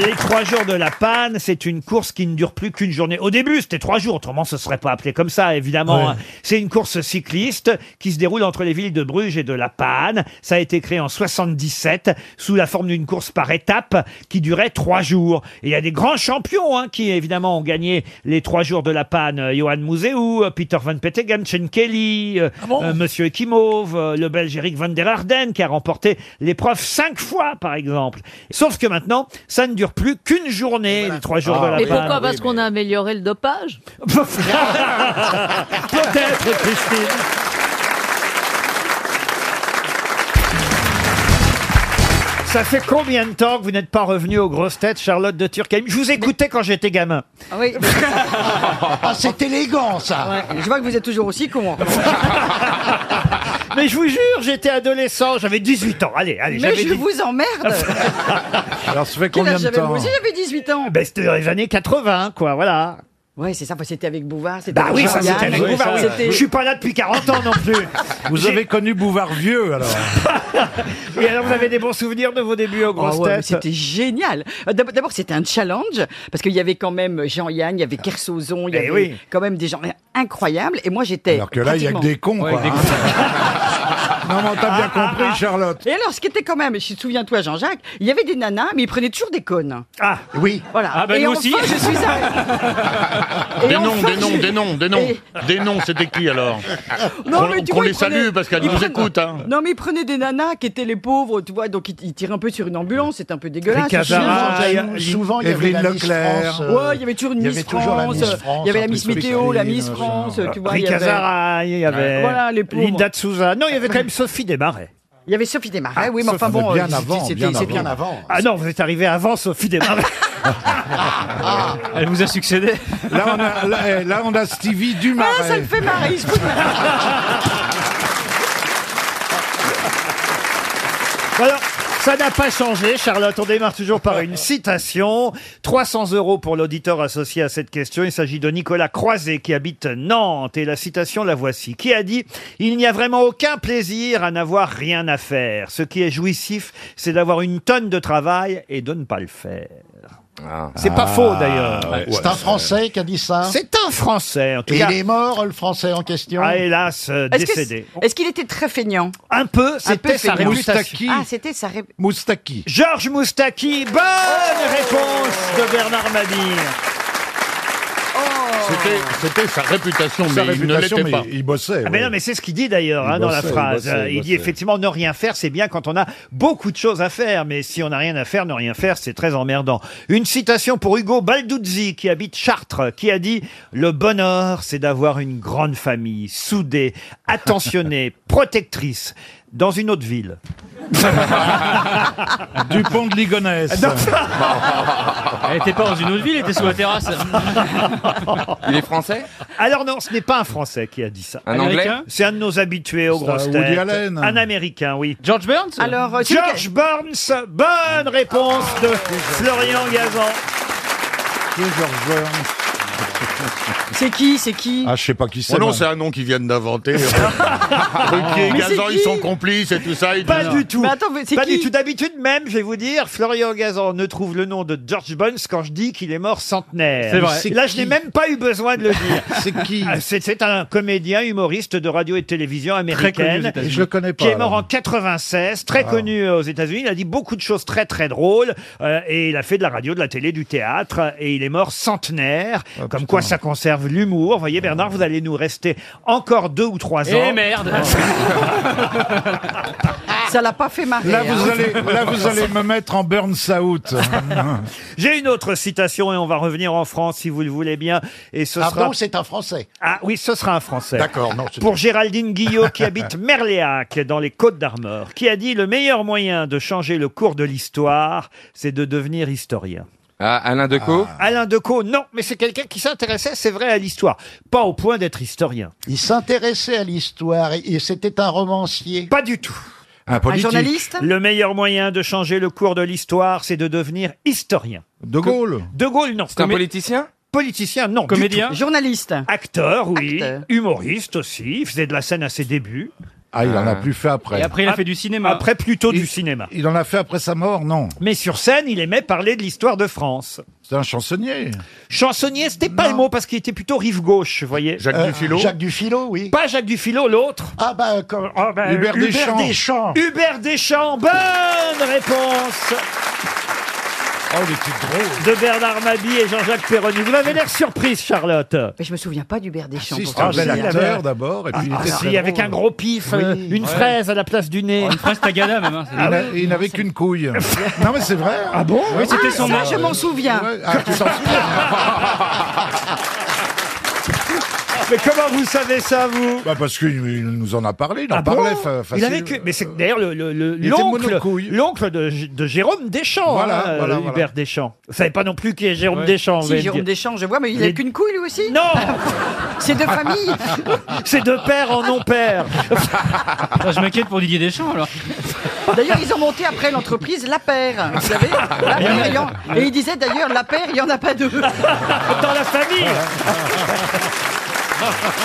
Speaker 1: Les trois jours de la panne, c'est une course qui ne dure plus qu'une journée. Au début, c'était trois jours, autrement ce ne serait pas appelé comme ça, évidemment.
Speaker 35: Ouais.
Speaker 1: C'est une course cycliste qui se déroule entre les villes de Bruges et de La Panne. Ça a été créé en 77 sous la forme d'une course par étapes qui durait trois jours. Et il y a des grands champions hein, qui, évidemment, ont gagné les trois jours de La Panne. Euh, Johan Museu, euh, Peter Van Peteghem, Chen Kelly,
Speaker 9: Ah
Speaker 1: euh, euh, Monsieur Ekimov, euh, le Belge Eric Van der Arden qui a remporté l'épreuve cinq fois, par exemple. Sauf que maintenant, ça ne dure plus qu'une journée, les trois jours de La
Speaker 9: Ah. Mais
Speaker 1: Panne.
Speaker 9: pourquoi Parce qu'on a amélioré le dopage
Speaker 1: Peut-être, Christine. Ça fait combien de temps que vous n'êtes pas revenu aux grosses têtes, Charlotte de Turckheim Je vous écoutais quand j'étais gamin.
Speaker 6: Oui.
Speaker 1: Ah, c'est élégant, ça
Speaker 6: Je vois que vous êtes toujours aussi con.
Speaker 1: Mais je vous jure, j'étais adolescent, j'avais 18 ans. Allez, allez,
Speaker 6: Mais
Speaker 1: j'avais
Speaker 6: je
Speaker 1: dit- Ah,
Speaker 6: vous emmerde.
Speaker 1: Alors, ça fait
Speaker 6: Quel âge j'avais Moi aussi, j'avais 18 ans.
Speaker 1: Ben, c'était dans les années 80, quoi, voilà.
Speaker 6: Ouais, c'est ça, parce que c'était avec Bouvard. c'était
Speaker 1: Bah
Speaker 6: avec
Speaker 1: oui, ça
Speaker 6: Jean-Yann,
Speaker 1: c'était avec
Speaker 6: c'était-
Speaker 1: Bouvard, oui. Je suis pas là depuis 40 ans non plus.
Speaker 4: Vous
Speaker 1: J'ai-
Speaker 4: avez connu Bouvard vieux, alors.
Speaker 1: Et alors, vous avez des bons souvenirs de vos débuts aux grosses
Speaker 6: Oh ouais, mais
Speaker 1: têtes
Speaker 6: C'était génial. Euh, d'ab- D'abord, c'était un challenge parce qu'il y avait quand même Jean-Yann, il y avait Kersozon, il y
Speaker 4: Eh
Speaker 6: avait
Speaker 4: oui.
Speaker 6: quand même des gens incroyables. Et moi, j'étais.
Speaker 4: Alors que là, il y a que
Speaker 6: pratiquement- Ah,
Speaker 4: des cons, quoi. non, mais on t'a bien compris, Charlotte.
Speaker 6: Et alors, ce qui était quand même, je- souviens-toi, Jean-Jacques, il y avait des nanas, mais ils prenaient toujours des connes.
Speaker 1: Ah
Speaker 6: oui. Voilà.
Speaker 36: Ah, ben,
Speaker 6: et
Speaker 36: nous
Speaker 6: enfin,
Speaker 36: aussi.
Speaker 6: je suis allée- Et
Speaker 36: Des
Speaker 6: enfin,
Speaker 36: noms, des noms,
Speaker 6: je-
Speaker 36: des noms, des noms. Des noms, c'était qui alors
Speaker 6: Non,
Speaker 36: Qu'on
Speaker 6: mais tu
Speaker 36: qu'on
Speaker 6: vois,
Speaker 36: les
Speaker 6: ils prenaient-
Speaker 36: salue parce qu'elles
Speaker 6: ils
Speaker 36: nous
Speaker 6: prenaient-
Speaker 36: écoutent. Hein.
Speaker 6: Non, mais ils prenaient des nanas qui étaient les pauvres, tu vois, donc ils, ils tiraient un peu sur une ambulance, c'était un peu dégueulasse.
Speaker 1: Rick Hazara,
Speaker 6: Souvent,
Speaker 1: il y a-
Speaker 6: souvent, Ah, il y avait
Speaker 1: Evelyne
Speaker 6: la Miss
Speaker 1: Leclerc,
Speaker 6: France,
Speaker 1: euh,
Speaker 6: ouais, il y avait toujours une
Speaker 1: il y
Speaker 6: Miss
Speaker 1: avait toujours la
Speaker 6: France.
Speaker 1: Miss
Speaker 6: euh,
Speaker 1: France,
Speaker 6: Il y avait
Speaker 1: un
Speaker 6: la
Speaker 1: truc
Speaker 6: Miss Météo, la
Speaker 1: spécialiste,
Speaker 6: Miss France, euh, tu vois. il y
Speaker 1: Rick
Speaker 6: avait-
Speaker 1: Hazara, il y avait
Speaker 6: Voilà, les pauvres.
Speaker 1: Linda de Souza. Non, il y avait quand même Sophie Desmarais.
Speaker 6: Il y avait Sophie Desmarais, oui, mais
Speaker 1: Ah, Sophie-
Speaker 6: enfin bon,
Speaker 1: Bien
Speaker 6: euh,
Speaker 1: avant,
Speaker 6: c'était-
Speaker 1: bien
Speaker 6: c'est
Speaker 1: avant. Ah non, vous êtes arrivé avant Sophie Desmarais.
Speaker 6: Ah,
Speaker 4: Elle vous a succédé Là, on a, là, eh, là, on a Stevie Dumas.
Speaker 6: Ah, ça
Speaker 1: eh.
Speaker 6: le fait marrer, il se fout de
Speaker 1: Alors, ça n'a pas changé, Charlotte. On démarre toujours par une citation. 300 euros pour l'auditeur associé à cette question. Il s'agit de Nicolas Croiset qui habite Nantes. Et la citation, la voici. Qui a dit « Il n'y a vraiment aucun plaisir à n'avoir rien à faire. Ce qui est jouissif, c'est d'avoir une tonne de travail et de ne pas le faire. » C'est pas
Speaker 5: Ah,
Speaker 1: faux, d'ailleurs.
Speaker 5: ouais. C'est un Français qui a dit ça.
Speaker 1: C'est un Français, en tout
Speaker 5: Et
Speaker 1: cas.
Speaker 5: il est mort, le Français en question.
Speaker 1: Ah, hélas, euh,
Speaker 6: Est-ce que
Speaker 1: décédé.
Speaker 6: c'est- Est-ce qu'il était très feignant
Speaker 1: Un peu, c'était sa
Speaker 6: feignant.
Speaker 1: réputation.
Speaker 6: Ah, c'était sa réputation.
Speaker 1: Moustaki. Georges Moustaki, bonne réponse de Bernard Mabille.
Speaker 36: C'était- C'était sa réputation,
Speaker 4: Sa
Speaker 36: mais il ne
Speaker 4: réputation,
Speaker 36: l'était
Speaker 4: mais
Speaker 36: pas.
Speaker 4: il bossait.
Speaker 1: Ah, mais non, mais c'est ce qu'il dit d'ailleurs
Speaker 4: Il
Speaker 1: hein, dans la
Speaker 4: bossait, il
Speaker 1: phrase.
Speaker 4: bossait,
Speaker 1: Euh,
Speaker 4: il
Speaker 1: il dit
Speaker 4: bossait.
Speaker 1: effectivement ne rien faire, c'est bien quand on a beaucoup de choses à faire, mais si on n'a rien à faire, ne rien faire, c'est très emmerdant. Une citation pour Hugo Balduzzi qui habite Chartres, qui a dit le bonheur, c'est d'avoir une grande famille, soudée, attentionnée, protectrice, dans une autre ville.
Speaker 4: Du pont de Ligonnès.
Speaker 37: Elle était pas dans une autre ville, elle était sous la terrasse.
Speaker 5: Ah,
Speaker 1: Il est français Alors non, ce n'est pas un français qui a dit ça.
Speaker 4: Un Anglais
Speaker 1: Américain C'est un de nos habitués aux
Speaker 4: C'est
Speaker 1: grosses
Speaker 4: un
Speaker 1: têtes.
Speaker 4: Woody Allen.
Speaker 1: Un Américain, oui.
Speaker 37: George Burns
Speaker 6: Alors, euh, celui
Speaker 1: George Burns, bonne réponse de Florian Gazan.
Speaker 4: George Burns. C'est qui C'est qui
Speaker 14: Ah, je sais pas qui c'est.
Speaker 31: Oh non,
Speaker 14: moi.
Speaker 31: c'est un nom qu'ils viennent d'inventer.
Speaker 14: Ruquier
Speaker 31: et
Speaker 14: et
Speaker 31: Mais Gazan,
Speaker 14: Gazan,
Speaker 31: c'est
Speaker 14: ils
Speaker 31: ils
Speaker 14: sont
Speaker 31: sont
Speaker 14: complices et tout ça.
Speaker 1: Pas du tout. pas du tout. D'habitude même, je vais vous dire, Florian Gazan ne trouve le nom de George Bones quand je dis qu'il est mort centenaire.
Speaker 14: C'est vrai.
Speaker 1: Là,
Speaker 14: C'est
Speaker 1: je n'ai même pas eu besoin de le dire.
Speaker 14: C'est qui
Speaker 1: Ah, C'est c'est un comédien, humoriste de radio et de télévision
Speaker 14: connu aux
Speaker 1: américaine.
Speaker 14: États-Unis. Je le connais pas,
Speaker 1: Qui est mort
Speaker 14: alors.
Speaker 1: en 96, très
Speaker 14: Ah.
Speaker 1: connu aux États-Unis. Il a dit beaucoup de choses très très drôles euh, et il a fait de la radio, de la télé, du théâtre et il est mort centenaire.
Speaker 14: Ah,
Speaker 1: Comme quoi, ça conserve l'humour. Vous voyez, Bernard, vous allez nous rester encore deux ou trois ans.
Speaker 32: Eh merde
Speaker 4: Ça l'a pas fait marrer.
Speaker 14: Là, vous
Speaker 4: hein.
Speaker 14: allez, là, vous allez me mettre en burn out.
Speaker 1: J'ai une autre citation et on va revenir en France si vous le voulez bien. Et ce
Speaker 14: Ah,
Speaker 1: sera...
Speaker 28: Pardon, Ah c'est un Français.
Speaker 1: Ah oui, ce sera un Français.
Speaker 28: D'accord, non, c'est-
Speaker 1: Pour Géraldine Guillot qui habite Merléac dans les Côtes d'Armor, qui a dit le meilleur moyen de changer le cours de l'histoire, c'est de devenir historien.
Speaker 6: Ah,
Speaker 1: Ah.
Speaker 6: Alain Decaux
Speaker 1: Alain Decaux, non, mais c'est quelqu'un qui s'intéressait, c'est vrai, à l'histoire. Pas au point d'être historien.
Speaker 28: Il s'intéressait à l'histoire et- et c'était un romancier.
Speaker 1: Pas du tout.
Speaker 14: Un
Speaker 1: Le meilleur moyen de changer le cours de l'histoire, c'est de devenir historien.
Speaker 14: De Gaulle
Speaker 1: De Gaulle, non.
Speaker 6: C'est un
Speaker 1: Comé-
Speaker 6: politicien
Speaker 1: Politicien, non. du
Speaker 6: Comédien
Speaker 1: tout.
Speaker 4: Journaliste.
Speaker 1: Acteur, oui.
Speaker 4: Acteur.
Speaker 1: Humoriste aussi. Il faisait de la scène à ses débuts. Euh,
Speaker 14: Ah, il en a plus fait après.
Speaker 32: Et après, il a fait du cinéma.
Speaker 1: Après, plutôt du cinéma.
Speaker 14: Il en a fait après sa mort, non
Speaker 1: Mais sur scène, il aimait parler de l'histoire de France.
Speaker 14: C'est un chansonnier.
Speaker 1: Chansonnier, c'était pas le mot parce qu'il était plutôt rive gauche, vous voyez.
Speaker 14: Euh, Jacques Dufilot
Speaker 28: Jacques Dufilo, oui.
Speaker 1: Pas Jacques Dufilo, l'autre.
Speaker 28: Ah bah, euh, comme- ah bah,
Speaker 14: Hubert Deschamps.
Speaker 1: Hubert Deschamps, bonne réponse
Speaker 14: Oh, il était drôle.
Speaker 1: de Bernard Mabie et Jean-Jacques Perroni. Vous avez l'air surprise, Charlotte. Ah,
Speaker 4: Mais je me souviens pas d'Hubert Deschamps.
Speaker 14: Ah, Si, c'était
Speaker 4: pourtant.
Speaker 14: un bel
Speaker 1: si, il
Speaker 14: acteur
Speaker 1: avait-
Speaker 14: d'abord. Et puis il
Speaker 1: Ah,
Speaker 14: était
Speaker 1: si,
Speaker 14: très
Speaker 1: avec
Speaker 14: drôle.
Speaker 1: un gros pif, euh,
Speaker 14: Oui.
Speaker 1: une
Speaker 14: Ouais.
Speaker 1: fraise à la place du
Speaker 5: Oh,
Speaker 1: nez.
Speaker 32: Une phrase tagada, même. hein, c'est-
Speaker 14: Il n'a- Il n'avait qu'une couille. Non, mais c'est vrai.
Speaker 1: Ah bon
Speaker 14: Oui,
Speaker 4: Ah Ah, ça, je m'en souviens.
Speaker 14: Ouais, ah, tu t'en
Speaker 1: Mais comment vous savez ça, vous
Speaker 14: bah Parce qu'il il nous en a parlé, il en
Speaker 1: Ah bon
Speaker 14: parlait fa-
Speaker 1: Il
Speaker 14: facile.
Speaker 1: avait que- Mais c'est d'ailleurs le- le- le-
Speaker 14: Il était
Speaker 1: l'oncle
Speaker 14: monocouille.
Speaker 1: l'oncle de, J- de Jérôme Deschamps,
Speaker 14: Voilà,
Speaker 1: hein,
Speaker 14: voilà,
Speaker 1: euh,
Speaker 14: voilà.
Speaker 1: Hubert Deschamps. Vous savez pas non plus qui est Jérôme
Speaker 4: Ouais.
Speaker 1: Deschamps. vous
Speaker 4: Si,
Speaker 1: allez
Speaker 4: Jérôme
Speaker 1: dire.
Speaker 4: Deschamps, je vois, mais il a
Speaker 1: Les-
Speaker 4: qu'une couille lui aussi.
Speaker 1: Non
Speaker 4: C'est de famille.
Speaker 1: C'est de père en non-père.
Speaker 32: Ah, je m'inquiète pour Didier Deschamps, alors.
Speaker 4: D'ailleurs, ils ont monté après l'entreprise La Paire. Vous savez La Paire, il y en- Et ils disaient d'ailleurs, La Paire, il n'y en a pas deux.
Speaker 1: Ah, Dans la famille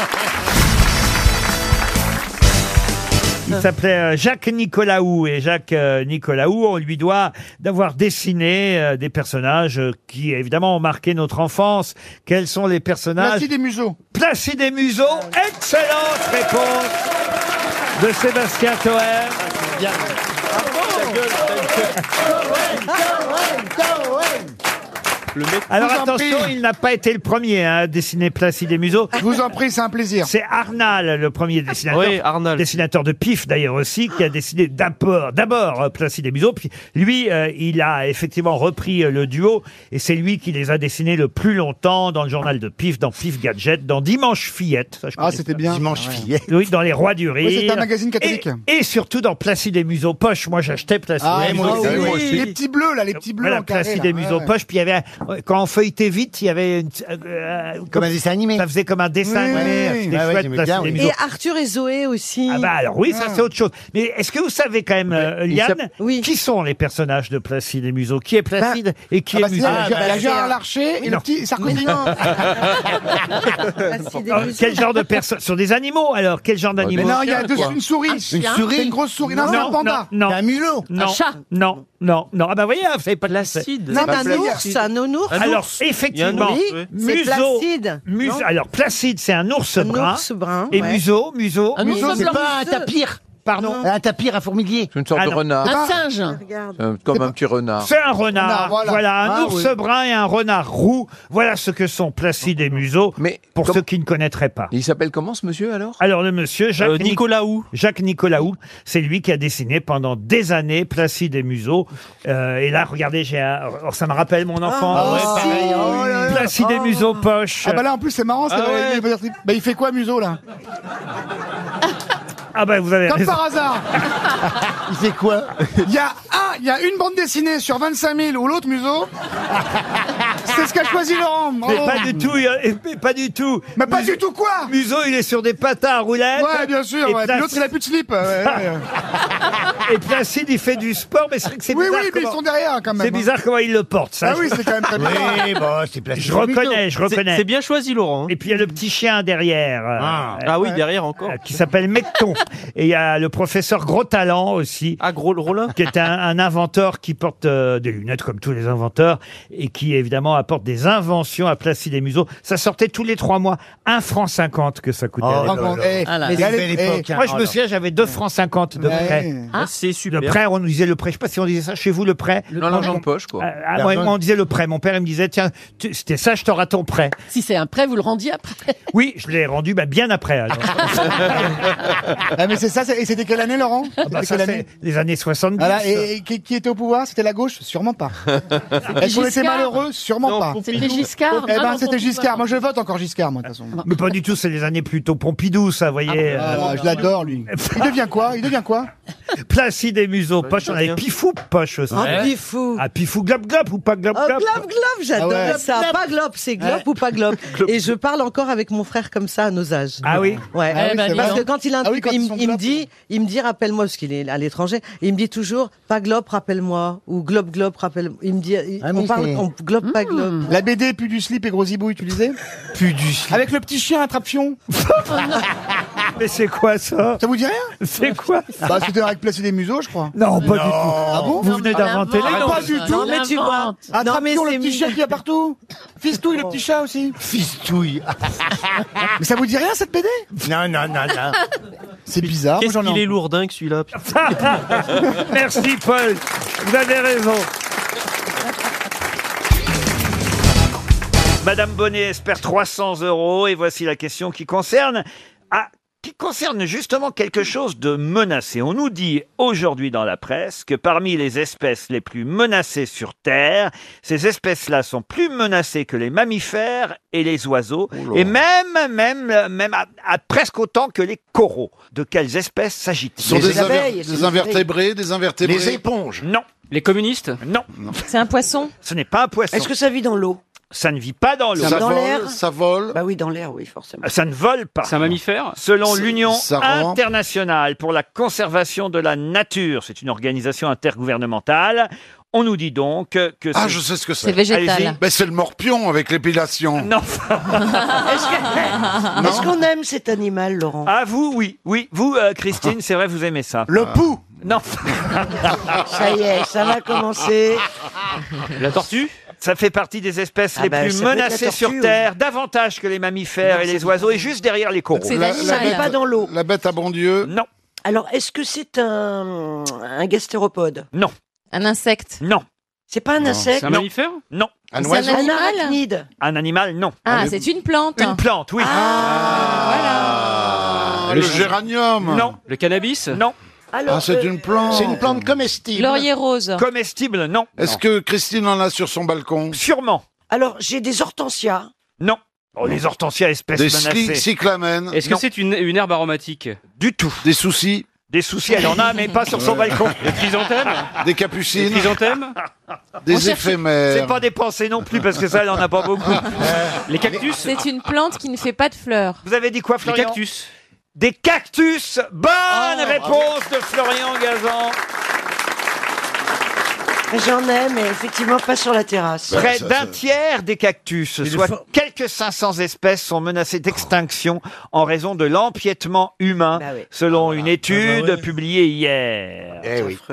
Speaker 1: Il s'appelait euh, Jacques Nicolaou et Jacques euh, Nicolaou, on lui doit d'avoir dessiné euh, des personnages euh, qui évidemment ont marqué notre enfance. Quels sont les personnages
Speaker 31: Placide et Museau.
Speaker 1: Placide et Museau, excellente réponse de Sébastien Toer. Alors
Speaker 31: Vous en
Speaker 1: attention,
Speaker 31: prie.
Speaker 1: il n'a pas été le premier hein, à dessiner Placide et Museau.
Speaker 31: Je vous en prie, c'est un plaisir.
Speaker 1: C'est Arnal, le premier dessinateur. Dessinateur de pif d'ailleurs aussi, qui a dessiné d'abord, d'abord euh, Placide et Museau. Puis lui, euh, il a effectivement repris euh, le duo et c'est lui qui les a dessinés le plus longtemps dans le journal de pif, dans Pif Gadget, dans Dimanche Fillette. Ça, je
Speaker 31: Ah,
Speaker 1: connais
Speaker 31: c'était
Speaker 1: pas.
Speaker 31: bien.
Speaker 28: Dimanche fillette.
Speaker 1: Oui, dans Les Rois du Rire.
Speaker 31: Oui, c'était un magazine catholique.
Speaker 1: Et, et surtout dans Placide et Museau Poche. Moi, j'achetais Placide
Speaker 31: Ah,
Speaker 1: et
Speaker 31: moi
Speaker 1: Museau.
Speaker 31: aussi,
Speaker 1: Poche.
Speaker 31: moi aussi. Les petits bleus, là, les petits bleus
Speaker 1: Voilà,
Speaker 31: en carré.
Speaker 1: Placide
Speaker 5: Ah,
Speaker 31: là.
Speaker 1: et Museau
Speaker 31: Ouais.
Speaker 1: Poche. Puis il y avait, euh, quand on feuilletait vite, il y avait une- euh, euh,
Speaker 28: Comme un dessin animé.
Speaker 1: Ça faisait comme un dessin
Speaker 28: Oui,
Speaker 1: animé.
Speaker 28: oui.
Speaker 6: Bah
Speaker 1: C'était
Speaker 28: Ah ouais,
Speaker 1: chouette,
Speaker 28: j'aimais
Speaker 1: Placide
Speaker 28: bien, oui.
Speaker 1: et Museau.
Speaker 11: Et Arthur et Zoé aussi.
Speaker 1: Ah bah alors oui, ça c'est autre chose. Mais est-ce que vous savez quand même, euh,
Speaker 11: il
Speaker 1: Liane,
Speaker 11: s'appelle-
Speaker 1: qui sont les personnages de Placide et Museau Qui est Placide et qui
Speaker 31: Ah, bah,
Speaker 1: est
Speaker 31: c'est
Speaker 1: Museau
Speaker 31: la- la Gérard
Speaker 1: Mais
Speaker 31: Larcher et le
Speaker 1: non.
Speaker 31: petit Sarkozy.
Speaker 5: bah,
Speaker 1: Ah, Quel genre de personnes Ce sont des animaux alors Quel genre
Speaker 31: Mais
Speaker 1: d'animaux
Speaker 31: non, il y a deux- une souris.
Speaker 28: chien.
Speaker 31: C'est une grosse souris. Non, c'est un panda.
Speaker 1: Non, non,
Speaker 28: Un mulot.
Speaker 1: non, non, non, non. Ah bah voyez, vous savez pas de Placide.
Speaker 11: Non, un ours, un nounours.
Speaker 1: Alors effectivement,
Speaker 11: Oui, c'est
Speaker 1: Museau,
Speaker 11: Placide.
Speaker 1: Mus-
Speaker 11: Non
Speaker 1: alors Placide c'est un ours
Speaker 11: Un
Speaker 1: brun
Speaker 11: ours brun,
Speaker 1: et
Speaker 11: ouais.
Speaker 1: Museau, Museau,
Speaker 28: Un museau, c'est pas un
Speaker 11: mousseux.
Speaker 28: tapir.
Speaker 1: Pardon.
Speaker 28: Un tapir, un fourmilier.
Speaker 6: C'est une sorte
Speaker 1: Ah
Speaker 6: de
Speaker 1: non.
Speaker 6: renard.
Speaker 28: Un
Speaker 11: singe.
Speaker 6: Euh, comme un petit
Speaker 27: Ah.
Speaker 6: renard.
Speaker 1: C'est un renard.
Speaker 28: Renard,
Speaker 1: voilà.
Speaker 28: voilà.
Speaker 1: un
Speaker 28: Ah,
Speaker 1: ours
Speaker 28: oui.
Speaker 1: brun et un renard roux. Voilà ce que sont Placide et Museau.
Speaker 6: Mais
Speaker 1: pour
Speaker 6: comme-
Speaker 1: ceux qui ne connaîtraient pas.
Speaker 6: Il s'appelle comment ce monsieur alors
Speaker 1: Alors le monsieur Jacques
Speaker 32: Euh, Nicolas Hou.
Speaker 1: Jacques Nicolaou, c'est lui qui a dessiné pendant des années Placide et Museau. Euh, et là, regardez, j'ai un- oh, ça me rappelle mon enfant.
Speaker 31: Ah, ouais, pareil. Oh là là.
Speaker 1: Placide et Museau poche.
Speaker 31: Ah bah là, en plus, c'est marrant. c'est
Speaker 32: Ah
Speaker 31: vrai,
Speaker 32: ouais.
Speaker 31: il est- Bah, il fait quoi, Museau, là
Speaker 1: Ah
Speaker 38: ben,
Speaker 1: bah, vous avez
Speaker 31: Comme
Speaker 1: raison.
Speaker 31: par hasard.
Speaker 28: Il fait quoi
Speaker 31: Il y a un, il y a une bande dessinée sur 25 000 ou l'autre Museau.
Speaker 5: C'est ce qu'a choisi Laurent.
Speaker 1: Mais
Speaker 5: bravo.
Speaker 1: pas du tout, il y a- mais pas du tout. Mais pas du tout quoi Museau, il est sur des patins à roulettes.
Speaker 5: Ouais, bien sûr.
Speaker 1: Et
Speaker 5: ouais. Puis
Speaker 1: Plac-
Speaker 5: L'autre, il a plus de slip. ouais, ouais.
Speaker 1: Et Placide, il fait du sport, mais c'est vrai que c'est
Speaker 5: Oui,
Speaker 1: bizarre.
Speaker 5: oui, mais ils
Speaker 1: comment-
Speaker 5: sont derrière quand même.
Speaker 1: C'est bizarre comment il le porte, ça.
Speaker 5: Ah oui, c'est quand même très bizarre. Oui,
Speaker 12: bah,
Speaker 5: bon, c'est Placide.
Speaker 1: Je reconnais, je
Speaker 5: C'est-
Speaker 1: reconnais.
Speaker 5: c'est
Speaker 1: bien choisi, Laurent. Et puis il y a le petit chien derrière. Ah,
Speaker 12: Ah oui, derrière encore.
Speaker 1: Qui s'appelle Mecton. Et il y a le professeur Gros Talent aussi. Ah, Gros Qui est un, un inventeur qui porte euh, des lunettes comme tous les inventeurs et qui évidemment apporte des inventions à Placide et Museau. Ça sortait tous les trois mois. 1 franc 50 que ça coûtait. à
Speaker 5: Oh,
Speaker 1: l'époque.
Speaker 5: bon, eh, Ah là, mais c'est une belle époque, hein.
Speaker 1: Moi, je
Speaker 5: Oh
Speaker 1: me
Speaker 5: là.
Speaker 1: souviens, j'avais 2 francs 50 de
Speaker 5: Ouais.
Speaker 1: prêt.
Speaker 5: Ah,
Speaker 1: c'est super. Le prêt, on disait le prêt. Je sais pas si on disait ça chez vous, le prêt.
Speaker 39: Non, l'argent de poche, quoi.
Speaker 1: Ah, ah, moi, moi, on disait le prêt. Mon père, il me disait, tiens, tu- c'était ça, je t'aurai ton prêt.
Speaker 40: Si c'est un prêt, vous le rendiez après.
Speaker 1: Oui, je l'ai rendu bah, bien après. alors.
Speaker 5: Ah, mais c'est ça, c'est- et c'était quelle année, Laurent
Speaker 1: Ah, bah,
Speaker 5: C'était
Speaker 1: ça,
Speaker 5: quelle
Speaker 1: c'est
Speaker 5: année
Speaker 1: les années 70.
Speaker 5: Voilà, Ah et, et qui, qui était au pouvoir C'était la gauche Sûrement pas. Est-ce qu'on était
Speaker 1: Giscard
Speaker 5: malheureux Sûrement
Speaker 1: Non,
Speaker 5: pas.
Speaker 1: Pompidou. C'était Giscard
Speaker 5: Eh
Speaker 1: Ah
Speaker 5: ben,
Speaker 1: non,
Speaker 5: c'était
Speaker 1: Pompidou,
Speaker 5: Giscard.
Speaker 1: alors.
Speaker 5: Moi, je vote encore Giscard, moi, de toute façon.
Speaker 1: Mais pas du tout, c'est les années plutôt Pompidou, ça, vous voyez. euh,
Speaker 5: Ah, voilà, je l'adore, lui. Il devient quoi Il devient quoi
Speaker 1: Placide et Museau, poche, on avait Pifou, poche aussi.
Speaker 5: Ah, Ouais.
Speaker 1: Pifou. Ah, Pifou, glop, glop ou pas glop,
Speaker 6: Oh,
Speaker 1: glop
Speaker 6: glop, glop, j'adore
Speaker 1: Ah ouais.
Speaker 6: ça.
Speaker 1: Glop, glop.
Speaker 6: Pas glop, c'est glop
Speaker 1: Ouais.
Speaker 6: ou pas glop. Et je parle encore avec mon frère comme ça à nos âges.
Speaker 1: Ah oui
Speaker 6: Ouais.
Speaker 1: Ah oui, c'est
Speaker 6: Parce
Speaker 1: vrai.
Speaker 6: que quand il a un
Speaker 1: Ah oui,
Speaker 6: truc,
Speaker 1: quand
Speaker 6: il,
Speaker 1: ils
Speaker 6: m-
Speaker 1: sont
Speaker 6: il me
Speaker 1: glop.
Speaker 6: dit, il me dit, rappelle-moi, parce qu'il est à l'étranger, il me dit toujours, pas glop, rappelle-moi, ou glop, glop, rappelle-moi. Il me dit, il-
Speaker 5: Ah,
Speaker 6: on
Speaker 5: mais
Speaker 6: parle,
Speaker 5: c'est-
Speaker 6: on glop, pas glop.
Speaker 20: Hmm.
Speaker 5: La BD, plus du slip et gros zibouille, tu lisais Plus du slip. Avec le petit chien attrape-fion.
Speaker 1: Mais c'est quoi ça
Speaker 5: Ça vous dit rien
Speaker 1: C'est quoi
Speaker 5: Bah, c'était avec placer des museaux, je crois.
Speaker 1: Non, pas du tout.
Speaker 5: Ah bon
Speaker 1: Vous venez d'inventer les
Speaker 5: Ah,
Speaker 1: noms.
Speaker 5: Pas du tout.
Speaker 6: Non, mais tu vois.
Speaker 12: Ah,
Speaker 5: Attrape-fion, le petit chien qui est partout. Fistouille, le petit chat aussi.
Speaker 4: Fistouille.
Speaker 5: Mais ça vous dit rien, cette BD
Speaker 4: non, non, non, non.
Speaker 5: C'est bizarre.
Speaker 12: Qu'est-ce
Speaker 5: moi, j'en ai
Speaker 12: qu'il est
Speaker 5: entendu.
Speaker 12: lourdingue celui-là putain.
Speaker 1: Merci, Paul. Vous avez raison. Madame Bonnet espère 300 euros et voici la question qui concerne ah, qui concerne justement quelque chose de menacé. On nous dit aujourd'hui dans la presse que parmi les espèces les plus menacées sur Terre, ces espèces-là sont plus menacées que les mammifères et les oiseaux,
Speaker 14: Oh
Speaker 1: et même, même, même à, à presque autant que les coraux. De quelles espèces s'agit-il
Speaker 14: Ce sont Les des abeilles, inver- des les invertébrés, abeilles. des invertébrés. Les
Speaker 1: éponges. Non. Les communistes Non.
Speaker 20: C'est un poisson
Speaker 1: Ce n'est pas un poisson.
Speaker 20: Est-ce que ça vit dans l'eau
Speaker 1: Ça ne vit pas dans l'eau.
Speaker 20: Ça Dans vole, l'air
Speaker 1: Ça vole.
Speaker 20: Bah oui, dans l'air, oui, forcément.
Speaker 1: Ça ne vole pas. C'est un mammifère Selon
Speaker 20: C'est-
Speaker 1: l'Union
Speaker 20: ça rampe.
Speaker 1: internationale pour la conservation de la nature, c'est une organisation intergouvernementale, on nous dit donc que... que
Speaker 14: Ah,
Speaker 1: c'est-
Speaker 14: je sais ce que c'est.
Speaker 1: Allez-y.
Speaker 14: Ben, c'est le morpion avec l'épilation.
Speaker 1: Non.
Speaker 20: Est-ce que- est-ce qu'on aime cet animal, Laurent
Speaker 1: Ah, vous, oui. Oui, vous, euh, Christine, c'est vrai, vous aimez ça. Le pou Non.
Speaker 20: Ça y est, ça va commencer.
Speaker 1: La tortue ça fait partie des espèces
Speaker 20: Ah
Speaker 1: les
Speaker 20: bah,
Speaker 1: plus
Speaker 20: ça peut être la
Speaker 1: menacées
Speaker 20: tortue,
Speaker 1: sur
Speaker 20: oui.
Speaker 1: Terre, davantage que les mammifères et les oiseaux, et juste derrière les coraux.
Speaker 20: C'est la- ça n'est pas dans l'eau.
Speaker 14: La bête à bon Dieu.
Speaker 1: Non.
Speaker 20: Alors, est-ce que c'est un, un gastéropode
Speaker 1: Non.
Speaker 20: Un insecte
Speaker 1: Non.
Speaker 20: C'est pas un insecte
Speaker 1: Non. Non.
Speaker 20: Un oiseau Un arachnide
Speaker 1: Un animal, non.
Speaker 20: Ah,
Speaker 1: Un-
Speaker 20: c'est Ah, une plante.
Speaker 1: Une plante, oui.
Speaker 14: Ah, le géranium.
Speaker 1: Non.
Speaker 41: Le cannabis
Speaker 1: Non.
Speaker 14: ah, c'est une plante.
Speaker 4: C'est une plante comestible.
Speaker 20: rose.
Speaker 1: Comestible, non.
Speaker 14: Est-ce que Christine en a sur son balcon
Speaker 1: Sûrement.
Speaker 20: Alors, j'ai des hortensias.
Speaker 1: Non. Oh, les hortensias, espèces
Speaker 14: Des
Speaker 1: menacées.
Speaker 14: cy- cyclamènes.
Speaker 41: Est-ce que c'est une, une herbe aromatique
Speaker 1: Du tout.
Speaker 14: Des soucis.
Speaker 1: Des soucis, elle en a, mais pas sur son balcon.
Speaker 41: Des chrysanthèmes
Speaker 14: Euh, Des capucines.
Speaker 41: Des chrysanthèmes
Speaker 14: Des
Speaker 1: On cherche-
Speaker 14: éphémères.
Speaker 1: C'est pas des pensées non plus, parce que ça, elle en a pas beaucoup.
Speaker 41: Les cactus
Speaker 9: C'est une plante qui ne fait pas de fleurs.
Speaker 1: Vous avez dit quoi,
Speaker 41: Les
Speaker 1: Florian
Speaker 41: cactus.
Speaker 1: Des cactus Bonne
Speaker 38: Oh,
Speaker 1: réponse de Florian Gazan
Speaker 20: J'en ai, mais effectivement pas sur la terrasse.
Speaker 1: Près d'un tiers des cactus, soit quelques 500 espèces, sont menacées d'extinction en raison de l'empiètement humain,
Speaker 20: Bah
Speaker 1: selon une étude
Speaker 38: Ah bah ouais.
Speaker 1: publiée hier.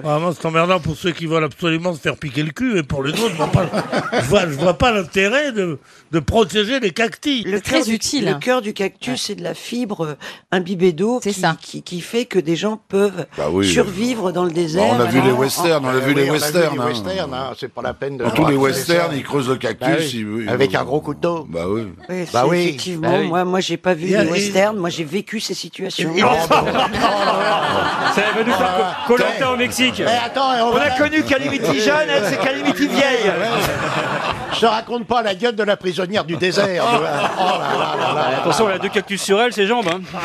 Speaker 38: Vraiment, Ah, c'est emmerdant pour ceux qui veulent absolument se faire piquer le cul et pour les autres, je vois pas- je vois, je vois pas l'intérêt de, de protéger les cactus.
Speaker 20: Le cœur du- Le cœur du cactus, c'est de la fibre euh, imbibée d'eau qui, qui, qui fait que des gens peuvent
Speaker 14: Bah oui.
Speaker 20: survivre dans le désert. Ah,
Speaker 14: on a vu
Speaker 20: alors-
Speaker 14: les westerns, on a
Speaker 4: Euh,
Speaker 14: vu
Speaker 4: oui,
Speaker 14: les
Speaker 4: on a
Speaker 14: westerns.
Speaker 4: vu
Speaker 14: hein.
Speaker 4: les westerns, hein, c'est pas la peine de.
Speaker 14: Dans tous les
Speaker 4: Ouais,
Speaker 14: westerns,
Speaker 4: c'est ça.
Speaker 14: ils creusent le
Speaker 4: Bah oui.
Speaker 14: cactus. ils- ils-
Speaker 4: Avec un gros couteau.
Speaker 14: Bah oui.
Speaker 20: Oui, c'est
Speaker 4: Bah oui.
Speaker 20: Effectivement,
Speaker 4: Bah oui.
Speaker 20: moi, moi j'ai pas vu
Speaker 4: Il y a-
Speaker 20: les westerns, moi j'ai vécu ces situations.
Speaker 41: Ça va nous faire Colanta au Mexique.
Speaker 4: Ah. attends, on,
Speaker 14: Ah,
Speaker 1: a connu Calimiti jeune, elle, c'est Calimiti vieille.
Speaker 4: Je te raconte pas la gueule de la prisonnière du désert. tu vois. Oh là là là là.
Speaker 41: Attention, elle a deux cactus sur elle, ses jambes. hein.
Speaker 14: Ah,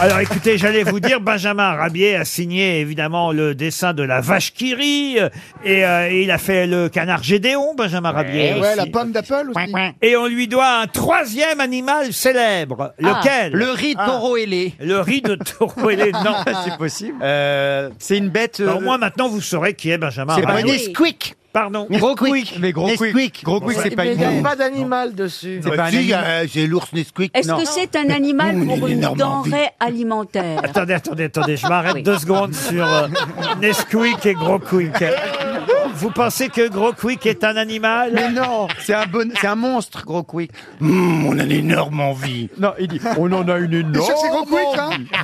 Speaker 1: Alors écoutez, j'allais vous dire, Benjamin Rabier a signé évidemment le dessin de la vache qui rit, euh, et euh, il a fait le canard Gédéon, Benjamin Rabier.
Speaker 5: Eh
Speaker 29: ouais, la
Speaker 1: aussi.
Speaker 29: pomme d'Apple aussi.
Speaker 1: Et on lui doit un troisième animal célèbre. Lequel
Speaker 5: Ah. Le riz de taureau ailé.
Speaker 1: Le riz de taureau ailé, non.
Speaker 5: C'est possible. Euh,
Speaker 1: c'est une bête. Bah, Au moins maintenant vous saurez qui est Benjamin
Speaker 5: C'est pas des
Speaker 1: Rabier.
Speaker 5: squeaks.
Speaker 1: Pardon.
Speaker 5: Gros quick. Mais gros quick. Gros quick, c'est pas
Speaker 1: Mais
Speaker 5: une
Speaker 1: il y a
Speaker 5: bête.
Speaker 1: pas
Speaker 17: d'animal dessus.
Speaker 5: C'est pas un
Speaker 42: Si,
Speaker 5: animal.
Speaker 42: euh, J'ai l'ours Nesquik.
Speaker 17: Est-ce
Speaker 42: non.
Speaker 17: que c'est un animal
Speaker 42: Nous, on
Speaker 17: pour
Speaker 42: est
Speaker 17: une
Speaker 42: Normandie.
Speaker 17: denrée alimentaire
Speaker 1: Attendez, attendez, attendez, je m'arrête deux secondes sur euh, Nesquik et Gros Quick. Vous pensez que Gros Quick est un animal Mais non, c'est un, c'est un monstre, Gros Quick.
Speaker 5: Mmh, on a une énorme envie. Non, il dit, on en a une énorme.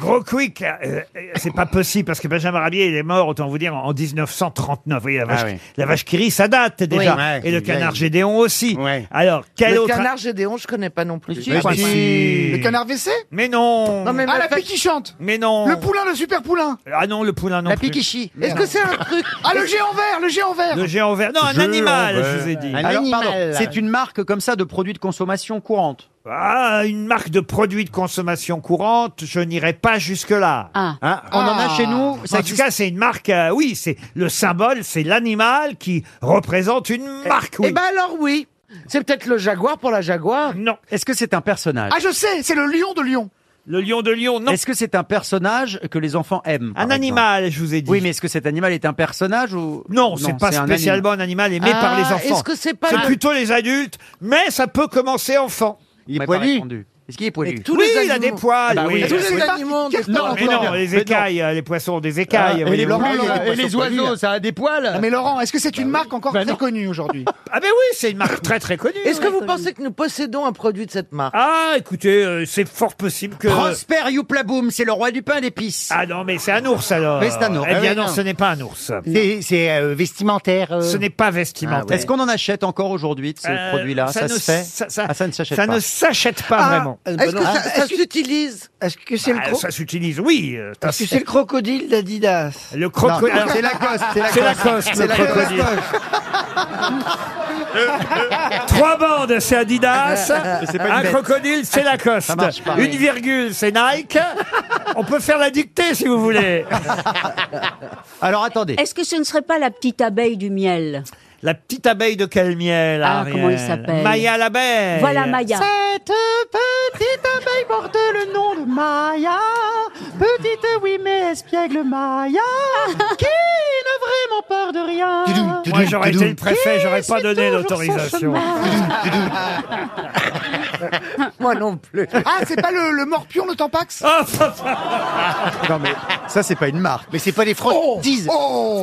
Speaker 1: Gros Quick, euh, euh, c'est pas possible parce que Benjamin Rabier, il est mort, autant vous dire, en 1939. Vous voyez, la vache,
Speaker 5: Ah oui.
Speaker 1: la vache qui rit, ça date déjà.
Speaker 5: Oui. Ouais,
Speaker 1: et le
Speaker 5: exact.
Speaker 1: canard Gédéon aussi. Alors, quel
Speaker 6: le
Speaker 1: autre...
Speaker 6: canard Gédéon, je connais pas non plus.
Speaker 1: Mais si. Le canard
Speaker 6: WC
Speaker 1: Mais non.
Speaker 6: Non, mais
Speaker 29: Ah,
Speaker 6: ma
Speaker 29: la
Speaker 6: fa-
Speaker 29: pie qui chante
Speaker 1: Mais non
Speaker 29: Le poulain, le super poulain
Speaker 1: Ah non, le poulain non
Speaker 29: La
Speaker 1: plus.
Speaker 29: pie qui chie. Est-ce que c'est un truc Ah, le géant vert, le géant vert
Speaker 1: Le géant vert. Non, un
Speaker 5: Je
Speaker 1: animal,
Speaker 5: en veux.
Speaker 1: je vous ai dit.
Speaker 5: Alors, pardon, c'est une marque comme ça de produits de consommation courante.
Speaker 1: Ah, une marque de produits de consommation courante, je n'irai pas jusque-là.
Speaker 17: Ah.
Speaker 5: Hein, on en a chez nous, ça
Speaker 1: en tout cas, c'est une marque, euh, oui, c'est le symbole, c'est l'animal qui représente une marque, oui.
Speaker 6: Eh ben alors oui. C'est peut-être le jaguar pour la jaguar.
Speaker 1: Non.
Speaker 5: Est-ce que c'est un personnage
Speaker 29: Ah, je sais, c'est le lion de Lyon.
Speaker 1: Le lion de Lyon, non.
Speaker 5: Est-ce que c'est un personnage que les enfants aiment
Speaker 1: Un animal, je vous ai dit.
Speaker 5: Oui, mais est-ce que cet animal est un personnage ou
Speaker 1: Non, c'est pas
Speaker 5: c'est un
Speaker 1: spécialement un
Speaker 5: animal.
Speaker 1: animal, aimé par les
Speaker 5: Ah,
Speaker 1: enfants.
Speaker 5: est-ce que c'est pas le-
Speaker 1: plutôt les adultes, mais ça peut commencer enfant.
Speaker 5: Il est poilu. Est-ce qu'il est poilu
Speaker 1: oui, il a des poils.
Speaker 5: Ah bah
Speaker 1: oui.
Speaker 5: oui. Tous les
Speaker 6: animaux ont des
Speaker 1: Non,
Speaker 6: poils.
Speaker 1: mais non, les
Speaker 5: Mais non.
Speaker 1: écailles, euh, les poissons ont des écailles.
Speaker 5: Ah, et les
Speaker 1: voyez-vous.
Speaker 5: blancs, Et les- et les poissons hein. poilus, là.
Speaker 1: ça a des poils. Bah
Speaker 29: Ah, mais Laurent, est-ce que c'est une marque encore très connue aujourd'hui
Speaker 1: Ah ben oui, c'est une marque très très connue.
Speaker 6: Est-ce que vous pensez que nous possédons un produit de cette marque
Speaker 1: Ah, écoutez, euh, c'est fort possible que.
Speaker 5: Prosper Youplaboum, c'est le roi du pain d'épices.
Speaker 1: Ah non, mais c'est un ours alors.
Speaker 5: Mais c'est un ours.
Speaker 1: Eh
Speaker 5: Ah
Speaker 1: bien
Speaker 5: oui,
Speaker 1: non,
Speaker 5: non.
Speaker 1: ce n'est pas un ours.
Speaker 5: C'est,
Speaker 12: euh,
Speaker 5: vestimentaire.
Speaker 1: Ce n'est pas
Speaker 12: Ah,
Speaker 1: vestimentaire.
Speaker 5: Est-ce qu'on en achète encore aujourd'hui de ce
Speaker 1: Euh,
Speaker 5: produit-là
Speaker 1: ça
Speaker 5: Ça,
Speaker 1: ne
Speaker 5: se fait
Speaker 1: ça-
Speaker 5: Ah, ça ne s'achète
Speaker 1: ça
Speaker 5: pas.
Speaker 1: ne s'achète pas
Speaker 5: Ah,
Speaker 1: vraiment.
Speaker 5: euh, bah Est-ce que non. ça- Ah, est-ce
Speaker 6: s'utilise Est-ce que c'est le
Speaker 1: Ah,
Speaker 6: cro-
Speaker 1: ça s'utilise, oui. euh,
Speaker 6: Est-ce que c'est le crocodile d'Adidas
Speaker 1: Le crocodile.
Speaker 6: Non,
Speaker 1: alors-
Speaker 6: c'est Lacoste, c'est
Speaker 1: C'est
Speaker 6: Lacoste.
Speaker 1: Lacoste, le
Speaker 6: C'est Lacoste.
Speaker 1: crocodile. Trois bandes, c'est Adidas.
Speaker 5: Mais c'est pas une
Speaker 1: Un
Speaker 5: bête.
Speaker 1: crocodile, c'est Lacoste.
Speaker 5: Ça marche pas.
Speaker 1: Une virgule, c'est Nike. On peut faire la dictée si vous voulez.
Speaker 5: Alors attendez.
Speaker 17: Est-ce que ce ne serait pas la petite abeille du miel
Speaker 1: La petite abeille de quel miel
Speaker 17: Ah,
Speaker 1: Ariel
Speaker 17: comment il s'appelle
Speaker 1: Maya l'abeille.
Speaker 17: Voilà Maya.
Speaker 4: Cette petite abeille porte le nom de Maya. Petite oui mais espiègle Maya. Qui n'a vraiment peur de rien.
Speaker 1: Moi, j'aurais été le préfet, j'aurais
Speaker 17: Eh,
Speaker 4: Qui
Speaker 1: pas
Speaker 4: suit
Speaker 1: donné
Speaker 4: toujours son
Speaker 1: l'autorisation.
Speaker 6: Moi non plus.
Speaker 29: Ah, c'est pas le, le morpion, le Tampax
Speaker 1: Ah,
Speaker 5: Ah, Non mais ça c'est pas une marque. Oh, Mais c'est pas les
Speaker 6: Frosties.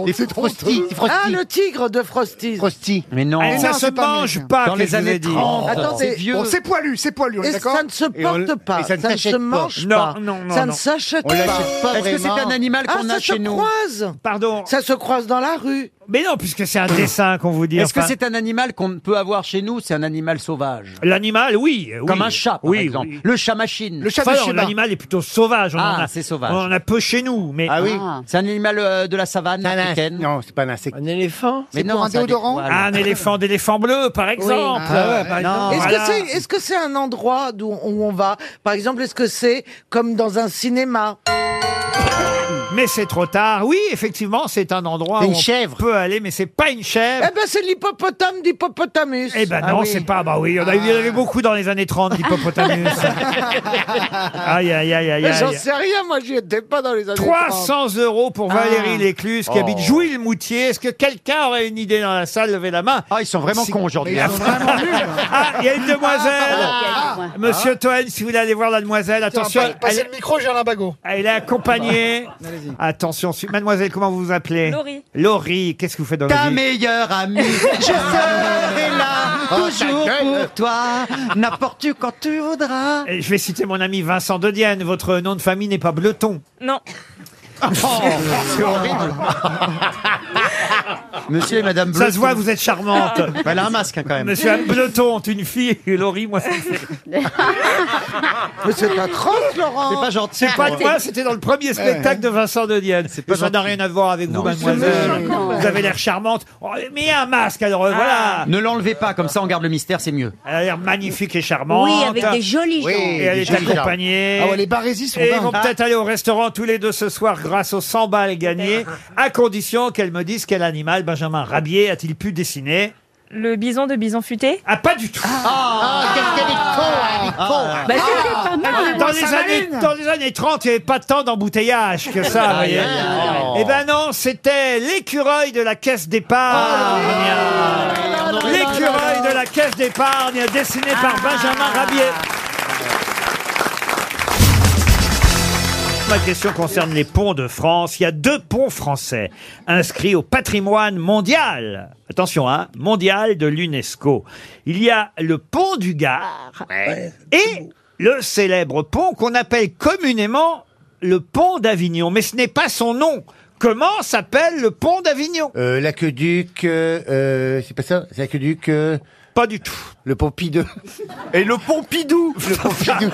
Speaker 5: les Frosties.
Speaker 6: Ah, le tigre de Frosties. Frosties.
Speaker 5: Mais non.
Speaker 29: Eh
Speaker 1: Ah, ça se mange pas,
Speaker 5: Dans
Speaker 1: que
Speaker 5: les
Speaker 1: je vous ai
Speaker 5: années
Speaker 1: dit.
Speaker 5: 30.
Speaker 6: Attendez,
Speaker 29: Bon, c'est poilu, c'est poilu, on est
Speaker 6: Et
Speaker 29: d'accord
Speaker 6: ça ne se
Speaker 5: Et on le-
Speaker 6: porte pas,
Speaker 5: et
Speaker 6: ça,
Speaker 5: ça ne
Speaker 6: ne
Speaker 5: s'achète
Speaker 6: se
Speaker 5: pas.
Speaker 6: mange
Speaker 1: Non,
Speaker 6: pas,
Speaker 1: non, non,
Speaker 6: ça
Speaker 1: non.
Speaker 6: ne s'achète
Speaker 5: On
Speaker 6: pas.
Speaker 5: l'achète pas Est-ce que c'est vraiment. un animal qu'on
Speaker 6: Ah,
Speaker 5: a chez nous
Speaker 6: Ça se croise.
Speaker 1: Pardon.
Speaker 6: Ça se croise dans la rue.
Speaker 1: Mais non, puisque c'est un dessin qu'on vous dit.
Speaker 5: Est-ce que
Speaker 1: enfin.
Speaker 5: c'est un animal qu'on peut avoir chez nous C'est un animal sauvage.
Speaker 1: L'animal, oui, oui.
Speaker 5: Comme un chat, par
Speaker 1: oui,
Speaker 5: exemple.
Speaker 1: oui.
Speaker 5: Le chat machine.
Speaker 1: Le chat Enfin, de non, Sheba. l'animal est plutôt sauvage. On
Speaker 5: ah,
Speaker 1: en a-
Speaker 5: c'est sauvage.
Speaker 1: on en a peu chez nous, mais.
Speaker 5: Ah oui.
Speaker 1: Ah.
Speaker 5: C'est un animal euh, de la savane
Speaker 42: un
Speaker 5: africaine.
Speaker 42: Non, c'est pas un insecte.
Speaker 6: Un éléphant
Speaker 5: Mais non, ça a des poils.
Speaker 1: Ah, un éléphant d'éléphant bleu, par exemple.
Speaker 5: Ah ouais, par
Speaker 6: Est-ce
Speaker 1: Voilà.
Speaker 6: que c'est est-ce que c'est un endroit d'où où on va Par exemple, est-ce que c'est comme dans un cinéma
Speaker 1: Mais c'est trop tard. Oui, effectivement, c'est un endroit
Speaker 42: C'est
Speaker 1: où
Speaker 42: une chèvre.
Speaker 1: on peut aller, mais c'est pas une chèvre.
Speaker 6: Eh ben, c'est l'hippopotame d'Hippopotamus.
Speaker 1: Eh ben non, c'est pas. Bah oui, il y en a- il y en avait beaucoup dans les années 30 d'hippopotamus. aïe, aïe, aïe, aïe,
Speaker 6: Mais J'en
Speaker 1: aïe.
Speaker 6: sais rien, moi j'y étais pas dans les années 30.
Speaker 1: 300 euros pour
Speaker 6: Ah.
Speaker 1: Valérie Lécluse qui
Speaker 5: Oh.
Speaker 1: habite Jouy-le-Moutier. Est-ce que quelqu'un aurait une idée dans la salle Levez la main.
Speaker 5: Ah, ils sont vraiment
Speaker 1: Si-
Speaker 5: cons aujourd'hui. hein.
Speaker 1: Ah, il y a une demoiselle. Monsieur Toen, si vous voulez aller voir la demoiselle, attention.
Speaker 29: Tiens, pa- Passez
Speaker 1: elle-
Speaker 29: le micro, Gérard Bagot.
Speaker 1: Elle est accompagnée. Attention, su- mademoiselle, comment vous vous appelez
Speaker 12: Laurie.
Speaker 1: Laurie, qu'est-ce que vous faites dans la
Speaker 5: Ta
Speaker 1: vie
Speaker 5: meilleure amie, je serai là,
Speaker 4: Oh,
Speaker 5: toujours pour toi, n'importe où quand tu voudras.
Speaker 1: Et Je vais citer mon ami Vincent Dedienne. Votre nom de Ah, famille n'est pas Bleton.
Speaker 12: Non.
Speaker 5: Oh, c'est horrible.
Speaker 1: Monsieur et Madame Ça se voit, vous êtes charmante.
Speaker 43: Bah, elle a un masque, hein, quand même.
Speaker 1: Monsieur et Madame Bleton ont une fille, et Laurie, moi, ça me fait-
Speaker 43: Mais c'est atroce, Laurent. C'est pas gentil.
Speaker 1: C'est pas de moi, c'était dans le premier spectacle de Vincent de Dienne. Et ça n'a rien à voir avec vous, mademoiselle.
Speaker 43: c'est méchant, quand
Speaker 1: Vous avez l'air charmante. Oh, mais un masque, alors
Speaker 5: Ah.
Speaker 1: euh, voilà.
Speaker 44: Ne l'enlevez pas, comme ça on garde le mystère, c'est mieux.
Speaker 1: Elle a l'air magnifique et charmante.
Speaker 44: Oui, avec des
Speaker 45: jolies
Speaker 44: Oui, jambes.
Speaker 1: Et elle
Speaker 44: des
Speaker 1: est
Speaker 44: jolies jambes.
Speaker 1: accompagnée.
Speaker 44: Ah ouais, les barésies sont
Speaker 1: Et ils
Speaker 44: dingues.
Speaker 1: vont
Speaker 44: Ah.
Speaker 1: peut-être aller au restaurant tous les deux ce soir grâce aux 100 balles gagnées, à condition qu'elle me dise quel animal Benjamin Rabier a-t-il pu dessiner.
Speaker 4: Le bison de bison futé
Speaker 1: Ah, pas du tout
Speaker 4: Ah, qu'est-ce qu'elle est con, elle est con.
Speaker 1: Bah, c'était pas
Speaker 4: mal.
Speaker 1: Dans les, années, dans les années 30, il n'y avait pas tant d'embouteillage que ça, vous voyez.
Speaker 43: Aïe, aïe, aïe.
Speaker 1: Eh ben non, c'était l'écureuil de la caisse d'épargne. l'écureuil de la caisse d'épargne, dessiné par Benjamin Rabier. Ma question concerne les ponts de France. Il y a deux ponts français inscrits au patrimoine mondial. Attention, hein, mondial de l'UNESCO. Il y a le pont du Gard et le célèbre pont qu'on appelle communément le pont d'Avignon. Mais ce n'est pas son nom. Comment s'appelle le pont d'Avignon
Speaker 12: L'aqueduc, euh, euh, c'est pas ça C'est l'aqueduc... euh,
Speaker 1: Pas du tout.
Speaker 12: Le Pompidou.
Speaker 1: Et le Pompidou
Speaker 12: Le Pompidou.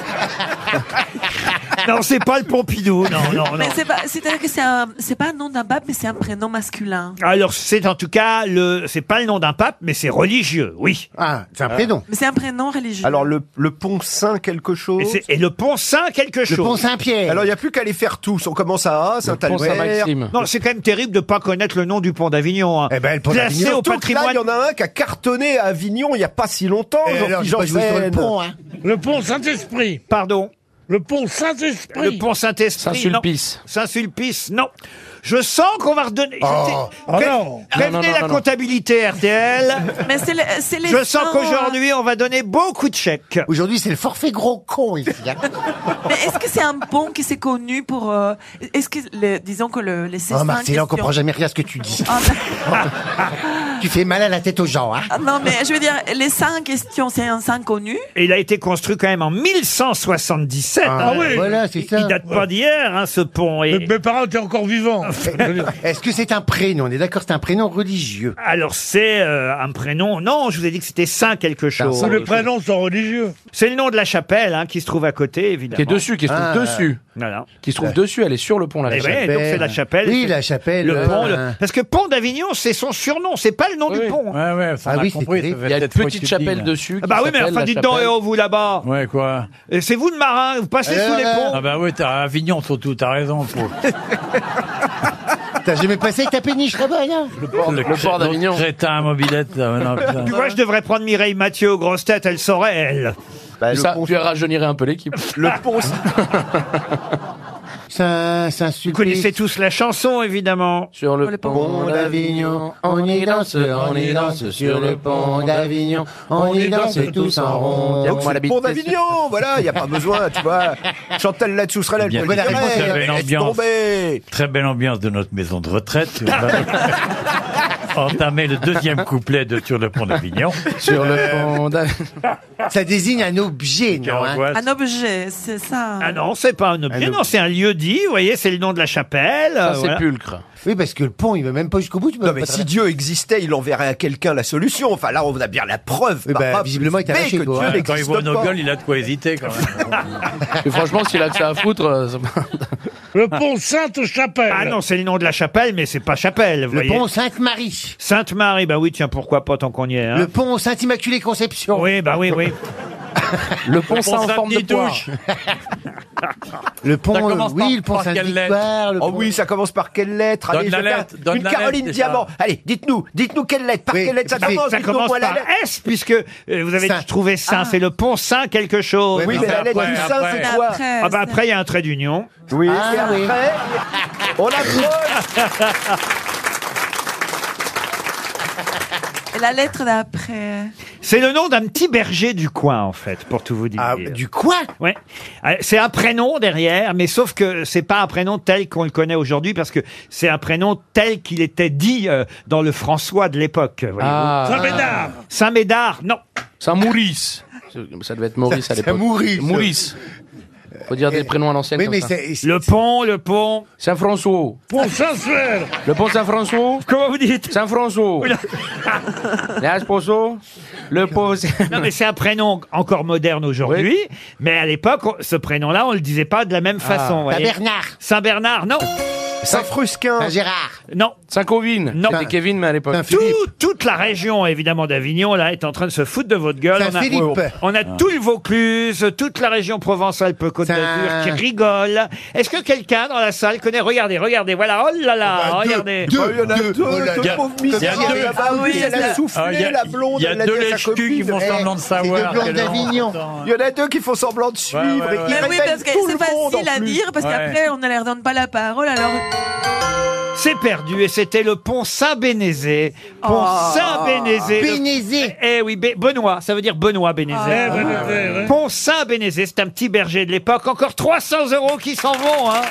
Speaker 1: Non, c'est pas le Pompidou. Non, non, non.
Speaker 6: Mais c'est pas, c'est-à-dire que c'est un, c'est pas un nom d'un pape, mais c'est un prénom masculin.
Speaker 1: Alors, c'est en tout cas le, c'est pas le nom d'un pape, mais c'est religieux, oui.
Speaker 12: Ah, c'est un
Speaker 1: prénom.
Speaker 6: Mais c'est un prénom religieux.
Speaker 1: Alors le, pont Saint quelque chose. Et, c'est- et le pont Saint quelque chose.
Speaker 12: pont Saint-Pierre.
Speaker 1: Alors il n'y a plus qu'à les faire tous. On commence à
Speaker 12: pont Saint-Maxime.
Speaker 1: Non, c'est quand même terrible de pas connaître le nom du pont d'Avignon. hein.
Speaker 12: pont
Speaker 1: Classé
Speaker 12: d'Avignon.
Speaker 1: au
Speaker 12: Surtout que là,
Speaker 1: patrimoine.
Speaker 12: il y en
Speaker 1: a un qui a cartonné à Avignon il n'y a pas si longtemps.
Speaker 12: Eh, Jean-Philippe alors, je sais pas, je vous Janssen. sur le pont, hein.
Speaker 14: Le pont Saint-Esprit.
Speaker 1: Pardon.
Speaker 14: Le pont Saint-Esprit.
Speaker 1: Le pont Saint-Esprit.
Speaker 14: Saint-Sulpice.
Speaker 1: non. Saint-Sulpice, non. Je sens qu'on va redonner.
Speaker 14: Oh.
Speaker 1: Je sais-
Speaker 14: Oh non.
Speaker 1: Prévenez
Speaker 14: Non, non, non,
Speaker 1: la
Speaker 14: non, non.
Speaker 1: comptabilité RTL.
Speaker 6: Mais c'est le- Euh, c'est les
Speaker 1: Je sens
Speaker 6: gens, euh,
Speaker 1: qu'aujourd'hui, on va donner beaucoup de chèques.
Speaker 12: Aujourd'hui, c'est le forfait gros con ici.
Speaker 6: euh, Mais est-ce que c'est un pont qui s'est connu pour, euh, est-ce que, le- disons que le, les
Speaker 12: Oh,
Speaker 6: Cessna en
Speaker 12: Marc, c'est là qu'on
Speaker 6: question-
Speaker 12: comprend jamais rien à ce que tu dis.
Speaker 6: Ah,
Speaker 12: tu fais mal à la tête aux gens, hein
Speaker 6: Ah, non, mais je veux dire, les saints en question, c'est un saint connu.
Speaker 1: Et il a été construit quand même en 1177.
Speaker 12: Ah, Ah oui. voilà, c'est
Speaker 1: Il-
Speaker 12: ça.
Speaker 1: Il date pas d'hier, hein, ce pont. Et...
Speaker 12: Mes
Speaker 14: parents étaient encore vivants.
Speaker 12: Est-ce que c'est un prénom On est d'accord, c'est un prénom religieux.
Speaker 1: Alors c'est euh, un prénom. Non, je vous ai dit que c'était Saint quelque chose.
Speaker 14: Les prénoms sont religieux.
Speaker 1: C'est le nom de la chapelle hein, qui se trouve à côté, évidemment.
Speaker 19: Qui est dessus, qui se trouve
Speaker 1: Ah,
Speaker 19: dessus.
Speaker 1: Voilà.
Speaker 19: Qui se trouve dessus, elle est sur le pont, la
Speaker 1: Eh ben,
Speaker 19: chapelle.
Speaker 1: donc c'est la chapelle.
Speaker 19: Oui,
Speaker 1: c'est
Speaker 19: la chapelle,
Speaker 1: Le
Speaker 19: ouais.
Speaker 5: euh,
Speaker 1: pont. le- Parce que pont d'Avignon, c'est son surnom, c'est pas le nom du pont.
Speaker 19: ça, on a compris, ça devait Il y a une être petite Poitioupine. chapelle dessus
Speaker 1: Ah bah
Speaker 19: qui
Speaker 1: oui, mais
Speaker 19: s'appelle
Speaker 1: enfin,
Speaker 19: la
Speaker 1: dites donc,
Speaker 19: chapelle.
Speaker 1: et oh, vous là-bas.
Speaker 19: Ouais, quoi.
Speaker 1: Et C'est vous le marin, vous passez sous les ponts.
Speaker 5: Ah bah oui, t'as à Avignon surtout, t'as raison. Pour...
Speaker 12: T'as jamais passé avec ta péniche là-bas, là
Speaker 5: cré- l'autre Crétin à mobilette. là, non, putain.
Speaker 1: Tu vois, je devrais prendre Mireille Mathieu aux grosses têtes, elle saurait, elle.
Speaker 12: Bah,
Speaker 19: ça, tu rajeunirais un peu l'équipe.
Speaker 1: Le pont.
Speaker 12: Ça, ça
Speaker 1: Vous connaissez tous la chanson, évidemment.
Speaker 19: Sur
Speaker 12: le pont d'Avignon,
Speaker 5: bah,
Speaker 12: on y danse, on y danse sur le pont d'Avignon, on y danse tous en rond.
Speaker 5: Donc c'est le pont d'Avignon, voilà, il n'y a pas besoin, tu vois. Chantal là-dessous serait là,
Speaker 1: Eh
Speaker 5: elle Bien. pourrait dire, Très hey, belle laisse ambiance. tomber. Très belle ambiance de notre maison de retraite. On va entamer le deuxième couplet de Sur le pont d'Avignon. Euh,
Speaker 19: Sur le pont d'Avignon.
Speaker 12: Ça désigne un objet, non hein
Speaker 5: angoisse.
Speaker 6: Un objet, c'est ça.
Speaker 1: Ah non, c'est pas un objet,
Speaker 12: Un
Speaker 1: non, c'est un lieu dit, vous voyez, c'est le nom de la chapelle.
Speaker 5: Un
Speaker 1: euh, voilà.
Speaker 12: Oui, parce que le pont, il va même pas jusqu'au bout. Tu peux
Speaker 5: Non,
Speaker 12: pas
Speaker 5: mais si Dieu existait, il enverrait à quelqu'un la solution. Enfin, là, on a bien la preuve.
Speaker 12: Eh
Speaker 5: par
Speaker 12: ben,
Speaker 19: Bah,
Speaker 5: A plus
Speaker 12: visiblement, il t'a
Speaker 5: B
Speaker 12: lâché,
Speaker 5: Ah, bah, que
Speaker 12: toi,
Speaker 5: Dieu
Speaker 12: hein.
Speaker 5: n'existe Quand il voit pas. nos gueules, il a de quoi hésiter quand même.
Speaker 19: Et franchement, s'il a que ça à foutre, euh, ça-
Speaker 1: Le pont Sainte-Chapelle. Ah non, c'est le nom de la chapelle, mais c'est pas chapelle, vous
Speaker 12: Le
Speaker 1: voyez.
Speaker 12: pont Sainte-Marie.
Speaker 1: Sainte-Marie, bah oui, tiens, pourquoi pas tant qu'on y est. hein.
Speaker 12: Le pont Sainte-Immaculée Conception.
Speaker 1: Oui, bah oui, oui.
Speaker 19: Le pont Saint en forme de poire.
Speaker 12: Le pont,
Speaker 5: Ça
Speaker 12: euh,
Speaker 5: commence
Speaker 12: oui,
Speaker 5: par-
Speaker 12: le pont
Speaker 5: par quelle
Speaker 12: Sainte-Victoire. le
Speaker 5: Oh
Speaker 12: pont-
Speaker 5: oui, ça commence par quelle lettre
Speaker 12: Donne
Speaker 5: Allez,
Speaker 12: la
Speaker 5: je vais faire
Speaker 12: lettre, donne
Speaker 5: Une
Speaker 12: la
Speaker 5: Caroline
Speaker 12: lettre, déjà.
Speaker 5: Diamant. Allez, dites-nous, dites-nous quelle lettre, par
Speaker 1: Oui,
Speaker 5: quelle lettre ça
Speaker 1: ça
Speaker 5: commence
Speaker 1: ça
Speaker 5: dites-nous,
Speaker 1: commence
Speaker 5: moi, la
Speaker 1: par
Speaker 5: lettre.
Speaker 1: S, puisque euh, vous avez
Speaker 5: Saint.
Speaker 1: trouvé Saint, c'est le pont Saint quelque chose.
Speaker 5: Oui, mais la lettre du Saint, c'est
Speaker 1: après.
Speaker 5: quoi
Speaker 1: Ah bah après, il y a un trait d'union. Oui,
Speaker 5: Ah, et oui. après,
Speaker 1: on
Speaker 6: Et la lettre d'après.
Speaker 1: C'est le nom d'un petit berger du coin, en fait, pour tout vous dire.
Speaker 5: Ah,
Speaker 1: du
Speaker 12: coin
Speaker 1: Ouais. Euh, C'est un prénom derrière, mais sauf que c'est pas un prénom tel qu'on le connaît aujourd'hui, parce que c'est un prénom tel qu'il était dit euh, dans le François de l'époque. voyez-vous.
Speaker 19: Ah. Saint-Médard.
Speaker 1: Saint-Médard, non.
Speaker 19: Saint-Maurice. Ça devait être Maurice à l'époque. Maurice.
Speaker 12: Faut dire des prénoms à l'ancienne.
Speaker 27: Oui,
Speaker 12: comme
Speaker 27: mais
Speaker 12: ça.
Speaker 27: c'est-
Speaker 1: Le pont, le pont.
Speaker 12: Saint-François.
Speaker 14: Pont Saint-Suaire.
Speaker 12: Le pont Saint-François.
Speaker 1: Comment vous dites
Speaker 12: Saint-François. Là, je pense au- Le pont.
Speaker 1: Non, mais c'est un prénom encore moderne aujourd'hui, mais à l'époque, on- ce prénom-là, on le disait pas de la même
Speaker 12: Ah.
Speaker 1: façon. vous voyez.
Speaker 12: Saint-Bernard.
Speaker 1: Saint-Bernard, non.
Speaker 12: Saint-Frusquin. Saint-Gérard.
Speaker 1: Non.
Speaker 12: Saint-Covine.
Speaker 1: Non.
Speaker 12: C'était Kevin, mais à l'époque.
Speaker 1: Tout- toute la région, évidemment, d'Avignon, là, est en train de se foutre de votre gueule. On a,
Speaker 12: Saint-Philippe.
Speaker 1: on a tout le Vaucluse, toute la région Provence-Alpes-Côte d'Azur qui rigole. Est-ce que quelqu'un dans la salle connaît Regardez, regardez, voilà, oh là là,
Speaker 5: Ah bah, deux,
Speaker 1: regardez.
Speaker 5: deux, Oh, il y en a deux, deux, oh là deux là. pauvres
Speaker 1: Il y a
Speaker 5: misères.
Speaker 1: deux.
Speaker 5: Ah oui, elle a soufflé,
Speaker 27: Ah, il y a- la blonde, il y a elle l'a deux dit à sa lèches-culs copine. qui font Eh, semblant de c'est savoir deux blondes quel ordre. d'Avignon.
Speaker 5: Il y en a deux qui font semblant de suivre
Speaker 27: ouais, ouais.
Speaker 6: Mais oui, parce que c'est facile à dire, parce
Speaker 1: Ouais.
Speaker 6: qu'après, on ne leur donne pas la parole, alors...
Speaker 1: C'est perdu et c'était le pont Saint-Bénézé. Pont
Speaker 6: Oh.
Speaker 1: Saint-Bénézé. le- Eh oui, Bé- Benoît, ça veut dire Benoît Bénézé.
Speaker 14: Ah. Eh, Bénézé, ouais.
Speaker 1: Pont Saint-Bénézé, c'est un petit berger de l'époque. Encore 300 euros qui s'en vont. hein.